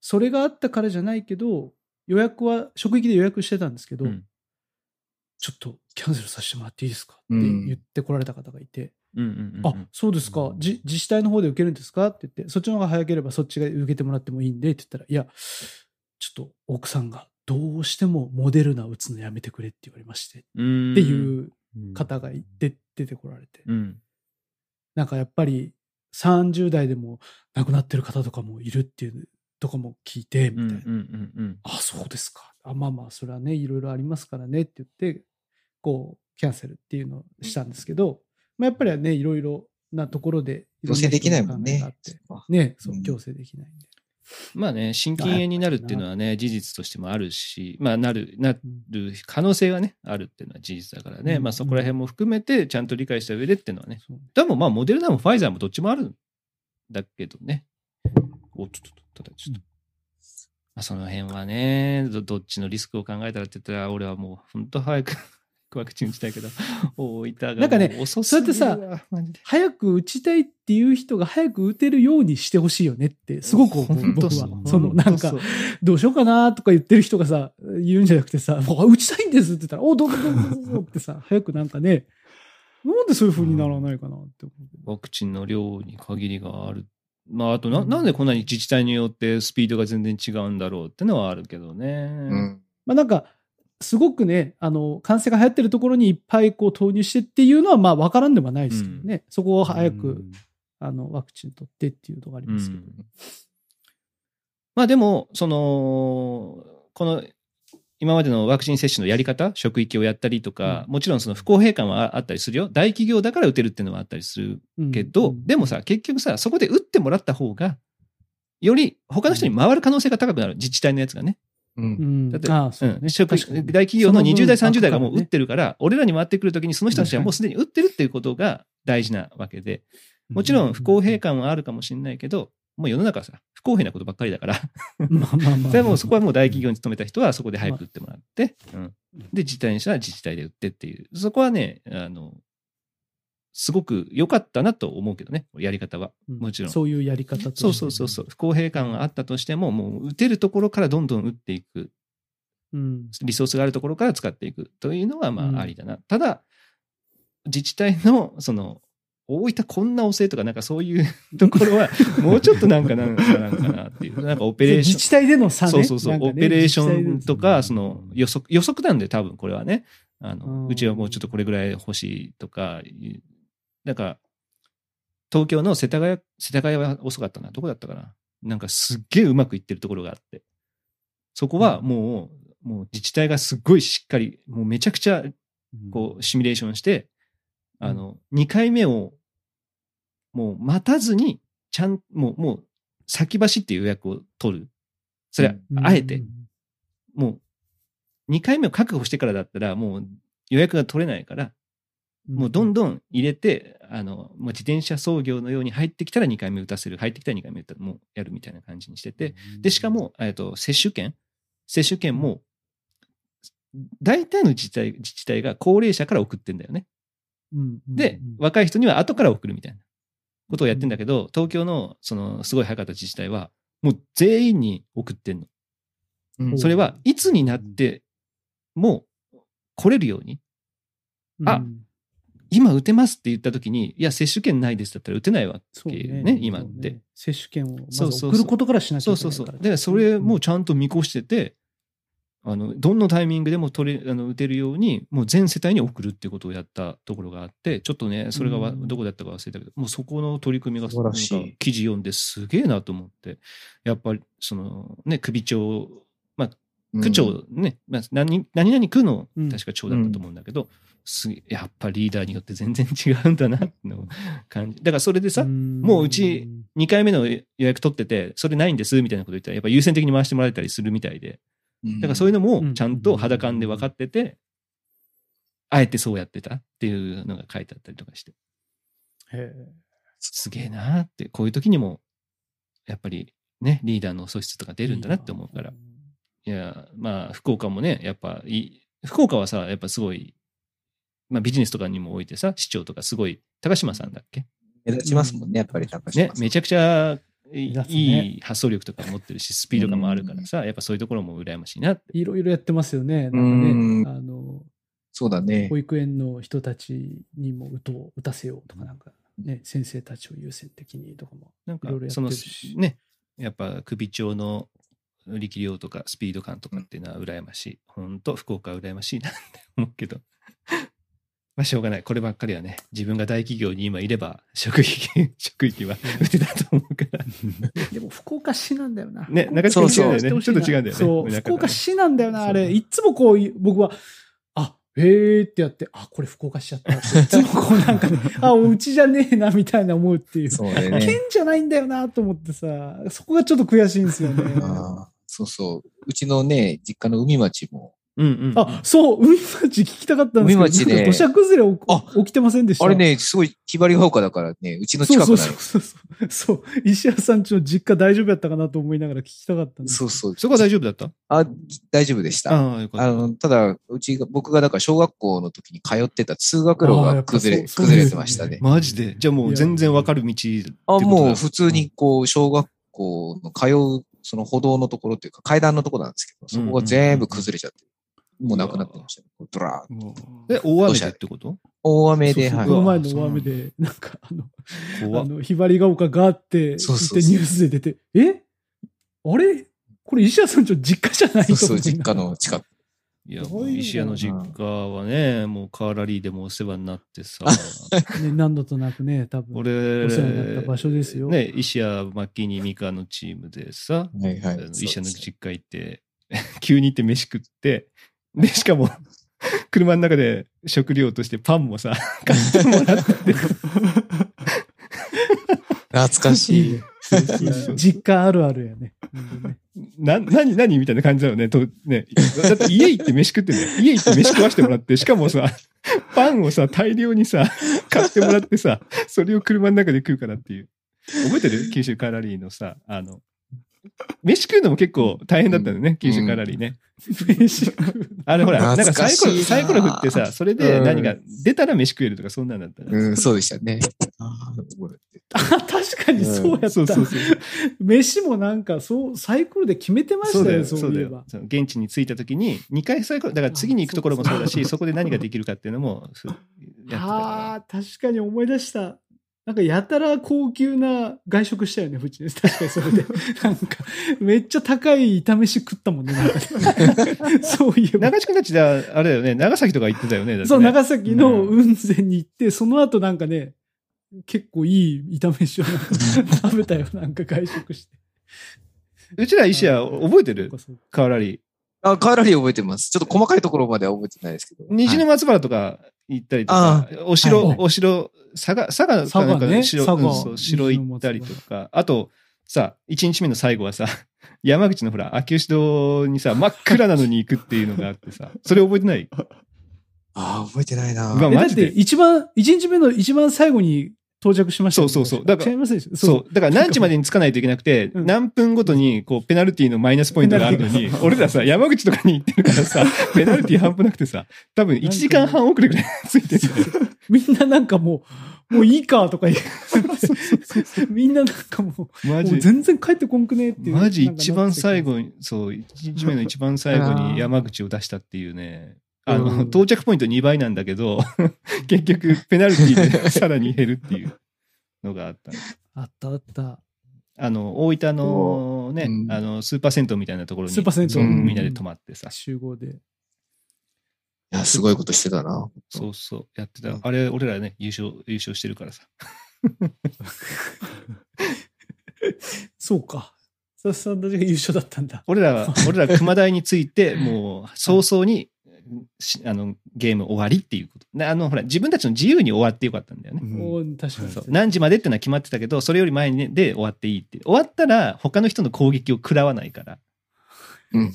S3: それがあったからじゃないけど、予約は、職域で予約してたんですけど、
S1: うん
S3: ちょっとキャンセルさせてもらっていいですかって
S2: うん
S3: 言ってこられた方がいて、
S1: うんうんうんうん
S3: あそうですか、じ自治体の方で受けるんですかって言って、そっちの方が早ければそっちが受けてもらってもいいんでって言ったら、いや、ちょっと奥さんがどうしてもモデルナ打つのやめてくれって言われまして、
S1: うん
S3: っていう
S4: うん
S3: 方がいて出てこられて、
S1: うん
S3: なんかやっぱり30代でも亡くなってる方とかもいるっていうとかも聞いて、み
S1: う
S3: た
S1: ん
S3: いな。
S1: うんうん
S3: あ、そうですか。あまあまあ、それはね、いろいろありますからねって言って、こう、キャンセルっていうのをしたんですけど、まあ、やっぱりはね、いろいろなところで、
S2: 強制できないもん
S3: いろ
S2: ね
S3: な人の考えがあってね、そうう、
S2: ん
S3: 強制できないんで。
S1: まあね、心筋炎になるっていうのはね、事実としてもあるし、まあ、なる、な
S3: うん
S1: る可能性がね、あるっていうのは事実だからね、
S3: うん
S1: まあそこら辺も含めて、ちゃんと理解した上でっていうのはね、
S3: そう
S1: でもまあ、モデルナもファイザーもどっちもあるんだけどね。おっとっとっと、ただちょっと。まあ、その辺はねど、どっちのリスクを考えたらって言ったら、俺はもう、ほんと早く ワクチン打ちたいけ ど、大分が
S3: なんかね
S1: もう遅
S3: そう
S1: す
S3: やっ
S1: ぎ
S3: て
S1: る
S3: さ
S1: わ。マジで
S3: 早く打ちたいっていう人が早く打てるようにしてほしいよねって、すごく思
S1: ほ
S3: う、
S1: ん
S3: 僕
S1: とそ
S3: は。
S1: う
S3: そ
S1: ほ
S3: の、
S1: と
S3: なんか
S1: そう、
S3: どうしようかなとか言ってる人がさ、言うんじゃなくてさ、もう打ちたいんですって言ったら、お、どうぞどうぞどう ぞってさ、早くなんかね、なんでそういう風にならないかなって思う。
S1: ワクチンの量に限りがある。まあ、あとな、なんでこんなに自治体によってスピードが全然違うんだろうってのはあるけど
S2: う
S1: ね。
S2: ん。
S3: まあなんか、すごくね、あの、感染が流行ってるところにいっぱいこう投入してっていうのは、まあ分からんではないですけどね。そこを早く、
S4: うん
S3: あの、ワクチン取ってっていうのがあり
S1: う
S3: ますけど。
S1: んまあでも、その、この、今までのワクチン接種のやり方、職域をやったりとか、もちろんその不公平感はああったりするよ。大企業だから打てるっていうのはあったりする
S3: うん
S1: けど、
S3: うん
S1: でもさ、結局さ、そこで打ってもらった方が、より他の人に回る可能性が高くなる、自治体のやつがね。
S2: う。
S3: うんん、
S1: だって
S3: ああそううね
S1: ん、職
S3: 確かに
S1: 大企業の20代、30代がもう打っ
S3: る。
S1: てるから、俺らに回ってくるときに、その人たちはもうすでに打ってるっていうことが大事なわけで、もちろん不公平感はあるかもしれないけど、もう世の中さ、不公平なことばっかりだから、
S3: まあまあまあ。
S1: それはもうそこはもう大企業に勤めた人はそこで早く打ってもらって、うん、で、自治体の人は自治体で打ってっていう、そこはね、あの、すごく良かったなと思うけどね、やり方は。もちろん
S3: そういうやり方として
S1: そうそうそうそう、不公平感があったとしても、もう打てるところからどんどん打っていく
S3: うん。
S1: リソースがあるところから使っていくというのは、
S3: うん
S1: まあ、ありだな。ただ、自治体の、その、大分こんな遅いとか、なんかそういうところは、もうちょっとなんかなんかなんかなっていう、なんかオペレーショ
S3: 自
S1: ン。
S3: 治体での差ね。
S1: そうそうそう、
S3: なんかね
S1: オペレーションとか、
S4: 自
S1: そ
S4: 治体の
S1: の予測、予測なんで多分これはね、あ
S3: う
S1: の
S3: ん
S1: うちはもうちょっとこれぐらい欲しいとか、いなんか、東京の世田谷、世田谷は遅かったな、どこだったかな。なんかすっげえうまくいってるところがあって、そこはもう、もう自治体がすっごいしっかり、もうめちゃくちゃこう、シミュレーションして、あの、2回目を、もう待たずに、ちゃん、もう、もう、先走って予約を取る。それは
S3: う、ん
S1: あえて、もう、2回目を確保してからだったら、もう予約が取れないから、もうどんどん入れて、あの、もう自転車操業のように入ってきたら2回目打たせる、入ってきたら2回目打たもうやるみたいな感じにしてて、で、しかも、えっと、接種券接種券も、大体の自治体、自治体が高齢者から送ってんだよね。
S3: うんうん
S1: で、若い人には後から送るみたいなことをやってんだけど、東京のそのすごい早かった自治体は、もう全員に送ってんの。
S2: うん
S1: それはいつになっても来れるように、
S3: うん
S1: あ今打てますって言った時に、いや、接種券ないですだったら打てないわ。
S3: そう
S1: ね今って
S3: そうね接種券をまず
S1: そうそうそう
S3: 送ることからしなきゃ
S1: そ
S3: いうけ
S1: そうそ
S3: ないか
S1: う。
S3: ら
S1: だからそれもちゃんと見越してて、あのどんなタイミングでも取れあの打てるように、もう全世帯に送るってことをやったところがあって、ちょっとね、それがわ
S3: うん
S1: どこだったか忘れたけど、もうそこの取り組みが、
S2: 素晴らしい
S1: なんか記事読んですげえなと思って、やっぱり、そのね、首長、区長ね、まあ、何何々区の
S3: うん
S1: 確か長だったと思うんだけど、すげえやっぱリーダーによって全然違うんだなってのを感じ。だからそれでさ、も
S3: も
S1: ううち、2回目の予約取ってて、それないんですみたいなこと言ったら、やっぱ優先的に回してもらえたりするみたいで、だからそういうの
S3: うん
S1: もちゃんと肌感で分かってて、あえてそうやってたっていうのが書いてあったりとかして、
S3: へえ
S1: すげえなーって、こういう時にも、やっぱりね、リーダーの素質とか出るんだなって思うから、。いや、まあ、福岡もね、やっぱいい、福岡はさ、やっぱすごい、まあビジネスとかにもおいてさ、市長とかすごい、高島さんだっけ
S2: 目立ちますもんね、やっぱり高島
S1: ね
S2: さ、ん。
S1: めちゃくちゃいい,、
S3: 目立つね
S1: 発想力とか持ってるし、スピード感もあるからさ、やっぱそういうところも羨ましいなって。
S3: いろいろやってますよね。なんか
S2: う
S3: ね
S2: ん、
S3: あの、
S2: そうだね
S3: 保。育園の人たちにも歌を打たせようとか、なんかね、先生たちを優先的にとかも。
S1: なんか
S3: いろいろやっ
S1: そ
S3: て
S1: の
S3: るし
S1: ね、やっぱ首長の力量とかスピード感とかっていうのは羨ましい。本当福岡は羨ましいなって思うけど。 まあしょうがない。こればっかりはね、自分が大企業に今いれば、職域、職域は 打てたと思うから。
S3: でも福岡市なんだよな。
S1: ね
S3: 福岡市
S2: そうそう
S3: にしてほしい
S1: ちょ
S3: な
S1: っと違うんだよね
S3: そう、
S1: 田舎だね
S3: 福岡市なんだよな、あ
S1: そ
S3: れ。
S1: う
S3: いつもこう、僕は、あ、へーってやって、あ、これ福岡市だった。いつもこうなんか、あ、うちじゃねえな、みたいな思うっていう。
S2: そうだよ
S3: 県
S2: ね。
S3: じゃないんだよなと思ってさ、そこがちょっと悔しいんですよね。
S2: あーそうそう。うちのね、実家の海町も、
S1: うんうん。
S3: あ、そう、海町聞きたかったんですけど、
S2: 海町ね
S3: なんか土砂崩れ起
S2: あ
S3: 起きてませんでした。
S2: あれ、ね、すごいひばりが丘だからね、うちの
S3: そ
S2: 近
S3: う
S2: く
S3: そ
S2: な
S3: う
S2: の。
S3: そうそうそう。そう、石原さんちの実家大丈夫やったかなと思いながら聞きたかったんです。
S2: そうそう。
S1: そこは大丈夫だった
S2: あ、大丈夫でした。
S1: ああ、よかっ
S2: あ
S1: た。
S2: の、ただ、うちが、僕がだから小学校の時に通ってた通学路
S3: あーや
S2: が
S3: っぱそう
S2: 崩れ、
S3: そうですね
S2: 崩れてましたね。
S1: マジで。じゃあもう全然わかる道って
S2: あ、
S1: ことだ
S2: もう普通にこう、小学校の通う、その歩道のところっていうか、階段のところなんですけど、そこが全部崩れちゃって、もうなくなってましたね。ドラーッと
S1: え、大雨でってこと
S2: 大雨で、
S3: そう
S2: は
S3: そう
S2: い
S3: こ。の前の大雨で、なんかあの、
S1: 怖
S3: あ
S1: っ
S3: の、ひばりが丘があって、
S2: そうそうそう
S3: ってニュースで出て、えあれこれ石原さんちの実家じゃない
S2: そうそう、
S3: と思い
S2: 実家
S3: ながら
S2: の近く。
S1: いや、
S3: どういう
S1: もう石屋の実家はね、もうカーラリーでもお世話になって さ、
S3: ね、何度となくね、多分。
S1: 俺、
S3: お世話になった場所ですよ
S1: ね、石屋、マッキーニ、ミカのチームでさ、
S2: はいは
S1: あ
S2: い
S1: の。
S2: そう
S1: 石屋の
S2: ですね
S1: 実家行って、 急に行って飯食って、で、しかも、 車の中で食料としてパンもさ、買ってもらって、
S2: 懐かし
S3: い
S2: い
S3: いね。実家あるあるやね。本当ね
S1: な、何、何みたいな感じだよね。と、ね。だって家行って飯食ってんだよ。家行って飯食わしてもらって、しかもさ、パンをさ、大量にさ、買ってもらってさ、それを車の中で食うからっていう。覚えてる九州カラリーのさ、あの、飯食うのも結構大変だったのね、九州カラリーね。
S3: 飯食う
S1: あれほら、なんか
S2: 懐
S1: サ
S2: か
S1: イ
S2: しい
S1: コ
S2: な
S1: ロ、サイコロ振ってさ、それで何か出たら飯食えるとか、そんなんだった
S2: う
S1: ら。
S2: ん、そうでしたね。あー覚えて
S3: あ確かにそうやった。
S1: そうそうそう。
S3: 飯もなんか、そう、サイコロで決めてましたよ、そういえば。
S1: その現地に着いた時に、2回サイコロ、だから次に行くところもそうだし、そこで何ができるかっていうのも、ふやってたから
S3: ああ、確かに思い出した。なんかやたら高級な外食したよね、フチネス。確かに それで。なんか、めっちゃ高い炒飯食ったもんね、なん かそういえば。
S1: 長地君たちではあれだよね、長崎とか行ってたよね。だってね
S3: そう、長崎の雲仙に行って、その後なんかね、結構いい炒飯をなんか 食べたよ、なんか外食して。
S1: うちら石屋覚えてる
S3: そうかそうか
S1: カーラリー。
S2: あ、カーラリー覚えてます。ちょっと細かいところまでは覚えてないですけど。
S1: 虹の
S2: はい
S1: 松原とか行ったりとか、お城、
S3: はい
S1: お城、佐賀、佐賀かなんか
S3: 佐賀ね
S1: 城、
S3: 佐賀
S1: うんそう城行ったりと
S3: 虹
S1: か、あと、さ、一日目の最後はさ、山口のほら、秋吉堂にさ、真っ暗なのに行くっていうのがあってさ、それ覚えてない
S2: ああ、覚えてないな。
S1: うわ
S3: えだ
S1: マ
S3: っ
S1: ジ
S3: て
S1: で
S3: 一番、一日目の一番最後に到着しましたよね
S1: そうそうそうだ
S3: 確
S1: から
S3: 違いますでしょ
S1: そう。だから何時までにつかないといけなくて、
S3: うん
S1: 何分ごとに、こう、ペナルティのマイナスポイントがあるのに
S4: ペナル、ティ
S1: 俺らさ、山口とかに行ってるからさ、ペナルティ半端なくてさ、多分1時間半遅れぐらいついてるよね。
S3: みんななんかもう、もういいかとか言う。みんななんかもう、も
S1: マ
S3: う
S1: ジ
S3: 全然帰ってこんくねっていう。
S1: マジ一番最
S3: に。
S1: 後に、そう、一日目の一番最後
S2: あー
S1: に山口を出したっていうね、あ
S3: うん
S1: の、到着ポイント2倍なんだけど、結局ペナルティでさらに減るっていうのがあった。
S3: あったあった。
S1: あの、大分のね、
S2: うん
S1: あの、スーパー銭湯みたいなところに、
S3: スーパー銭湯
S1: そうみんなで泊まってさ、
S3: 集合で。
S2: いや、すごいことしてたな。
S1: そうそう、やって
S2: う
S1: た
S2: ん。
S1: あれ、俺らね、優勝、優勝してるからさ。
S3: そうか。ささんたちが優勝だったんだ。
S1: 俺らは、俺ら熊台について、もう、早々に、しあの、ゲーム終わりっていうこと。なあの、ほら、自分たちの自由に終わってよかったんだよね。
S4: うん
S3: おー確かに
S1: そう何時までってのは決まってたけど、それより前にねで終わっていいって。終わったら、他の人の攻撃を食らわないから。
S2: うん。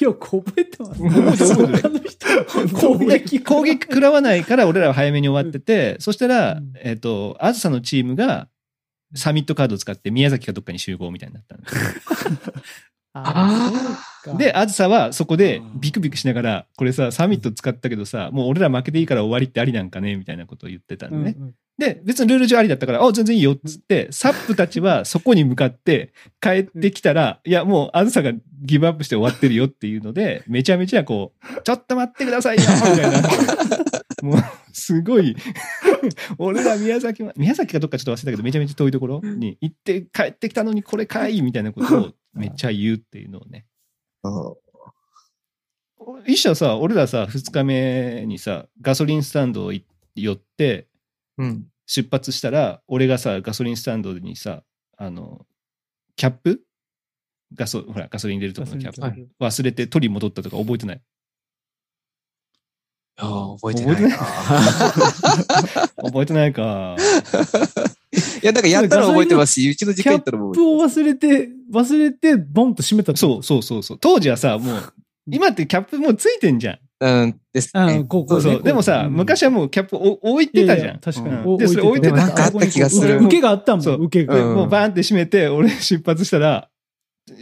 S3: よく覚えてますね。
S1: 覚えてる覚えてる
S3: 他の人、攻撃。
S1: 攻撃食らわないから、俺らは早めに終わってて、そした
S3: う
S1: ら
S3: ん、
S1: えっ、と、あずさのチームが、サミットカードを使って宮崎かどっかに集合みたいになったんです
S3: あーそうか
S1: で、あずさはそこで
S4: あー
S1: ビクビクしながら、これさ、サミット使ったけどさ、もう俺ら負けていいから終わりってありなんかねみたいなことを言ってたん
S3: う
S1: で
S3: んう
S1: ね。
S3: ん
S1: で、別にルール上ありだったから、あ、全然いいよっつって、サップたち はそこに向かって帰ってきたら、いや、もうあずさがギブアップして終わってるよっていうので、めちゃめちゃこう、ちょっと待ってくださいよみたい な。もう、すごい、俺ら宮崎ま、宮崎かどっかちょっと忘れたけど、めちゃめちゃ遠いところに行って帰ってきたのにこれかいみたいなことをめっちゃ言うっていうのをね。
S2: あ
S1: 一社さ、俺らさ、二日目にさ、ガソリンスタンド行寄って、
S2: うん。
S1: 出発したら、俺がさ、ガソリンスタンドにさ、あの、キャップガソ、ほら、ガソリン入れるところのキャップ。
S3: はい
S1: 忘れて取り戻ったとか覚えてない。
S2: いやー、覚えてないな。
S1: 覚えてないか。
S2: いや、だからやったら覚えてますし、うちの実家行ったらもう
S3: キャッ。プを忘れて、忘れて、ボンと閉めたって
S1: そうそうそうそう。当時はさ、もう、今ってキャップもうついてんじゃん。
S2: うん、です
S3: あ
S2: ね
S3: ー。こうこ
S1: そううそ
S3: ね
S1: う。でもさ、
S3: うん
S1: 昔はもうキャップを置いてたじ
S3: いや
S1: ゃ
S3: いや
S1: ん。
S3: 確かに。
S1: うんでそれ置いてた
S2: なんかあった気がする
S3: 受けがあったも
S1: そ
S3: ん、
S1: う
S3: 受けが。
S1: で
S2: うん
S1: もうバーンって閉めて、俺出発したら、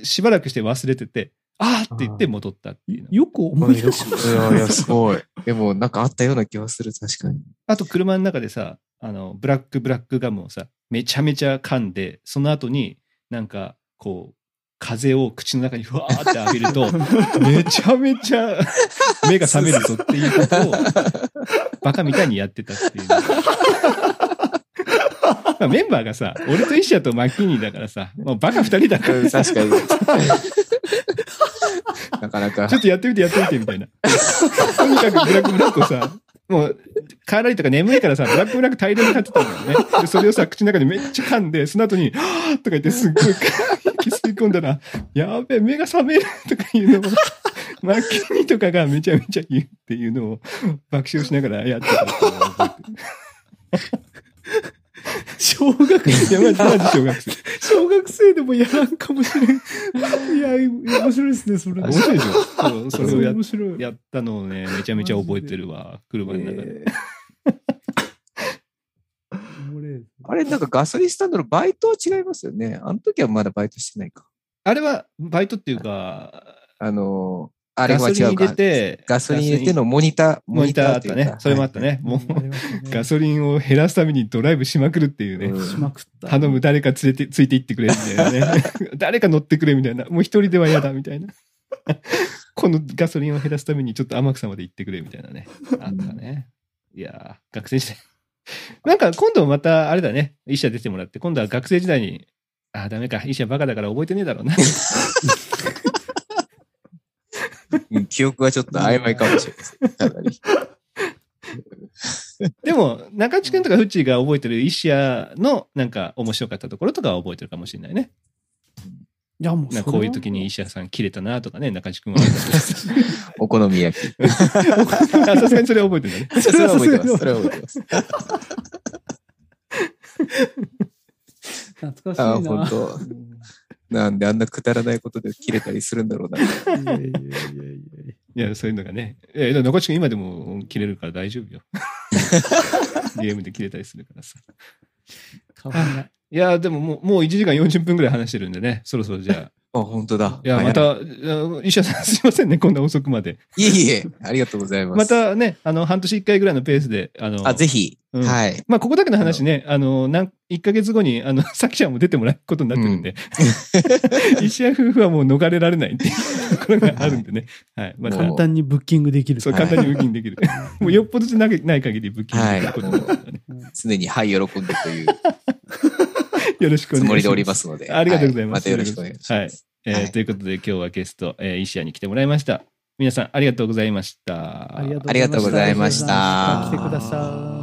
S1: しばらくして忘れてて、あーって言って戻ったっていうの。
S3: よく思い出しま
S2: い
S3: し
S2: やいや、すごい。でも、なんかあったような気がする、確かに。
S1: あと車の中でさ、あの、ブラックブラックガムをさ、めちゃめちゃ噛んで、その後になんか、こう、風を口の中にふわーって浴びると、めちゃめちゃ目が覚めるぞっていうことを、バカみたいにやってたっていう。 まあメンバーがさ、俺と石田とマッキーニーだからさ、もうバカ二人だから
S2: うん確かに。 なかな か
S1: ちょ。っとやってみてやってみてみたいな。 とにかくブラックブラックをさ、もう、カーラリとか眠いからさ、ブラックブラック大量に買ってたんだよね。で、それをさ、口の中でめっちゃ噛んで、その後に、 はぁとか言ってすっごい 息吸い込んだら、やべえ、目が覚める とかいうのを、マッキーニとかがめちゃめちゃ言うっていうのを爆笑しながらやってたっていうのを覚えてる。
S3: た。小学生
S1: いや、マジマジ小学生。
S3: 小学生でもやらんかもしれ ん。いや、面白いですね、それ。
S1: 面白いでしょそうそれをやっ
S3: 面白い。
S1: やったのをね、めちゃめちゃ覚えてるわ、車の中で。
S3: えーおもれえ
S2: あれ、なんかガソリンスタンドのバイトは違いますよね。あの時はまだバイトしてないか。
S1: あれは、バイトっていうか、
S2: あのー、あれ
S1: ガ
S2: は
S1: ソリン
S2: 違う
S1: 入れ
S2: か。
S1: て、
S2: ガソリン入れてのモニター、
S1: モニターあったね。それもあ
S2: っ
S1: ったね。も
S3: あ
S1: う、
S3: りましたね
S1: ガソリンを減らすためにドライブしまくるっていうね。
S3: しまくった。
S1: 頼む、誰か連れて、ついて行ってくれ、みたいな ね。誰か乗ってくれ、みたいな。もう一人では嫌だ、みたいな。 このガソリンを減らすためにちょっと天草まで行ってくれ、みたいなね。あったね。いやー、学生時代。 なんか今度またあれだね、医者出てもらって、今度は学生時代に、ああ、ダメか、医者バカだから覚えてねえだろうな。
S2: うん記憶はちょっと曖昧かもしれません。かなり
S1: でも、中地君とかフッチーが覚えてる医者のなんか面白かったところとかは覚えてるかもしれないね。
S3: いや、もう
S1: なん
S3: そ
S1: か
S3: れは
S1: こういう時に医者さん切れたなとかね、中地君は。 あ
S2: お好み焼き。
S1: さすがにそれは覚えてるんだね。
S2: それは覚えてます。
S3: そ
S2: そ
S3: れ
S2: れは覚えてます。
S3: 懐
S2: あ
S3: か
S2: あ、
S3: しいな
S2: 本。当。なんであんなくだらないことで切れたりするんだろうな。
S3: いやいやいやいや
S1: いや、そういうのがね。いや、でも中地君今でも切れるから大丈夫よ。 ゲームで切れたりするからさ。
S3: 変わんない。
S1: いや、でももうもう1時間40分ぐらい話してるんでね、そろそろじゃあ。
S2: あ、本当だ。
S1: いや、
S2: 早
S1: また、あ医者さんすいませんね、こんな遅くまで。
S2: いえいえ、ありがとうございま。、
S1: ますたね、あの、半年1回ぐらいのペースで、あの、
S2: あ、ぜひ、
S1: うん
S2: はい。
S1: まあ、ここだけの話ね、あの、なん1ヶ月後に、あの、 さきちゃんも出てもらうことになってるんで、 石屋夫婦はもう逃れられないっていうと ころがあるんでね、はい。また
S2: も
S3: 簡単にブッキングできる。
S1: そう、
S2: はい
S1: 簡単にブッキングできる。 もうよっぽどじゃなけない限りブッキングできることになるからね。
S2: 常に、はい、喜んでという
S1: よろしくお
S2: つ
S1: 願いします。
S2: もりでおりますの で。
S1: ありがとうございます。
S2: はまたよろしくお願いします。
S1: はい。えー
S2: はい
S1: ということで今日はゲスト、えー、石谷に来てもらいました。皆さんありがとうございました。
S3: ありがとうございまし
S2: あ
S3: た
S2: りがとうございました
S3: 来てください。